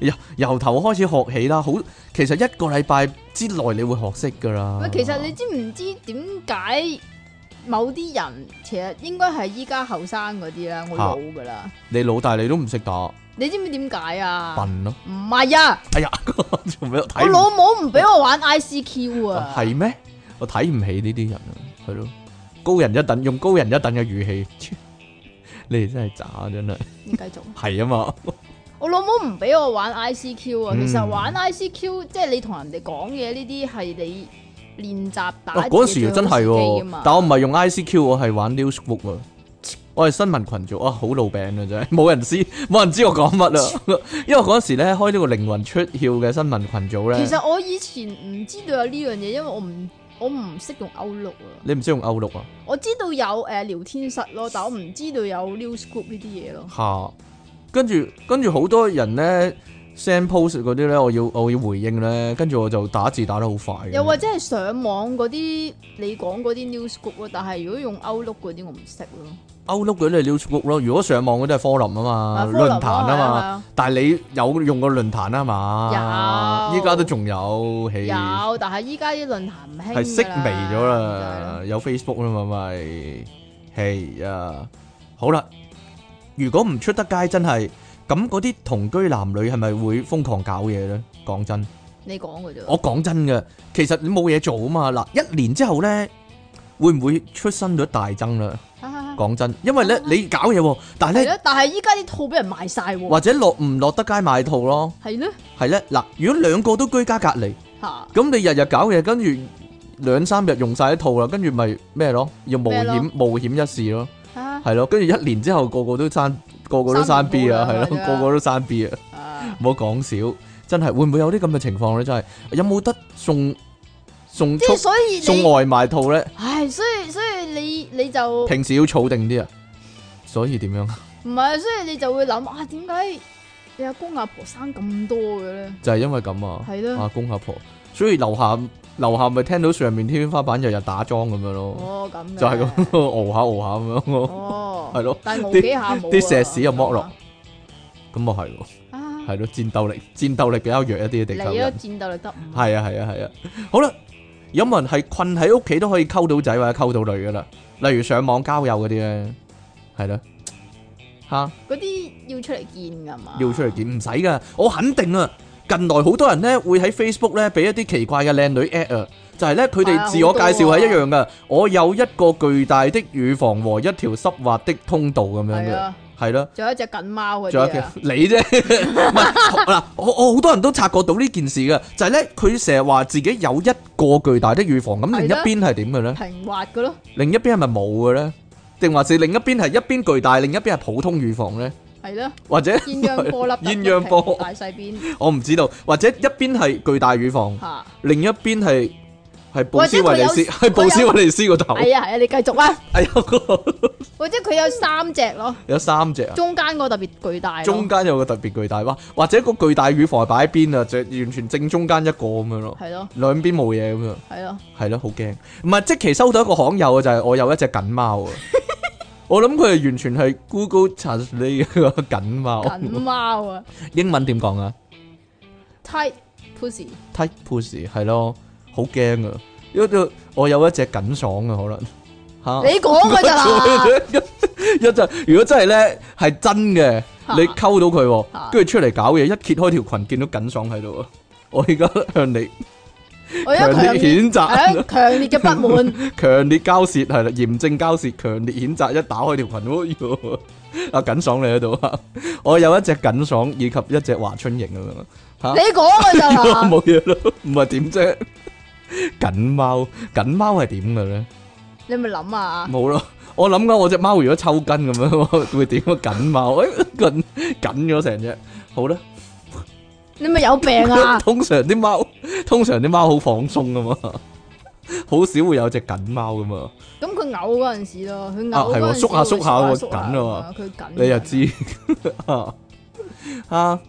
Speaker 1: 由由頭開始學起啦，好，其實一個禮拜之內你會學識噶啦。
Speaker 2: 喂，其實你知唔知點解某啲人其實應該係依家後生嗰啲啦，我老噶啦，
Speaker 1: 你老大你都唔識打，
Speaker 2: 你知唔知點解啊？
Speaker 1: 笨咯！
Speaker 2: 唔係啊，
Speaker 1: 哎呀， 做咩
Speaker 2: 我
Speaker 1: 睇唔
Speaker 2: 老母唔俾我玩 ICQ 啊，
Speaker 1: 係咩？我睇唔起呢啲人啊，係咯，高人一等，用高人一等嘅語氣， 切你哋真係渣，真係
Speaker 2: 你嗯繼續，
Speaker 1: 係啊嘛，
Speaker 2: 我老母唔俾我玩 ICQ 啊，
Speaker 1: 嗯
Speaker 2: 其實玩 ICQ 即係你同人哋講嘢呢啲係你。練習打字
Speaker 1: 哇啊 嗰陣時又真係
Speaker 2: 最好時機啊
Speaker 1: 喎
Speaker 2: 嘛，
Speaker 1: 但我唔係用 ICQ，我係玩 Newsbook 啊，我係新聞群組啊，好老餅啊真係， 冇人知冇人知我講乜啊， 因為嗰陣時咧開呢個靈魂出竅嘅新聞群組咧，
Speaker 2: 其實我以前唔知道有呢樣嘢，因為我唔我唔識用 Outlook 啊。
Speaker 1: 你唔識用歐陸啊，
Speaker 2: 我知道有誒、呃聊天室咯，但我唔知道有 news group 呢啲嘢咯。
Speaker 1: 吓，跟住跟住好多人咧 send post 嗰啲咧，我要我要回應咧，跟住我就打字打得好快嘅，
Speaker 2: 又或者係上網嗰啲你講嗰啲 news group 咯，但係如果用 Outlook 嗰啲我唔識咯。
Speaker 1: 歐碌嗰啲係 newsbook 咯，如果上網嗰啲係 forum 啊嘛，論壇啊嘛，
Speaker 2: 嘛，
Speaker 1: 但係你有用過論壇啊嘛？
Speaker 2: 有
Speaker 1: 依家都仲有，起
Speaker 2: 有，但係依家啲論壇唔興㗎啦
Speaker 1: 係式微咗啦，。有 Facebook 啦嘛咪，係啊，好啦，如果唔出得街真係，咁嗰啲同居男女係咪會瘋狂搞嘢咧？講真。
Speaker 2: 你講嘅啫。
Speaker 1: 我講真嘅，其實你冇嘢做啊嘛。嗱，一年之後咧，會唔會出生率大增啦？講真，因為咧你搞嘢喎，但係
Speaker 2: 係
Speaker 1: 咧
Speaker 2: 咯，但係依家啲套俾人賣晒喎。
Speaker 1: 或者落唔落得街買套咯，
Speaker 2: 係咯，
Speaker 1: 係咧。嗱，如果兩個都居家隔離，
Speaker 2: 嚇
Speaker 1: 咁你日日搞嘢，跟住兩三日用晒一套啦，跟住咪咩咯？要冒
Speaker 2: 咩咯
Speaker 1: 險冒險一試咯，
Speaker 2: 嚇
Speaker 1: 係咯。跟住一年之後個個都生個個都生
Speaker 2: 生唔
Speaker 1: B 啊，
Speaker 2: 好
Speaker 1: 係
Speaker 2: 啦
Speaker 1: 咯，
Speaker 2: 係啊
Speaker 1: 個個都生 B 啊，
Speaker 2: 啊！
Speaker 1: 唔好講少，真係會唔會有啲咁嘅情況咧？真係有冇得送送
Speaker 2: 即
Speaker 1: 速
Speaker 2: 係所以
Speaker 1: 送
Speaker 2: 你，
Speaker 1: 外賣套咧？
Speaker 2: 唉，所以所以你你就
Speaker 1: 平時要儲定啲啊，所以點樣啊？
Speaker 2: 唔係，所以你就會諗啊，點解你阿公阿婆生咁多嘅咧？
Speaker 1: 就係因為咁啊，
Speaker 2: 係咯
Speaker 1: 阿公阿婆，所以樓下樓下咪聽到上面天花板日日打樁咁樣咯，
Speaker 2: 哦，咁嘅
Speaker 1: 就係咁 熬下熬下咁樣 咯，
Speaker 2: 哦，
Speaker 1: 係咯
Speaker 2: 但係
Speaker 1: 啲
Speaker 2: 冇幾下冇啊
Speaker 1: 啲石屎又剝落，咁啊係咯，
Speaker 2: 啊，
Speaker 1: 係咯，戰鬥力戰鬥力比較弱一啲嘅
Speaker 2: 你
Speaker 1: 地
Speaker 2: 啊
Speaker 1: 球人。
Speaker 2: 戰鬥力得五，
Speaker 1: 系啊系啊系啊，好啦，有冇人系困喺屋企都可以溝到仔或者溝到女噶啦？例如上網交友嗰啲咧，係咯，吓
Speaker 2: 嗰啲要出嚟見噶嘛？
Speaker 1: 要出嚟見唔使噶，我肯定啊，近來好多人咧會喺 Facebook 咧俾一啲奇怪嘅靚女 at 啊，就係咧佢
Speaker 2: 係啊
Speaker 1: 哋自我介紹
Speaker 2: 好多啊
Speaker 1: 係一樣噶，我有一個巨大的乳房和一條濕滑的通道咁樣
Speaker 2: 係
Speaker 1: 嘅，
Speaker 2: 啊，
Speaker 1: 係咯。
Speaker 2: 仲有一隻緊貓嗰
Speaker 1: 仲有
Speaker 2: 啲
Speaker 1: 嘅
Speaker 2: 啊，
Speaker 1: 你啫， 唔係嗱，我我好多人都察覺到呢件事嘅，就係咧佢成日話自己有一個巨大的預防，咁另一
Speaker 2: 係啦
Speaker 1: 邊係點嘅咧？
Speaker 2: 平滑嘅咯，
Speaker 1: 另一邊係咪冇嘅咧？定還是另一邊係一邊巨大，另一邊係普通預防咧？
Speaker 2: 係咯，
Speaker 1: 或者
Speaker 2: 鴛鴦波粒突，
Speaker 1: 鴛鴦波
Speaker 2: 平大細邊
Speaker 1: 我唔知道，或者一邊係巨大預防，
Speaker 2: 嚇，
Speaker 1: 另一邊係係布斯維尼斯，
Speaker 2: 或者佢有
Speaker 1: 係布斯維尼斯個頭，
Speaker 2: 係啊係啊，你繼續啊，
Speaker 1: 係有個
Speaker 2: 或者佢有三隻咯，
Speaker 1: 有三隻啊，
Speaker 2: 中間嗰個特別巨大咯，
Speaker 1: 中間有個特別巨大，哇！或者個巨大預防係擺喺邊啊，就完全正中間一個咁樣咯，
Speaker 2: 係咯
Speaker 1: 兩邊冇嘢咁樣。
Speaker 2: 係咯，
Speaker 1: 係咯，好驚。唔係即期收到一個罕有嘅就係、我有一隻緊貓 啊！我諗佢係完全係 Google Translate 嗰個緊貓。
Speaker 2: 緊貓啊
Speaker 1: 英文點講啊
Speaker 2: ，tight pussy，
Speaker 1: ？Type pussy 係咯，好驚啊！因為我有一隻緊爽啊，可能 嚇。
Speaker 2: 你講嘅咋 啦。
Speaker 1: 一陣如果真係咧係真嘅，
Speaker 2: 嚇
Speaker 1: 你溝到佢喎，
Speaker 2: 嚇
Speaker 1: 跟住出嚟搞嘢，一揭開條裙見到緊爽喺度啊！ 我而家向你
Speaker 2: 我一
Speaker 1: 強
Speaker 2: 強
Speaker 1: 烈
Speaker 2: 烈
Speaker 1: 譴責。
Speaker 2: 係啊強烈嘅 不滿，
Speaker 1: 強烈交涉係啦，嚴正交涉，強烈譴責，一打開條裙，哎呦， 阿緊爽你喺度啊！ 我有一隻緊爽以及一隻華春瑩咁樣啦嚇
Speaker 2: 你 講嘅咋啦？
Speaker 1: 冇嘢咯，唔係點啫？ 緊貓，緊貓係點嘅咧？
Speaker 2: 你咪諗啊，
Speaker 1: 冇咯，我諗緊我只貓如果抽筋咁樣， 我會點啊？緊貓，哎緊緊咗成隻，好啦。！
Speaker 2: 你咪有病啊
Speaker 1: 通常啲貓，通常啲貓好放鬆噶嘛， 好少會有隻緊貓噶嘛。
Speaker 2: 咁佢嘔嗰陣時咯，佢嘔
Speaker 1: 啊係喎
Speaker 2: 嗰陣時
Speaker 1: 縮下縮下
Speaker 2: 會
Speaker 1: 喎
Speaker 2: 縮
Speaker 1: 緊啊
Speaker 2: 縮
Speaker 1: 嘛
Speaker 2: 佢緊。
Speaker 1: 你又知 啊啊！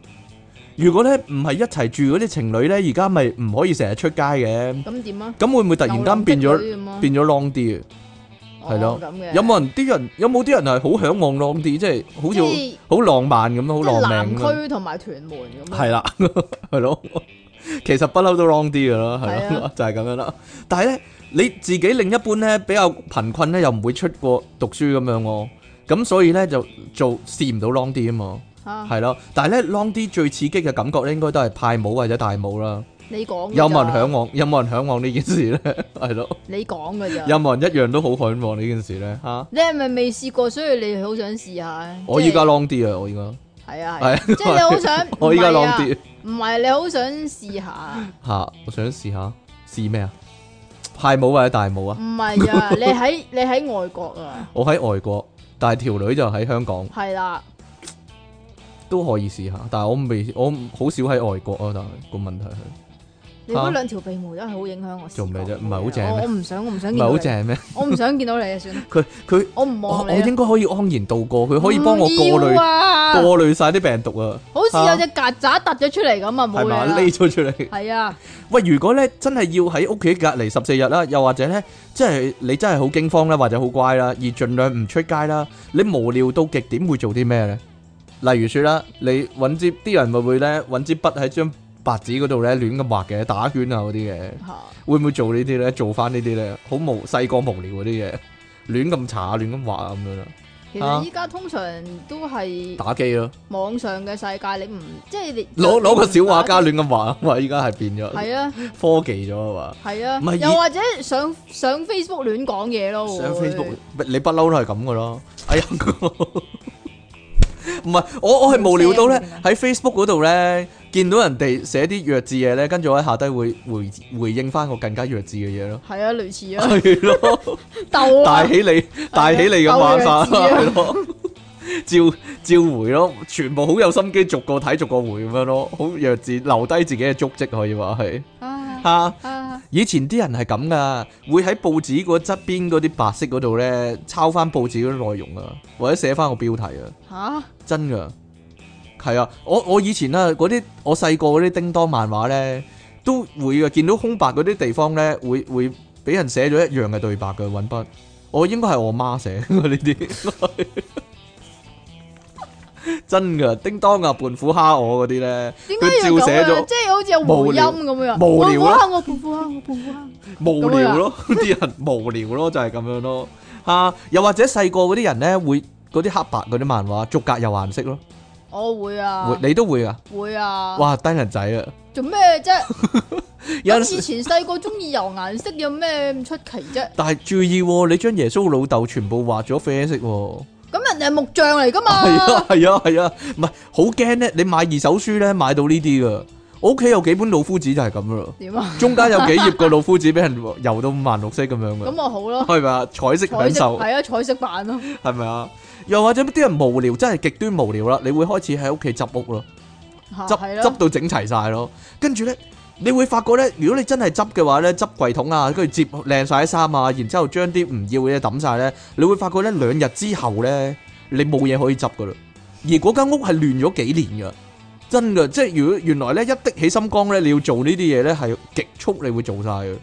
Speaker 1: 如果咧唔係一齊住嗰啲情侶咧，而家咪唔可以成日出街嘅，
Speaker 2: 咁點啊？
Speaker 1: 咁會唔會突然間變
Speaker 2: 流
Speaker 1: 咗
Speaker 2: 浪的女咁啊
Speaker 1: 變咗 long 啲啊？係咯
Speaker 2: 哦咁嘅
Speaker 1: 有冇人啲人有冇啲人係好向往 long 啲，即係好似
Speaker 2: 即
Speaker 1: 好浪漫咁樣，
Speaker 2: 係
Speaker 1: 好
Speaker 2: 即係
Speaker 1: 浪
Speaker 2: 南
Speaker 1: 漫咁啊樣？
Speaker 2: 區同埋屯門咁樣。
Speaker 1: 係啦， 係咯，其實不嬲都 long 啲噶啦，係
Speaker 2: 係
Speaker 1: 咯
Speaker 2: 啊，
Speaker 1: 就係咁樣啦。但係咧，你自己另一半咧比較貧困咧，又唔會出過讀書咁樣喎，咁所以咧就做試唔到 long 啲啊嘛。
Speaker 2: 嚇，
Speaker 1: 係咯，但係咧 long 啲最刺激嘅感覺咧，應該都係派帽或者戴帽啦。
Speaker 2: 你講嘅
Speaker 1: 有冇人
Speaker 2: 咋
Speaker 1: 向？往？有冇人向往呢件事 咧？係咯，
Speaker 2: 你講嘅咋？
Speaker 1: 有冇人一樣都好向往呢件事咧？吓，
Speaker 2: 你係咪未試過，所以你好想試下？
Speaker 1: 我依
Speaker 2: 即係
Speaker 1: 家 long 啲啊！我依家
Speaker 2: 係啊
Speaker 1: 係啊
Speaker 2: 係啊，即係你好想
Speaker 1: 我依家
Speaker 2: 唔係
Speaker 1: long
Speaker 2: 啊
Speaker 1: 啲
Speaker 2: 唔係你好想試下，
Speaker 1: 吓，我想試下試咩啊？派帽或者戴帽啊？
Speaker 2: 唔係啊！你喺你喺外國啊，
Speaker 1: 我喺外國，但係條女就喺香港，
Speaker 2: 係啦。
Speaker 1: 都可以試下。但係我未，我好少喺外國啊。但係個問題係
Speaker 2: 你嗰兩條鼻毛真係好影響我視覺。
Speaker 1: 做咩啫唔係好正咩
Speaker 2: 我我唔想，我唔想
Speaker 1: 唔係
Speaker 2: 見到
Speaker 1: 好
Speaker 2: 你。
Speaker 1: 正咩？
Speaker 2: 我唔想見到你啊，算啦，
Speaker 1: 佢佢
Speaker 2: 我唔
Speaker 1: 我
Speaker 2: 望
Speaker 1: 我
Speaker 2: 你啊。
Speaker 1: 應該可以安然度過，佢可以幫我過
Speaker 2: 唔要
Speaker 1: 濾
Speaker 2: 啊！
Speaker 1: 過濾晒啲病毒啊！
Speaker 2: 好似有隻曱甴突咗出嚟咁啊，冇
Speaker 1: 係
Speaker 2: 嘢
Speaker 1: 嘛？
Speaker 2: 啦。
Speaker 1: 匿咗出嚟。
Speaker 2: 係啊，
Speaker 1: 喂，如果咧真係要喺屋企隔離十四日啦，又或者咧，即係你真係好驚慌啦，或者好乖啦，而盡量唔出街啦，你無聊到極點會做啲咩咧？例如説啦，你揾支啲人咪會咧揾支筆喺張白紙嗰度咧亂咁畫嘅，打圈啊嗰啲嘅，
Speaker 2: 嚇
Speaker 1: 會唔會做呢啲咧？做翻呢啲咧，好無細個無聊嗰啲嘢，亂咁查啊，亂咁畫啊咁樣啦，
Speaker 2: 其
Speaker 1: 啊
Speaker 2: 實依家通常都係
Speaker 1: 打機咯，
Speaker 2: 網上嘅世界，你唔即係你
Speaker 1: 攞攞個小畫家亂咁畫啊嘛，依家係變咗
Speaker 2: 係啊
Speaker 1: 科技咗啊嘛。
Speaker 2: 係啊
Speaker 1: 唔係，以
Speaker 2: 又或者上上 Facebook 亂講嘢咯，
Speaker 1: 上
Speaker 2: 會
Speaker 1: Facebook，不你不嬲都係咁噶咯。哎呀， 唔係我我係無聊到咧
Speaker 2: 冇聲啊
Speaker 1: 喺 Facebook 嗰度咧，見到人哋寫啲弱智嘢咧，跟住我喺下低會回回應翻個更加弱智嘅嘢 咯。
Speaker 2: 係啊，類似啊，
Speaker 1: 係咯，
Speaker 2: 鬥啊
Speaker 1: 大起你大起你咁玩法
Speaker 2: 鬥弱智啊
Speaker 1: 係咯。照照回咯，全部好有心機，逐個睇逐個回咁樣咯，好弱智，留低自己嘅足跡可以話係
Speaker 2: 啊
Speaker 1: 吓。啊
Speaker 2: 啊
Speaker 1: 以前啲人係咁噶，會喺報紙嗰側邊嗰啲白色嗰度咧，抄翻報紙嗰啲內容啊，或者寫翻個標題啊，
Speaker 2: 吓
Speaker 1: 真噶。係啊，我我以前啊，嗰啲我細個嗰啲叮當漫畫咧，都會嘅，見到空白嗰啲地方咧，會會俾人寫咗一樣嘅對白嘅揾筆。我應該係我媽寫 呢啲，真噶。叮當啊，胖虎蝦我嗰啲咧，
Speaker 2: 點解要
Speaker 1: 佢照寫
Speaker 2: 咁
Speaker 1: 咗
Speaker 2: 啊？即係好似有回音咁樣。
Speaker 1: 無聊
Speaker 2: 我
Speaker 1: 啦
Speaker 2: 我我胖虎坑，我胖虎坑。
Speaker 1: 無聊咯， 啲人無聊咯，就係、咁樣咯。嚇、又或者細個嗰啲人咧，會嗰啲黑白嗰啲漫畫，逐格有顏色咯，
Speaker 2: 我會啊
Speaker 1: 會，你都會啊！
Speaker 2: 會啊。
Speaker 1: 哇，低人仔啊！
Speaker 2: 做咩啫？
Speaker 1: 有
Speaker 2: 咁
Speaker 1: 陣
Speaker 2: 以
Speaker 1: 時，
Speaker 2: 前細個中意油顏色，有咩咁出奇啫？
Speaker 1: 但係注意喎、你將耶穌老豆全部畫咗啡色喎、
Speaker 2: 咁人哋係木匠嚟噶嘛？
Speaker 1: 係啊係啊係啊，唔係好驚咧！你買二手書咧，買到呢啲噶。我屋企有幾本老夫子就係咁咯，
Speaker 2: 點啊？
Speaker 1: 中間有幾頁個老夫子俾人油到五顏六色咁樣
Speaker 2: 咁
Speaker 1: 嘅，
Speaker 2: 我好咯，
Speaker 1: 係咪啊？彩色享
Speaker 2: 彩色
Speaker 1: 受。
Speaker 2: 係啊，彩色版咯。
Speaker 1: 系咪啊？又或者啲人無聊，真係極端無聊啦，你會開始喺屋企執屋咯，
Speaker 2: 嚇
Speaker 1: 執
Speaker 2: 係
Speaker 1: 執
Speaker 2: 咯，
Speaker 1: 到整齊晒咯，跟住咧，你會發覺咧，如果你真係執嘅話咧，執櫃桶啊，跟住摺靚晒啲衫啊，然之後將啲唔要嘅嘢抌晒咧，你會發覺咧兩日之後咧，你冇嘢可以執噶啦，而嗰間屋係亂咗幾年噶。真噶，即係如果原來咧一滴起心肝咧，你要做呢啲嘢咧係極速，你會做晒嘅，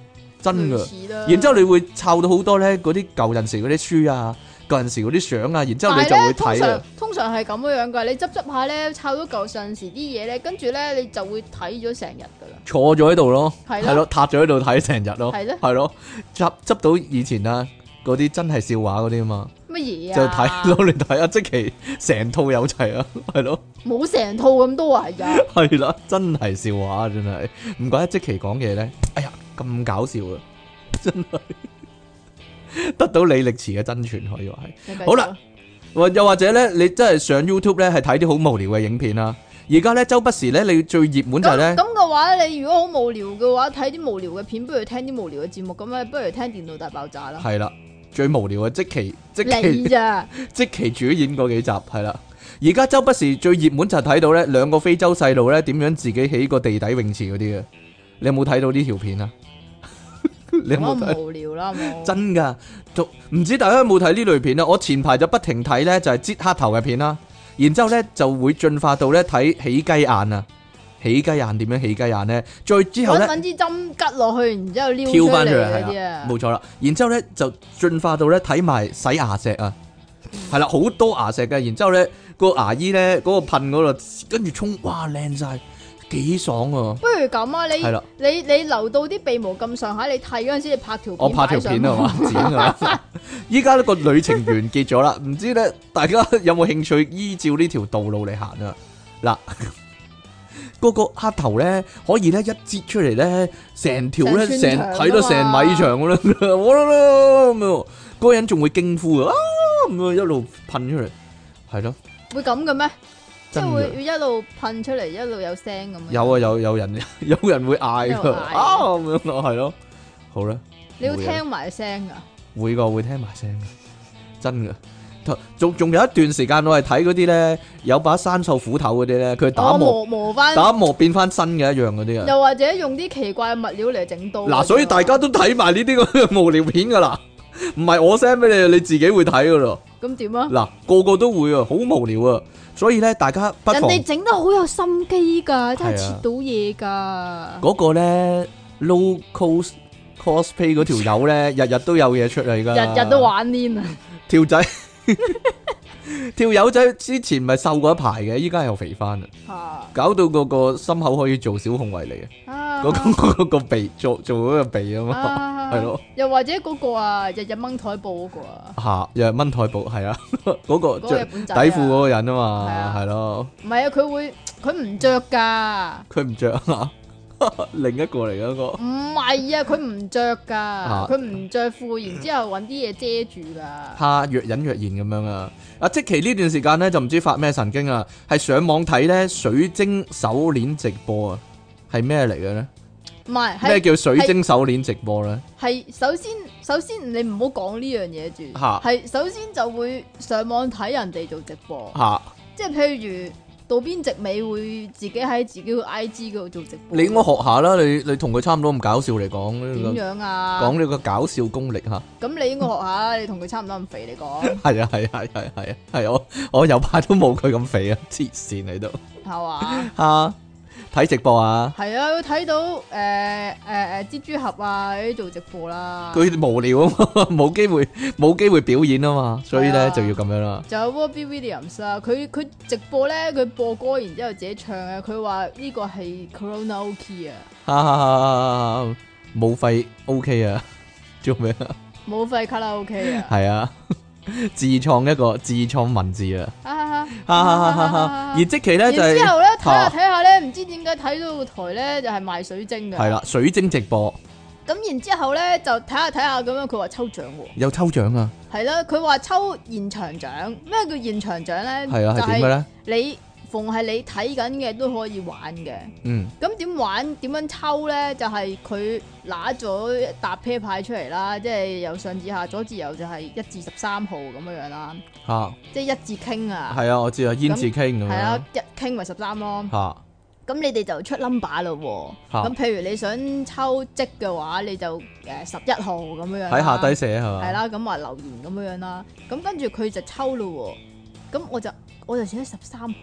Speaker 1: 真噶
Speaker 2: 類。似啦。
Speaker 1: 然之後你會抄到好多咧嗰啲舊陣時嗰啲書啊，舊陣時嗰啲相啊，然之後你就會
Speaker 2: 但係
Speaker 1: 睇
Speaker 2: 呢
Speaker 1: 啦。
Speaker 2: 通常通常係咁樣樣噶，你執執下咧，抄到舊上時啲嘢咧，跟住咧你就會睇咗成日噶啦。
Speaker 1: 坐咗喺度咯，
Speaker 2: 係咯
Speaker 1: 係咯，塌咗喺度睇成日咯，
Speaker 2: 係咯
Speaker 1: 係咯，執執到以前啊嗰啲真係笑話嗰啲啊嘛，
Speaker 2: 乜嘢啊？
Speaker 1: 就睇攞嚟睇啊，即其成套有齊啊，係咯，
Speaker 2: 冇成套咁 多啊，係啊，
Speaker 1: 係啦，真係笑話真係，唔怪得即其講嘢咧，哎呀咁搞笑啊，真係得到李力持嘅真傳可以話係。
Speaker 2: 你繼續
Speaker 1: 好啦，或又或者咧，你真係上 YouTube 咧係睇啲好無聊嘅影片啦。而家咧周不時咧，你最熱門就係
Speaker 2: 咁
Speaker 1: 咧，
Speaker 2: 咁嘅話，你如果好無聊嘅話，睇啲無聊嘅片，不如聽啲無聊嘅節目，咁啊，不如聽《電腦大爆炸》啦。
Speaker 1: 係啦，最無聊嘅即期即
Speaker 2: 你
Speaker 1: 期
Speaker 2: 咋？
Speaker 1: 即期主演嗰幾集係啦。而家周不時最熱門就係睇到咧兩個非洲細路咧點樣自己起個地底泳池嗰啲嘅，你有冇睇到呢條片啊？ 你有
Speaker 2: 我
Speaker 1: 冇睇？
Speaker 2: 唔無聊啦，冇。
Speaker 1: 真噶，仲唔知大家有冇睇呢類片啊？我前排就不停睇呢，就係擠黑頭嘅片啦，然之後咧就會進化到呢睇起雞眼啊，起雞眼點樣起雞眼呢？再之後
Speaker 2: 搵
Speaker 1: 呢，
Speaker 2: 搵支針拮落去，然之後撩
Speaker 1: 跳
Speaker 2: 出
Speaker 1: 翻
Speaker 2: 嚟
Speaker 1: 出嚟
Speaker 2: 嗰
Speaker 1: 係
Speaker 2: 啲
Speaker 1: 啦
Speaker 2: 啊，，
Speaker 1: 冇錯啦。然之後咧就進化到呢睇埋洗牙石啊，係啦，好多牙石嘅。然之後呢，個牙醫呢，嗰、個噴嗰度，跟住沖，哇靚晒，幾爽啊！
Speaker 2: 不如咁啊，
Speaker 1: 係啦
Speaker 2: 你你你留到啲鼻毛咁上下，你剃嗰陣時，你拍條
Speaker 1: 我拍條片啊嘛，剪㗎啦。依家呢個旅程完結咗啦，唔知咧大家有冇興趣依照呢條道路嚟行啊？嗱， 嗰個黑頭咧，可以咧一截出嚟咧，成條咧成
Speaker 2: 成寸長㗎
Speaker 1: 睇到成米長咁樣，哇啦啦咁樣，嗰個人仲會驚呼啊咁樣一路噴出嚟，係咯，
Speaker 2: 會咁嘅咩？即
Speaker 1: 真
Speaker 2: 係
Speaker 1: 嘅
Speaker 2: 會要一路噴出嚟，一路有聲咁樣。
Speaker 1: 有啊有有人 有人會嗌
Speaker 2: 有
Speaker 1: 㗎
Speaker 2: 人嗌
Speaker 1: 啊咁樣咯，係咯，好啦。
Speaker 2: 你要聽埋聲啊噶，
Speaker 1: 會個會聽埋聲嘅，真嘅。同仲仲有一段時間，我係睇嗰啲咧，有把生鏽斧頭嗰啲咧，佢打
Speaker 2: 哦我
Speaker 1: 磨
Speaker 2: 磨磨翻，
Speaker 1: 打磨變翻新嘅一樣嗰啲啊。
Speaker 2: 又或者用啲奇怪嘅物料嚟整刀。
Speaker 1: 嗱，所以大家都睇埋呢啲咁 嘅無聊片噶啦，唔係我 send 俾你，你自己會睇噶咯。
Speaker 2: 咁點啊？
Speaker 1: 嗱，個個都會啊，好無聊啊。所以咧，大家不
Speaker 2: 人
Speaker 1: 妨
Speaker 2: 哋整得好有心機㗎，真係
Speaker 1: 係啊
Speaker 2: 切到嘢㗎。
Speaker 1: 嗰個咧 low cost cosplay 嗰條友咧，日日都有嘢出嚟噶，
Speaker 2: 日日都玩黏啊！
Speaker 1: 跳仔， 跳友仔之前咪瘦過一排嘅，依家又肥翻啦，
Speaker 2: 嚇
Speaker 1: 搞到個個心口可以做小控衛嚟嘅，
Speaker 2: 啊
Speaker 1: 嗰、個 嗰個鼻做做嗰個鼻啊嘛，
Speaker 2: 啊
Speaker 1: 係咯，
Speaker 2: 又或者嗰個啊，日日掹台布嗰個啊，
Speaker 1: 吓又係掹台布，係啊， 嗰個
Speaker 2: 嗰個
Speaker 1: 着
Speaker 2: 日本
Speaker 1: 底
Speaker 2: 仔
Speaker 1: 褲嗰個人啊
Speaker 2: 係
Speaker 1: 嘛，
Speaker 2: 啊
Speaker 1: 係咯，
Speaker 2: 唔係啊，佢會佢唔着㗎，
Speaker 1: 佢唔着啊嘛， 另一個嚟嘅嗰個
Speaker 2: 唔係啊，佢唔着㗎，
Speaker 1: 啊
Speaker 2: 佢唔着褲，然之後揾啲嘢遮住㗎。
Speaker 1: 怕若隱若現咁樣啊，阿即奇呢段時間咧就唔知發咩神經啊，係上網睇咧水晶手鏈直播啊，係咩嚟嘅咧？
Speaker 2: 唔係
Speaker 1: 咩
Speaker 2: 係
Speaker 1: 叫水晶手鏈直播咧？
Speaker 2: 係首先首先你唔好講呢樣嘢住，
Speaker 1: 嚇
Speaker 2: 係首先就會上網睇人哋做直播，
Speaker 1: 吓，
Speaker 2: 即係譬如渡邊直美會自己喺自己個 I G 嗰度做直播，
Speaker 1: 你應該學下啦，你你同佢差唔多咁搞笑嚟講呢個
Speaker 2: 點樣啊？
Speaker 1: 講呢個搞笑功力吓，
Speaker 2: 咁你應該學下啦，你同佢差唔多咁肥，你講
Speaker 1: 係啊係啊係啊係啊係我我有排都冇佢咁肥啊，黐線喺度
Speaker 2: 係嘛？
Speaker 1: 吓，睇直播啊！
Speaker 2: 係啊，會睇到誒誒誒蜘蛛俠啊嗰啲做直播啦，
Speaker 1: 佢無聊啊嘛， 冇機會冇機會表演啊嘛，所以
Speaker 2: 係
Speaker 1: 咧
Speaker 2: 啊
Speaker 1: 就要咁樣啦。
Speaker 2: 仲有 Robbie Williams 啦，佢佢直播咧，佢播歌然之後自己唱嘅，佢話呢個係 Corona Key 啊，
Speaker 1: 哈哈哈哈！冇費 OK 啊， 做咩啊？
Speaker 2: 冇費卡拉 OK 啊，
Speaker 1: 係啊，自創一個自創文字啊！
Speaker 2: 哈哈
Speaker 1: 哈哈
Speaker 2: 哈
Speaker 1: 哈
Speaker 2: 哈
Speaker 1: 哈
Speaker 2: 哈！
Speaker 1: 哈！而即期咧
Speaker 2: 然
Speaker 1: 就
Speaker 2: 之
Speaker 1: 係
Speaker 2: 後咧睇下
Speaker 1: 啊
Speaker 2: 睇下咧，唔知點解睇到個台咧就係賣水晶嘅，
Speaker 1: 係啦，水晶直播
Speaker 2: 咁然之後咧就睇下睇下咁樣，佢話抽獎喎，
Speaker 1: 有抽獎啊，
Speaker 2: 係啦，佢話抽現場獎，咩叫現場獎咧？
Speaker 1: 係啊，
Speaker 2: 就
Speaker 1: 係點嘅咧？
Speaker 2: 你逢係你睇緊嘅都可以玩嘅。
Speaker 1: 嗯，
Speaker 2: 咁點玩？點樣抽咧？就係佢拿咗一沓啤牌出嚟啦，即係由上至下，左至右就係一至十三號咁樣樣啦，
Speaker 1: 吓
Speaker 2: 即係一至傾啊，
Speaker 1: 啊係啊，我知啊，胭脂傾咁樣
Speaker 2: 係啦，一傾咪十三咯。
Speaker 1: 吓
Speaker 2: 咁你哋就出 number 咯
Speaker 1: 嚇
Speaker 2: 喎。咁譬如你想抽積嘅話，你就誒十一號咁樣樣啦
Speaker 1: 喺下低啊寫係
Speaker 2: 係
Speaker 1: 嘛？
Speaker 2: 啦，咁話留言咁樣樣啦，咁跟住佢就抽咯喎，咁我就我就寫咗十三號，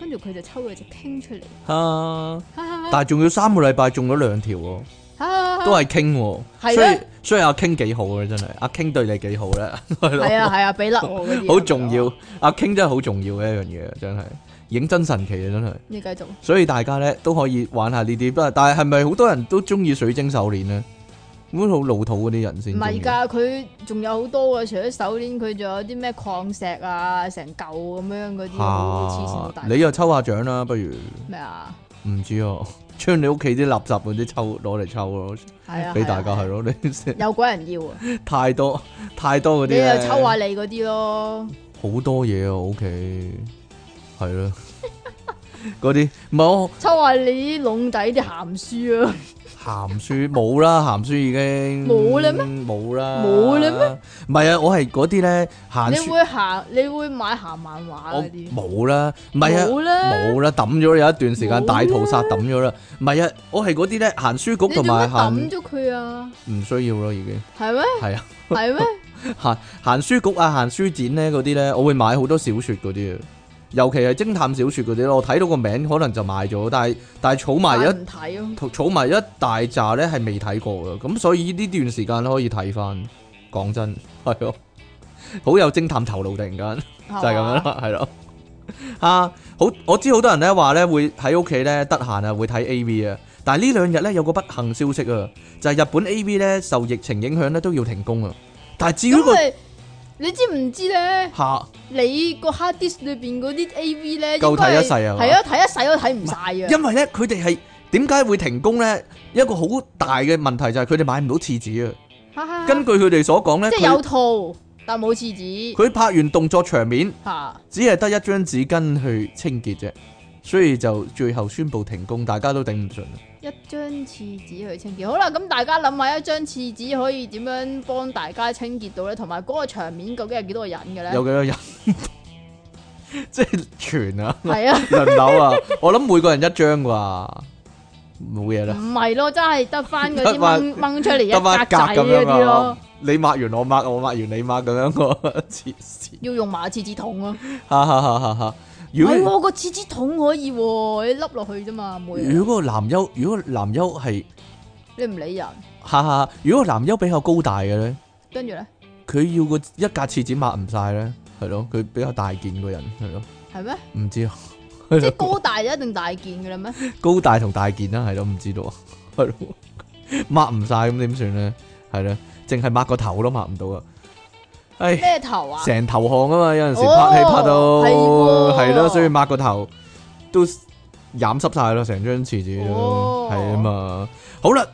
Speaker 2: 跟住佢就抽咗隻傾出嚟，
Speaker 1: 啊！但係仲要三個禮拜中咗兩條喎， 都係傾喎，
Speaker 2: 啊係
Speaker 1: 所以
Speaker 2: 咩
Speaker 1: 所以阿傾幾好啊，真係阿傾對你幾好咧，係咯
Speaker 2: 係。啊係啊，俾甩我嗰 啲，
Speaker 1: 好重要，，阿傾真係好重要嘅一樣嘢，真係認真神奇啊，真係。
Speaker 2: 你繼續，
Speaker 1: 所以大家咧都可以玩下呢啲，不過但係係咪好多人都中意水晶手鏈咧？咁好老土嗰啲人先
Speaker 2: 唔
Speaker 1: 鍾意。
Speaker 2: 係㗎，佢仲有好多嘅，啊除咗手鏈，佢仲有啲咩礦石啊，成嚿咁樣嗰啲，好黐線好
Speaker 1: 嚇
Speaker 2: 大，
Speaker 1: 你又抽下獎啦，不如
Speaker 2: 咩啊？
Speaker 1: 唔知啊，將你屋企啲垃圾嗰啲抽攞嚟抽咯，
Speaker 2: 係啊，
Speaker 1: 俾
Speaker 2: 係啊
Speaker 1: 大家係，咯，
Speaker 2: 係啊
Speaker 1: 你
Speaker 2: 有鬼人要啊，
Speaker 1: 太多太多嗰
Speaker 2: 你
Speaker 1: 啲啊
Speaker 2: 又
Speaker 1: 呢
Speaker 2: 抽啊下你嗰啲咯，
Speaker 1: 好多嘢啊，我屋企係咯， 嗰啲唔係我。
Speaker 2: 抽下你啲籠底啲鹹書啊，
Speaker 1: 鹹書冇啦，鹹書已經
Speaker 2: 冇啦咩？
Speaker 1: 冇啦，
Speaker 2: 冇啦咩？
Speaker 1: 唔係啊，我係嗰啲咧鹹
Speaker 2: 你
Speaker 1: 書，
Speaker 2: 會行，你會買鹹漫畫
Speaker 1: 我
Speaker 2: 嗰啊啲。
Speaker 1: 冇啦，唔係啊，
Speaker 2: 冇啦
Speaker 1: 冇啦，抌咗有一段時間
Speaker 2: 冇啦
Speaker 1: 大屠殺抌咗啦，唔係啊，我係嗰啲咧鹹書局
Speaker 2: 你做
Speaker 1: 同
Speaker 2: 乜
Speaker 1: 埋
Speaker 2: 抌
Speaker 1: 鹹
Speaker 2: 咗佢啊？
Speaker 1: 唔需要咯，已經
Speaker 2: 係咩？
Speaker 1: 係啊，
Speaker 2: 係咩？
Speaker 1: 鹹鹹書局啊，鹹書展咧嗰啲咧，我會買好多小説嗰啲啊。尤其係偵探小説嗰啲咯，我睇到個名可能就買咗，但係但係儲 埋一
Speaker 2: 唔睇咯。
Speaker 1: 儲埋一大扎咧係未睇過嘅，咁所以呢段時間可以睇翻。講真，係咯，好有偵探頭腦，突然間
Speaker 2: 啊
Speaker 1: 就係咁樣啦，係咯。啊，好，我知好多人咧話咧會喺屋企咧得閒啊會睇 A V 啊，但係呢兩日咧有個不幸消息啊，就係、日本 A V 咧受疫情影響咧都要停工啊。但係至於
Speaker 2: 咁
Speaker 1: 個
Speaker 2: 咪你知唔知咧？
Speaker 1: 下
Speaker 2: 你個 hard disk 裏邊嗰啲 A V 咧，
Speaker 1: 夠睇一世啊
Speaker 2: 應該係係啊，睇一世都睇唔晒啊！
Speaker 1: 因為咧，佢哋係點解會停工咧？一個好大嘅問題就係佢哋買唔到廁紙啊。
Speaker 2: 哈哈哈
Speaker 1: 根據佢哋所講咧，
Speaker 2: 即係
Speaker 1: 佢
Speaker 2: 有套，但冇廁紙
Speaker 1: 佢拍完動作場面，
Speaker 2: 嚇。
Speaker 1: 只係得一張紙巾去清潔啫，所以就最後宣布停工，大家都頂唔啊順啦。
Speaker 2: 一張廁紙去清潔，好啦，咁大家諗下一張廁紙可以點樣幫大家清潔到咧？同埋嗰個場面究竟係幾多個人嘅咧？
Speaker 1: 有幾多人？即係全啊，
Speaker 2: 係啊，
Speaker 1: 輪流啊！我諗每個人一張啩，冇嘢啦，
Speaker 2: 唔係咯，真係得翻嗰啲
Speaker 1: 得返
Speaker 2: 掹掹出嚟嗯一
Speaker 1: 得翻
Speaker 2: 格
Speaker 1: 一
Speaker 2: 仔
Speaker 1: 格咁
Speaker 2: 嗰啲
Speaker 1: 樣
Speaker 2: 咯
Speaker 1: 啊。。你抹完我抹，我抹完你抹咁樣個黐線，
Speaker 2: 要用埋廁紙筒咯。
Speaker 1: 哈哈哈哈哈！
Speaker 2: 唔
Speaker 1: 如
Speaker 2: 係
Speaker 1: 果
Speaker 2: 喎，個廁紙筒可以喎，你笠落去啫嘛，冇嘢。
Speaker 1: 如果個男優，如果男優係
Speaker 2: 你唔理人，
Speaker 1: 哈哈，如果個男優比較高大嘅咧？
Speaker 2: 跟住咧
Speaker 1: 佢要個一格廁紙抹唔晒咧，係咯，佢比較大件個人係咯，
Speaker 2: 係咩？
Speaker 1: 唔知 啊，
Speaker 2: 即
Speaker 1: 係
Speaker 2: 係
Speaker 1: 咯
Speaker 2: 高大就一定大件嘅啦 咩？
Speaker 1: 高大同大件啦，係咯，唔知道啊， 係咯，抹唔晒咁點算咧？係咧，淨係抹個頭都抹唔到啊！唉，
Speaker 2: 咩頭啊？
Speaker 1: 成頭汗啊嘛，有陣時
Speaker 2: 哦
Speaker 1: 拍戲拍
Speaker 2: 係
Speaker 1: 到
Speaker 2: 喎
Speaker 1: 係咯，所以抹個頭都染濕晒咯，成張廁紙都
Speaker 2: 哦
Speaker 1: 係啊嘛。好啦，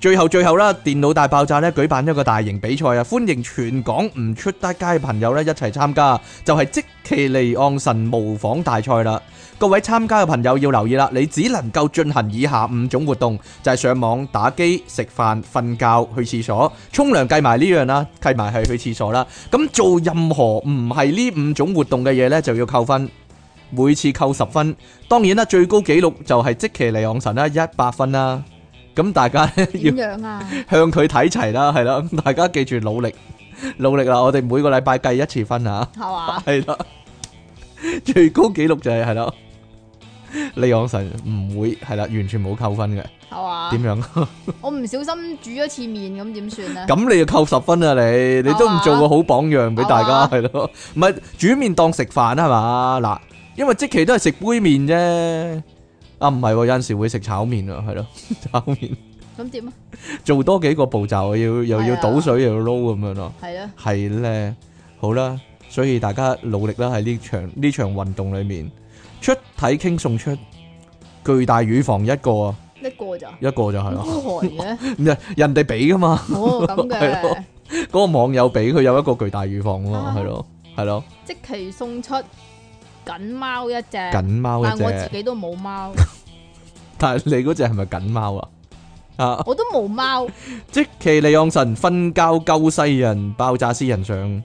Speaker 1: 最後最後啦，電腦大爆炸咧舉辦一個大型比賽啊，歡迎全港唔出得街嘅朋友咧一齊參加，就係即其離岸神模仿大賽啦。各位參加嘅朋友要留意啦，你只能夠進行以下五種活動，就係、上網、打機、食飯、瞓覺、去廁所、沖涼，計埋呢樣啦，計埋係去廁所啦。咁做任何唔係呢五種活動嘅嘢呢，就要扣分，每次扣十分。當然啦，最高紀錄就係即其離岸神啦，一百分啦。咁大家呢要
Speaker 2: 點。樣啊？
Speaker 1: 向佢睇齊啦，係啦，大家記住努力，努力啦！我哋每個禮拜計一次分啊，
Speaker 2: 係 嘛？
Speaker 1: 係啦，最高紀錄就係係啦，李昂神唔會係啦，完全冇扣分嘅，
Speaker 2: 係嘛？
Speaker 1: 點樣？
Speaker 2: 我唔小心煮咗次面咁點算 啊咧？
Speaker 1: 咁你就扣十分啊！你你都唔做個好榜樣俾大家
Speaker 2: 啊
Speaker 1: 係咯，唔係煮麵當食飯係嘛嗱，因為即期都係食杯麵啫，啊唔係喎，有陣時會食炒麵啊，係咯， 炒麵
Speaker 2: 咁點啊？
Speaker 1: 做多幾個步驟，要又要
Speaker 2: 係啊
Speaker 1: 倒水又要撈咁樣咯。
Speaker 2: 係啦，
Speaker 1: 系咧，好啦，所以大家努力啦喺呢場呢场运动里面，出體傾送出巨大乳房一個啊，
Speaker 2: 一個咋？
Speaker 1: 一個就係
Speaker 2: 咁
Speaker 1: 啦，
Speaker 2: 孤寒 嘅，
Speaker 1: 唔係人哋俾噶嘛，
Speaker 2: 哦咁
Speaker 1: 係咯
Speaker 2: 嘅，
Speaker 1: 嗰、個網友俾佢有一個巨大乳房喎，
Speaker 2: 啊
Speaker 1: 係咯係咯，
Speaker 2: 即期送出緊貓一隻，
Speaker 1: 緊貓
Speaker 2: 但
Speaker 1: 嗰
Speaker 2: 我
Speaker 1: 只，
Speaker 2: 自己都 冇貓，
Speaker 1: 但係你嗰只係咪緊貓啊？啊！
Speaker 2: 我都冇貓，
Speaker 1: 即其利昂神瞓覺救世人，爆炸私人上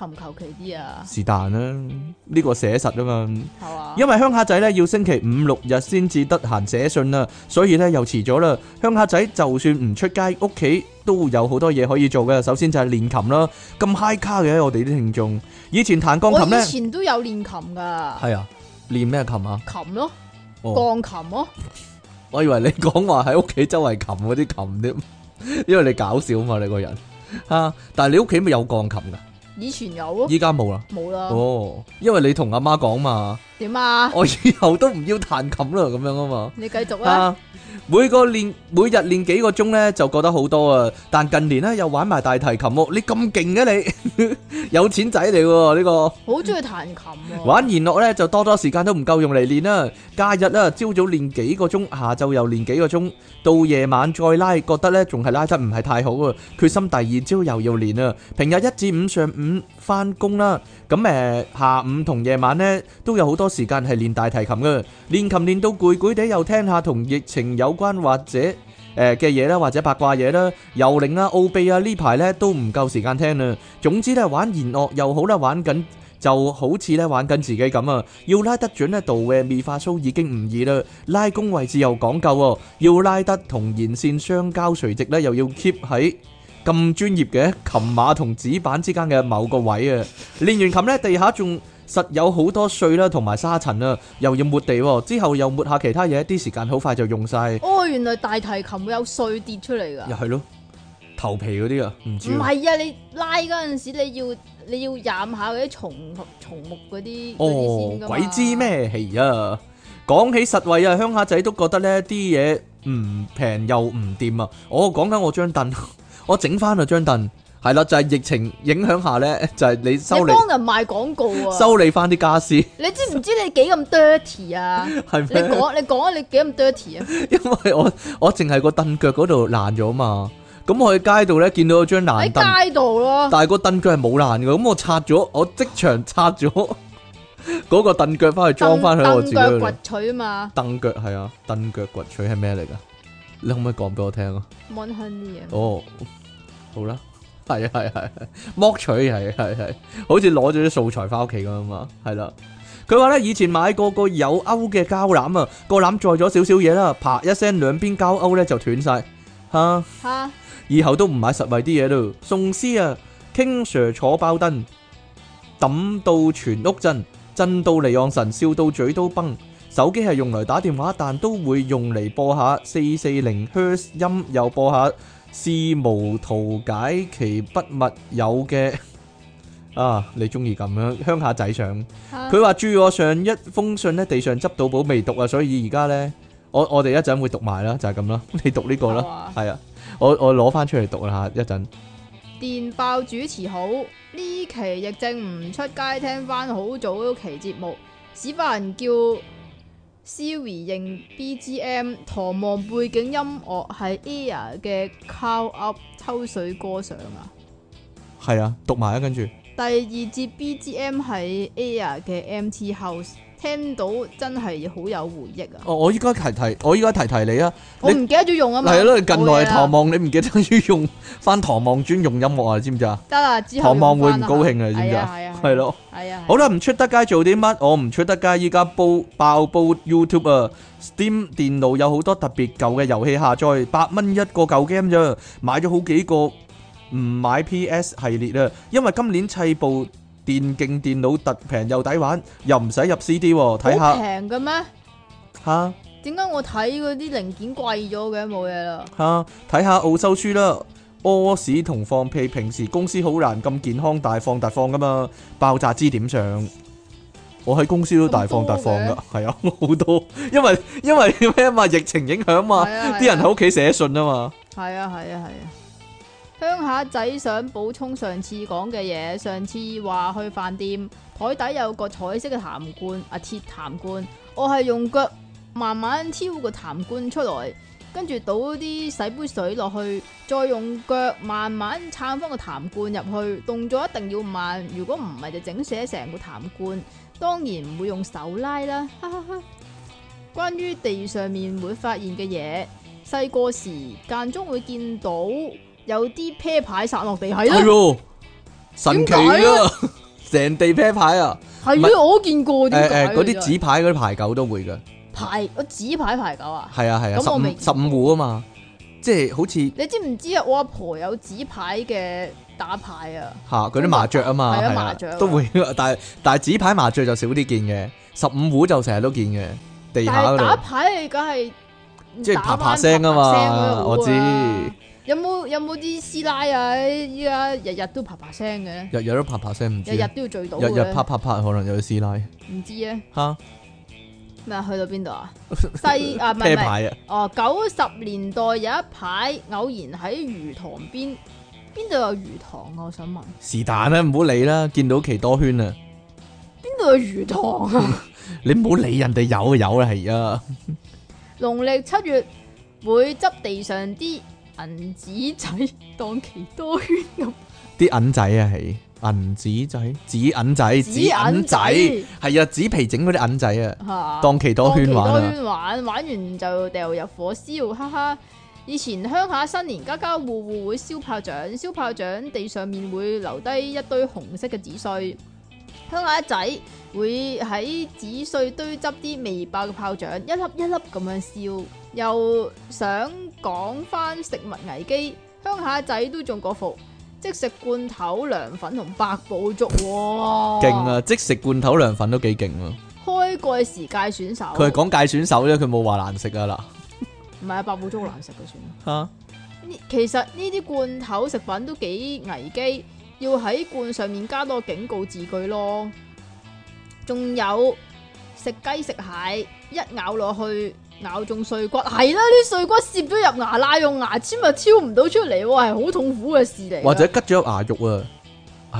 Speaker 2: 求唔求其啲啊？
Speaker 1: 是但啦，呢、個寫實啊嘛。
Speaker 2: 係嘛？
Speaker 1: 因為鄉下仔咧要星期五六日先至得閒寫信啦，所以咧又遲咗啦。鄉下仔就算唔出街，屋企都有好多嘢可以做嘅。首先就係練琴啦，咁 high 卡嘅我哋啲聽眾，以前彈鋼
Speaker 2: 我
Speaker 1: 琴咧
Speaker 2: 以，前都有練琴噶，
Speaker 1: 係啊，練咩琴啊？
Speaker 2: 琴咯，
Speaker 1: 哦，
Speaker 2: 鋼琴咯，
Speaker 1: 我以為你講話喺屋企周圍琴嗰啲琴添，因為你搞笑嘛，你個人啊。但係你屋企咪有鋼琴噶？
Speaker 2: 以前有咯，
Speaker 1: 依家冇啦。
Speaker 2: 冇啦，
Speaker 1: 哦，因為你同阿媽講嘛，
Speaker 2: 點啊？
Speaker 1: 我以後都唔要彈琴啦，咁樣啊嘛。
Speaker 2: 你繼續啦，
Speaker 1: 啊！每個練每日練幾個鐘咧，就覺得好多啊！但近年咧又玩埋大提琴喎，你咁勁嘅你， 有錢仔嚟喎呢個。
Speaker 2: 好中意彈琴喎，
Speaker 1: 玩弦樂咧就多多時間都唔夠用嚟練啦，假日啦朝早練幾個鐘，下晝又練幾個鐘，到夜晚再拉，覺得咧仲係拉得唔係太好啊，決心第二朝又要練啊。平日一至五上午翻工啦，咁誒、呃下午同夜晚咧都有好多時間係練大提琴嘅，練琴練到攰攰地又聽下同疫情有關或者。誒嘅嘢啦，或者八卦嘢啦，游靈啦、奧秘啊，呢排咧都唔夠時間聽啦。總之咧，玩弦樂又好啦，玩緊就好似咧玩緊自己咁啊！要拉得準咧，度嘅咪化蘇已經唔易啦，拉弓位置又講究喎，要拉得同弦線相交垂直咧，又要 keep 喺咁專業嘅琴碼同指板之間嘅某個位啊！練完琴咧，地下仲實有好多碎啦，同埋沙塵啊，又要抹地喎，之後又抹下其他嘢，啲時間好快就用晒，
Speaker 2: 哦，原來大提琴會有碎跌出嚟㗎
Speaker 1: 又。係咯，頭皮嗰啲啊，唔知
Speaker 2: 唔
Speaker 1: 啊
Speaker 2: 係啊，你拉嗰陣時你要你要染下嗰啲松松木嗰啲嗰啲
Speaker 1: 哦
Speaker 2: 先㗎，嘛
Speaker 1: 鬼知？咩戲啊！講起實惠啊，鄉下仔都覺得呢啲嘢唔平又唔掂啊！我講緊我張凳， 我整翻啊張凳，係啦，就係、疫情影響下呢， 就係、你
Speaker 2: 你
Speaker 1: 修理
Speaker 2: 幫人賣廣告啊！
Speaker 1: 修理翻啲家私，
Speaker 2: 你知唔知你幾咁 dirty 啊？
Speaker 1: 係
Speaker 2: 你
Speaker 1: 咩？
Speaker 2: 講你講啊！你幾咁 dirty 啊？
Speaker 1: 因為我我淨係個凳腳嗰度爛咗嘛，咁我喺街度呢，見到有張爛凳。
Speaker 2: 喺街度咯，
Speaker 1: 但係個凳腳係冇爛嘅，咁我拆咗，我即場拆咗嗰個凳腳翻去 裝翻喺我自己嗰度
Speaker 2: 蹬腳掘取啊嘛
Speaker 1: 蹬腳係啊，蹬腳掘取係咩嚟噶？你可唔可以講俾我聽啊？
Speaker 2: ，mon 香啲嘢。
Speaker 1: 哦，好啦，係啊係啊係啊，剝取係係係，好似攞咗啲素材翻屋企咁啊嘛，係啦。佢話咧以前買過個有勾嘅膠籃啊，個籃載咗少少嘢啦，啪一聲兩邊膠勾咧就斷晒吓。
Speaker 2: 吓，
Speaker 1: 以後都唔買實惠啲嘢咯。宋詩啊，King Sir 坐爆燈，抌到全屋震，震到離岸神，笑到嘴都崩。手機係用嚟打電話，但都會用嚟播下四四零 Hertz 音，又播下事無途解其不密有嘅 啊！你中意咁樣鄉下仔上。
Speaker 2: 吓
Speaker 1: 佢話注我上一封信咧，地上執到寶未讀啊，所以而家咧，我我哋一陣會讀埋啦，就係咁啦。你讀呢個啦。
Speaker 2: 啦。
Speaker 1: 系啊，我我攞翻出嚟讀啦吓，一陣
Speaker 2: 電爆主持好，呢期疫症唔出街聽翻好早嗰期節目，屎忽人叫 Siri 認 BGM，唐望背景音樂係 Air 嘅 Call Up 抽水歌上啊。
Speaker 1: 系啊，讀埋啊，跟住
Speaker 2: 第二節 BGM 係 Air 嘅 MT House，聽到真係好有回憶啊！
Speaker 1: 哦，我依家提提，我依家提提你啊，
Speaker 2: 我唔記得咗用啊嘛。
Speaker 1: 係咯，你近
Speaker 2: 冇嘢
Speaker 1: 來
Speaker 2: 啦
Speaker 1: 唐望你唔記得要用翻唐望專用音樂啊，知唔知啊？
Speaker 2: 得啦，之後
Speaker 1: 唐望
Speaker 2: 用
Speaker 1: 會唔
Speaker 2: 返啦
Speaker 1: 高興啊，知唔知
Speaker 2: 係
Speaker 1: 啊
Speaker 2: 啊？係啊，
Speaker 1: 係咯。
Speaker 2: 係啊，
Speaker 1: 好啦，唔出得街做啲乜？我唔出得街，依家煲爆煲 YouTube 啊！Steam 電腦有好多特別舊嘅遊戲下載，八蚊一個舊 game 咋，買咗好幾個，唔買 PS 系列啊，因為今年砌部電競電腦特平又抵玩，又唔使入 CD 喎，睇下
Speaker 2: 好平嘅咩？
Speaker 1: 嚇
Speaker 2: 點解我睇嗰啲零件貴咗嘅？冇嘢啦。
Speaker 1: 嚇，睇下澳洲書啦。屙屎同放屁，平時公司好難咁健康大放特放噶嘛，爆炸支點上，我喺公司都大放特放
Speaker 2: 咁
Speaker 1: 噶，係啊，好多，因為因為咩啊嘛，疫情影響嘛，
Speaker 2: 係啊
Speaker 1: 啲人喺屋企寫信啊嘛，
Speaker 2: 係啊係啊係啊！鄉下仔想補充上次講嘅嘢，上次話去飯店台底有個彩色嘅痰罐，啊鐵痰罐，我係用腳慢慢挑個痰罐出來，跟住倒啲洗杯水落去，再用腳慢慢撐翻個痰罐入去，動作一定要慢，如果唔係就整寫成個痰罐。當然唔會用手拉啦，哈哈哈！關於地上面會發現嘅嘢。細個時間中會見到有啲啤牌散落地係
Speaker 1: 係
Speaker 2: 啦，
Speaker 1: 喎，哎神奇
Speaker 2: 點解
Speaker 1: 啊，成地啤牌啊，唔係
Speaker 2: 係啊，我都見
Speaker 1: 誒
Speaker 2: 過點解
Speaker 1: 誒
Speaker 2: 嘅
Speaker 1: 嗰啲
Speaker 2: 真係
Speaker 1: 紙牌嗰啲牌九都會嘅，
Speaker 2: 牌，我紙牌牌九啊！
Speaker 1: 係啊係啊，
Speaker 2: 咁我未
Speaker 1: 十五十五戶啊嘛，即係好似
Speaker 2: 你知唔知啊？我阿婆有紙牌嘅打牌啊，
Speaker 1: 吓嗰啲麻雀啊嘛，
Speaker 2: 係啊
Speaker 1: 係
Speaker 2: 麻雀啊
Speaker 1: 都會， 但係但係紙牌麻雀就少啲見嘅，十五糊就成日都見嘅，地
Speaker 2: 但
Speaker 1: 下嗰
Speaker 2: 係打
Speaker 1: 度
Speaker 2: 牌你梗係
Speaker 1: 即係
Speaker 2: 打
Speaker 1: 啪啪
Speaker 2: 返
Speaker 1: 聲啊
Speaker 2: 啪啪聲嗰
Speaker 1: 嘛，
Speaker 2: 啲
Speaker 1: 我知，
Speaker 2: 好啊有冇有冇啲師奶啊？依家日日都啪啪聲嘅咧，
Speaker 1: 日日都啪啪聲，唔知
Speaker 2: 日日都要醉到
Speaker 1: 日
Speaker 2: 嘅
Speaker 1: 日
Speaker 2: 咧
Speaker 1: 啪，啪啪，可能有啲師奶
Speaker 2: 唔知咧
Speaker 1: 吓
Speaker 2: 咩啊去到邊 度啊？西啊唔係
Speaker 1: 啤
Speaker 2: 唔係。
Speaker 1: 牌啊，
Speaker 2: 哦，九十年代有一排偶然喺魚塘邊，邊度有魚塘啊？我想問，
Speaker 1: 是但啦，唔好理啦，見到奇多圈啊，
Speaker 2: 邊度有魚塘啊？
Speaker 1: 你唔好理人哋有就有啦，係啊，
Speaker 2: 農曆七月會執地上啲銀紙仔當奇多圈咁，
Speaker 1: 啲銀仔啊係銀紙仔、紙銀仔、紙銀仔，
Speaker 2: 紙銀
Speaker 1: 係啊，紙皮整嗰啲銀仔啊，
Speaker 2: 嚇
Speaker 1: 當奇多圈玩
Speaker 2: 當奇
Speaker 1: 啊
Speaker 2: 多，圈玩，玩完就掉入火燒，哈哈！以前鄉下新年家家户户會燒炮仗，燒炮仗地上面會留低一堆紅色嘅紙碎，鄉下仔會喺紙碎堆執啲未爆嘅炮仗，一粒一粒咁樣燒。又想講翻食物危機，鄉下仔都中過伏，即食罐頭、涼粉同百寶粥，哇！
Speaker 1: 勁！啊！即食罐頭涼粉都幾勁啊！
Speaker 2: 開蓋時界選手，
Speaker 1: 佢係講界選手啫，佢冇話難食啊啦。
Speaker 2: 唔係啊，白寶粥好難食嘅算啦。
Speaker 1: 嚇，
Speaker 2: 呢其實呢啲罐頭食品都幾危機，要喺罐上面加多警告字句咯。仲有食雞食蟹，一咬落去咬中碎骨，係啦，啲碎骨攝咗入牙罅，用牙籤咪挑唔到出嚟喎，係好痛苦嘅事嚟㗎。
Speaker 1: 或者吉咗入牙肉啊，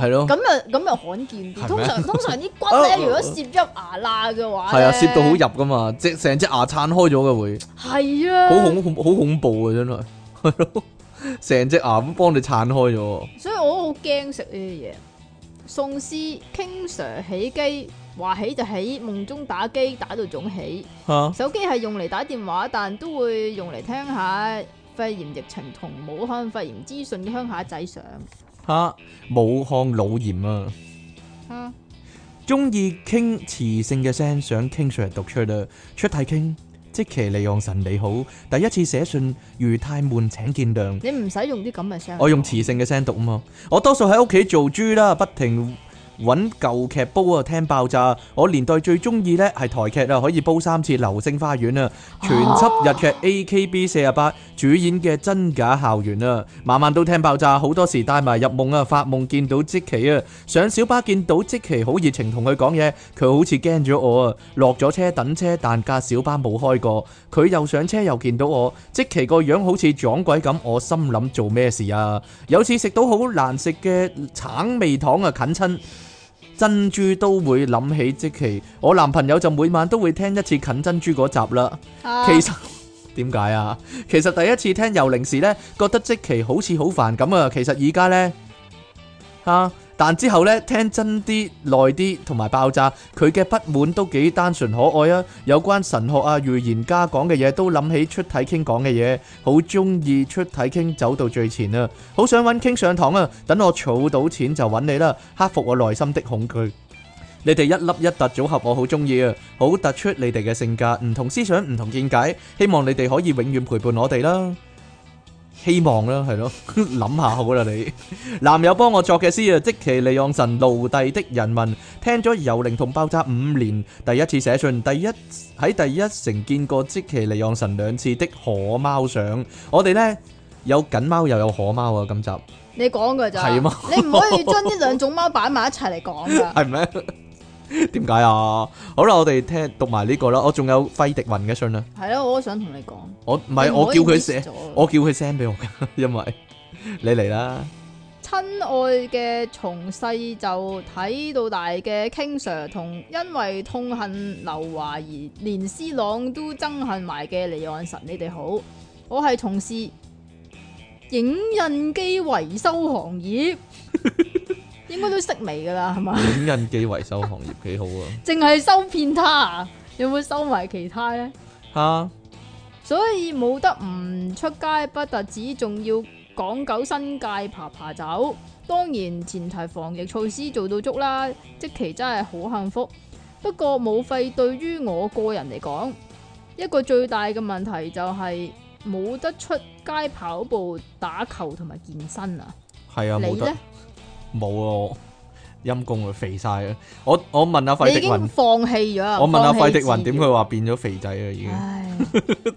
Speaker 1: 係咯，
Speaker 2: 咁又咁又罕見
Speaker 1: 係咩
Speaker 2: 啲，通常通常啲骨 咧，
Speaker 1: 哦
Speaker 2: 如果攝入牙罅嘅話，
Speaker 1: 係啊，攝到好入噶嘛，即成隻牙撐開咗嘅會，
Speaker 2: 好，係啊，
Speaker 1: 好恐恐好恐怖啊，真係，係咯，成隻牙咁幫你撐開咗，
Speaker 2: 所以我都好驚食呢啲嘢。宋詩 King Sir 起機，話起就起，夢中打機打到腫起。
Speaker 1: 嚇
Speaker 2: 手機係用嚟打電話，但都會用嚟聽下肺炎疫情同武漢肺炎資訊嘅鄉下仔相。
Speaker 1: 嚇，武漢腦炎啊！
Speaker 2: 嗯，
Speaker 1: 中意傾磁性嘅聲，想傾上嚟讀出啦。出題傾，即其利昂神你好，第一次寫信，如太悶請見諒。
Speaker 2: 你唔使用啲咁嘅聲。
Speaker 1: 我用磁性嘅聲讀啊嘛。我多數喺屋企做豬啦，不停揾舊劇煲啊，聽爆炸。我年代最中意呢係台劇啊，可以煲三次《流星花園》啊，全輯日劇 AKB 四十八主演嘅《真假校園》啊，晚晚都聽爆炸，好多時帶埋入夢啊，發夢見到即奇啊，上小巴見到即奇好熱情同佢講嘢，佢好似驚咗我啊，落咗車等車，但架小巴冇開過，佢又上車又見到我，即奇個樣好似撞鬼咁，我心諗做咩事啊？有次食到好難食嘅橙味糖啊，近親珍珠都會諗起即期，我男朋友就每晚都會聽一次近珍珠嗰集啦。
Speaker 2: 啊
Speaker 1: 其實 點解啊？其實第一次聽游靈時呢，覺得即期好似好煩咁啊。其實而家呢，嚇、但之後呢，聽真啲、耐啲同埋爆炸，佢嘅不滿都幾單純可愛啊。有關神學啊、預言家講嘅嘢，都諗起出體傾講嘅嘢，好中意出體傾走到最前啊！好想揾傾上堂啊！等我儲到錢就揾你啦，克服我內心的恐懼。你哋一粒一突組合我好中意啊， 好突出你哋嘅性格，唔同思想，唔同見解，希望你哋可以永遠陪伴我哋啦。希望啦， 係咯，諗下好啦你。男友幫我作嘅詩啊，即其利昂神奴隸的人民，聽咗由零同爆炸五年，第一次寫信，第一喺第一城見過即其利昂神兩次的可貓相，我哋呢，有緊貓又有可貓啊，今集。
Speaker 2: 你講噶咋？
Speaker 1: 係啊嘛
Speaker 2: 你唔可以將呢兩種貓擺埋一齊嚟講 噶。
Speaker 1: 系咩？點解啊？好啦，我哋聽讀埋呢個啦。我仲有費迪雲嘅信啦。
Speaker 2: 係咯，我都想同你講。
Speaker 1: 我唔係
Speaker 2: 你
Speaker 1: 我
Speaker 2: 唔可以
Speaker 1: 叫佢
Speaker 2: miss
Speaker 1: 寫
Speaker 2: 咗，
Speaker 1: 我叫佢 send 俾我 噶，因為你嚟啦。
Speaker 2: 親愛嘅從細就睇到大嘅 King Sir 同因為痛恨劉華而連斯朗都憎恨埋嘅離岸神，你哋好，我係從事影印機維修行業，應該都識微噶啦，係嘛？
Speaker 1: 影印機維修行業幾好
Speaker 2: 淨係收片他，啊有冇收埋其他呢？
Speaker 1: 啊！
Speaker 2: 所以冇得唔出街，不特止，仲要港九新界爬爬走。當然前提防疫措施做到足啦，即期真係好幸福。不過冇費對於我個人嚟講，一個最大嘅問題就係冇得出街跑步、打球同埋健身啊！
Speaker 1: 嚇，係啊，
Speaker 2: 你
Speaker 1: 冇得
Speaker 2: 呢？
Speaker 1: 冇啊！我陰公啊，肥晒啊！我我問阿
Speaker 2: 你
Speaker 1: 費
Speaker 2: 已
Speaker 1: 迪
Speaker 2: 經
Speaker 1: 雲，
Speaker 2: 放棄咗啊！
Speaker 1: 我問阿費迪雲
Speaker 2: 雲
Speaker 1: 點，佢話變咗肥仔啊？已經
Speaker 2: 唉，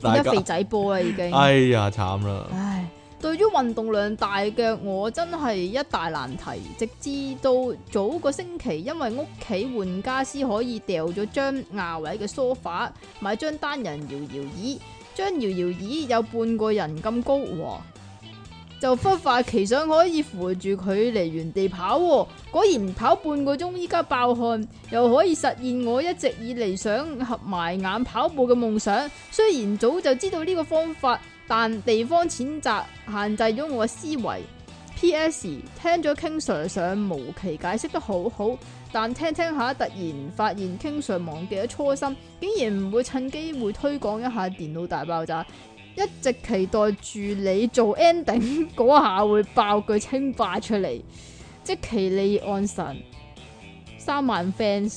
Speaker 1: 大家
Speaker 2: 變咗肥仔波啦已 經。
Speaker 1: 哎呀慘啦！
Speaker 2: 唉，對於運動量大嘅我真係一大難題，直至到早個星期，因為屋企換家私可以掉咗張亞位嘅梳化，買張單人搖搖椅，張搖搖椅有半個人咁高喎。就忽發奇想可以扶住佢嚟原地跑喎、果然跑半個鐘，依家爆汗，又可以實現我一直以嚟想合埋眼跑步嘅夢想。雖然早就知道呢個方法，但地方淺窄限制咗我嘅思維。P.S. 聽咗 King Sir 上無期解釋得好好，但聽聽下突然發現 King Sir 忘記咗初心，竟然唔會趁機會推廣一下電腦大爆炸。一直期待住你做 ending 嗰下會爆句清霸出嚟，即其利岸神三萬 fans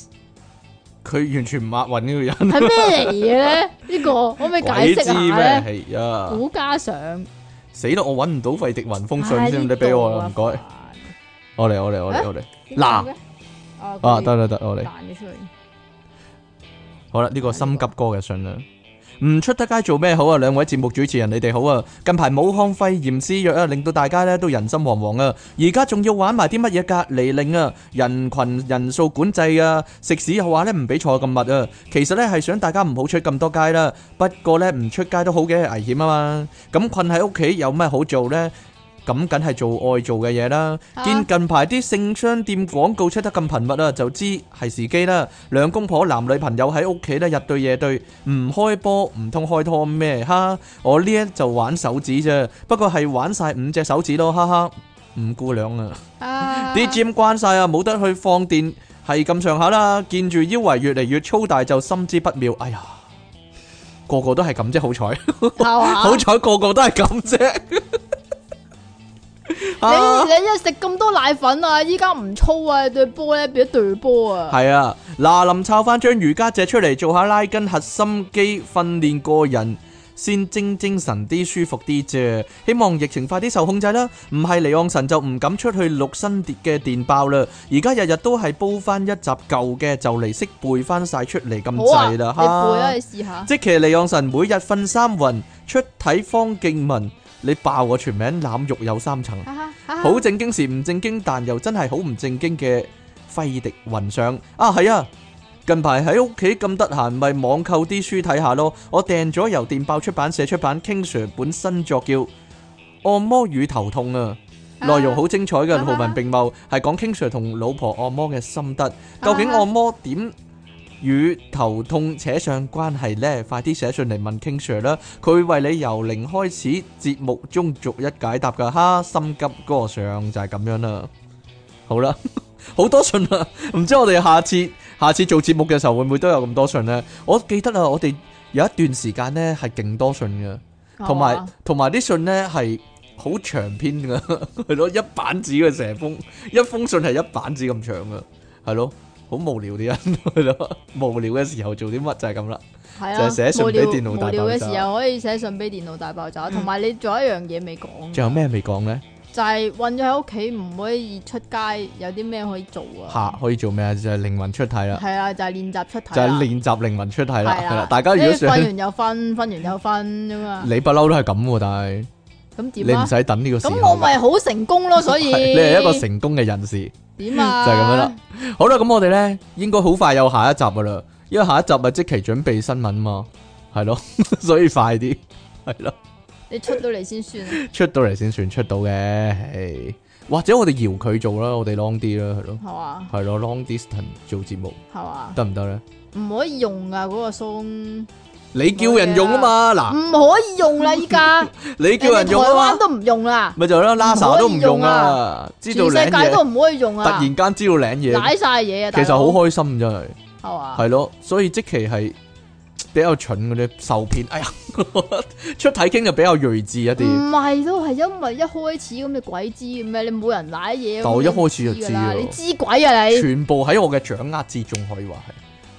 Speaker 1: 佢完全唔押韻呢個人，
Speaker 2: 係咩嚟嘅咧？呢個可唔可以解
Speaker 1: 鬼
Speaker 2: 釋
Speaker 1: 知
Speaker 2: 下
Speaker 1: 咩？
Speaker 2: 咧？
Speaker 1: 係啊！
Speaker 2: 古家上
Speaker 1: 死啦！我揾唔到費迪雲封
Speaker 2: 唉
Speaker 1: 信先，
Speaker 2: 呢
Speaker 1: 你俾我啦，唔
Speaker 2: 度啊
Speaker 1: 該。我嚟，我嚟，我
Speaker 2: 啊
Speaker 1: 嚟，我嚟。
Speaker 2: 煩
Speaker 1: 嗱
Speaker 2: 點解嘅
Speaker 1: 啊，
Speaker 2: 啊
Speaker 1: 得得得，我
Speaker 2: 佢
Speaker 1: 嚟。
Speaker 2: 彈咗出嚟，
Speaker 1: 好啦，呢個心急哥嘅信啦。唔出得街做咩好啊？兩位節目主持人，你哋好啊！近排武漢肺炎肆虐啊，令到大家咧都人心惶惶啊！而家仲要玩埋啲乜嘢隔離令啊、人群人數管制啊、食肆嘅話咧唔俾坐咁密啊。其實咧係想大家唔好出咁多街啦。不過咧唔出街都好嘅，危險啊嘛。咁困喺屋企有咩好做呢？咁梗係做愛做嘅嘢啦。
Speaker 2: 啊
Speaker 1: 見近排啲性商店廣告出得咁頻密啊，就知係時機啦。兩公婆男女朋友喺屋企咧日對夜對，唔開波唔通開拖咩？哈！我呢一就玩手指啫，不過係玩晒五隻手指咯，哈哈！五姑娘啊，
Speaker 2: 啊
Speaker 1: 啲 gym 關晒啊，冇得去放電，係咁上下啦。見住腰圍越嚟越粗大，就心知不妙。哎呀，個個都係咁啫，好彩，
Speaker 2: 啊
Speaker 1: 好
Speaker 2: 好
Speaker 1: 彩個個都係咁啫。啊
Speaker 2: 你你一食咁多奶粉啊，依家唔粗啊，對波咧變咗對波啊，
Speaker 1: 系啊，嗱，臨抄翻張瑜伽隻出嚟做下拉筋核心肌訓練，個人先精精神啲、舒服啲啫。希望疫情快啲受控制啦，唔係離岸神就唔敢出去錄新碟嘅電爆啦。而家日日都係煲翻一集舊嘅，就嚟識背翻晒出嚟咁
Speaker 2: 好啊，
Speaker 1: 滯
Speaker 2: 你背
Speaker 1: 啦，
Speaker 2: 啊，你試下。
Speaker 1: 即其利昂神每日瞓三雲，出體方敬文，你爆我全名濫肉有三層。
Speaker 2: 哈哈哈哈
Speaker 1: 好正經時唔正經，但又真係好唔正經嘅費迪雲上啊，係啊！近排喺屋企咁得閒，咪網購啲書睇下咯。我訂咗由電爆出版社出版 King Sir 本新作叫《按摩與頭痛》啊，內容好精彩嘅，
Speaker 2: 啊
Speaker 1: 豪文並茂係講 King Sir 同老婆按摩嘅心得。究
Speaker 2: 啊
Speaker 1: 竟按摩點與頭痛扯上關係呢？快啲寫信嚟問 King Sir 啦，佢會為你由零開始，節目中逐一解答噶。哈，心急哥上就係咁樣啦。好啦， 好多信啦，唔知我哋下次下次做節目嘅時候會唔會都有咁多信呢？我記得啊，我哋有一段時間呢係勁多信嘅。
Speaker 2: 啊
Speaker 1: 同埋
Speaker 2: 哦
Speaker 1: 同埋啲信咧係好長篇噶， 係咯，一板紙嘅成封，一封信係一板紙咁長噶，係咯，好無聊啲人， 係咯，無聊嘅時候做啲乜就係咁啦。
Speaker 2: 系啊，
Speaker 1: 就係寫信
Speaker 2: 無聊
Speaker 1: 俾電腦大爆炸
Speaker 2: 無聊嘅時候可以寫信俾電腦大爆炸，同埋你仲有一樣嘢未講，
Speaker 1: 仲有咩未講咧？
Speaker 2: 就係韞咗喺屋企唔可以出街，有啲咩可以做啊？
Speaker 1: 下可以做咩啊？就係靈魂出體啦，
Speaker 2: 係啊，就係練習出體
Speaker 1: 就係
Speaker 2: 啦，
Speaker 1: 練習靈魂出體啦，
Speaker 2: 係
Speaker 1: 係啦。大家如
Speaker 2: 你
Speaker 1: 果
Speaker 2: 瞓
Speaker 1: 想，
Speaker 2: 完又瞓，瞓完又瞓啫嘛，
Speaker 1: 你不嬲都係咁喎，但係
Speaker 2: 咁
Speaker 1: 你唔
Speaker 2: 點啊？
Speaker 1: 使等呢個時候㗎。
Speaker 2: 咁我咪好成功咯，所 以
Speaker 1: 係你係一個成功嘅人士。
Speaker 2: 點啊？
Speaker 1: 就係咁樣啦。好啦，咁我哋咧應該好快有下一集噶啦，因為下一集咪即期準備新聞嘛，係咯， 所以快啲，係咯，
Speaker 2: 你出到嚟先算啊，
Speaker 1: 出到嚟先算出到嘅，唉或者我哋搖佢做啦，我哋 long 啲啦，係咯
Speaker 2: 係，嘛？
Speaker 1: 係咯，long distance 做節目
Speaker 2: 係嘛？
Speaker 1: 得唔得咧？
Speaker 2: 唔可以用噶嗰個松，
Speaker 1: 你叫人用啊嘛，嗱，
Speaker 2: 唔可以用啦依家，
Speaker 1: 你 叫人用
Speaker 2: 人哋台
Speaker 1: 啊嘛，
Speaker 2: 灣都唔用啦，
Speaker 1: 咪就係咯，Lasa 都唔用啊，知
Speaker 2: 全
Speaker 1: 道
Speaker 2: 世
Speaker 1: 領
Speaker 2: 界都
Speaker 1: 嘢，
Speaker 2: 唔可以用
Speaker 1: 突
Speaker 2: 啊，
Speaker 1: 然間知道領嘢，
Speaker 2: 舐晒嘢啊！
Speaker 1: 其實好開心真係。
Speaker 2: 好係嘛？
Speaker 1: 系咯，所以即期係比較蠢嗰啲受騙。哎呀， 出體傾就比較睿智一啲，
Speaker 2: 唔係都係因為一開始咁你鬼知嘅咩？你冇人舐嘢，
Speaker 1: 但我一開始就
Speaker 2: 咁你
Speaker 1: 知
Speaker 2: 啦，
Speaker 1: 啊
Speaker 2: 你知鬼啊你！
Speaker 1: 全部喺我嘅掌握之中，可以話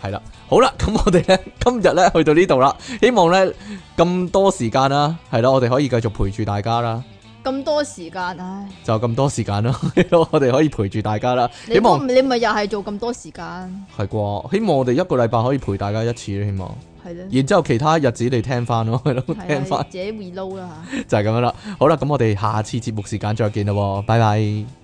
Speaker 1: 係係啦。好啦， 咁我哋咧今日咧去到呢度啦，希望咧咁多時間啦，係啦，我哋可以繼續陪住大家啦，
Speaker 2: 咁多時間，唉，
Speaker 1: 就咁多時間啦， 係咯我哋可以陪住大家啦。
Speaker 2: 你
Speaker 1: 希
Speaker 2: 都
Speaker 1: 望
Speaker 2: 你咪又係做咁多時間，
Speaker 1: 係啩，希望我哋一個禮拜可以陪大家一次啦，希望。
Speaker 2: 係咯，
Speaker 1: 然之後其他日子你聽翻咯，係咯，
Speaker 2: 嗯係
Speaker 1: 聽
Speaker 2: 啦
Speaker 1: 翻
Speaker 2: 自己 reload 啦嚇。
Speaker 1: 就係咁樣啦。好啦，咁我哋下次節目時間再見啦喎，拜拜。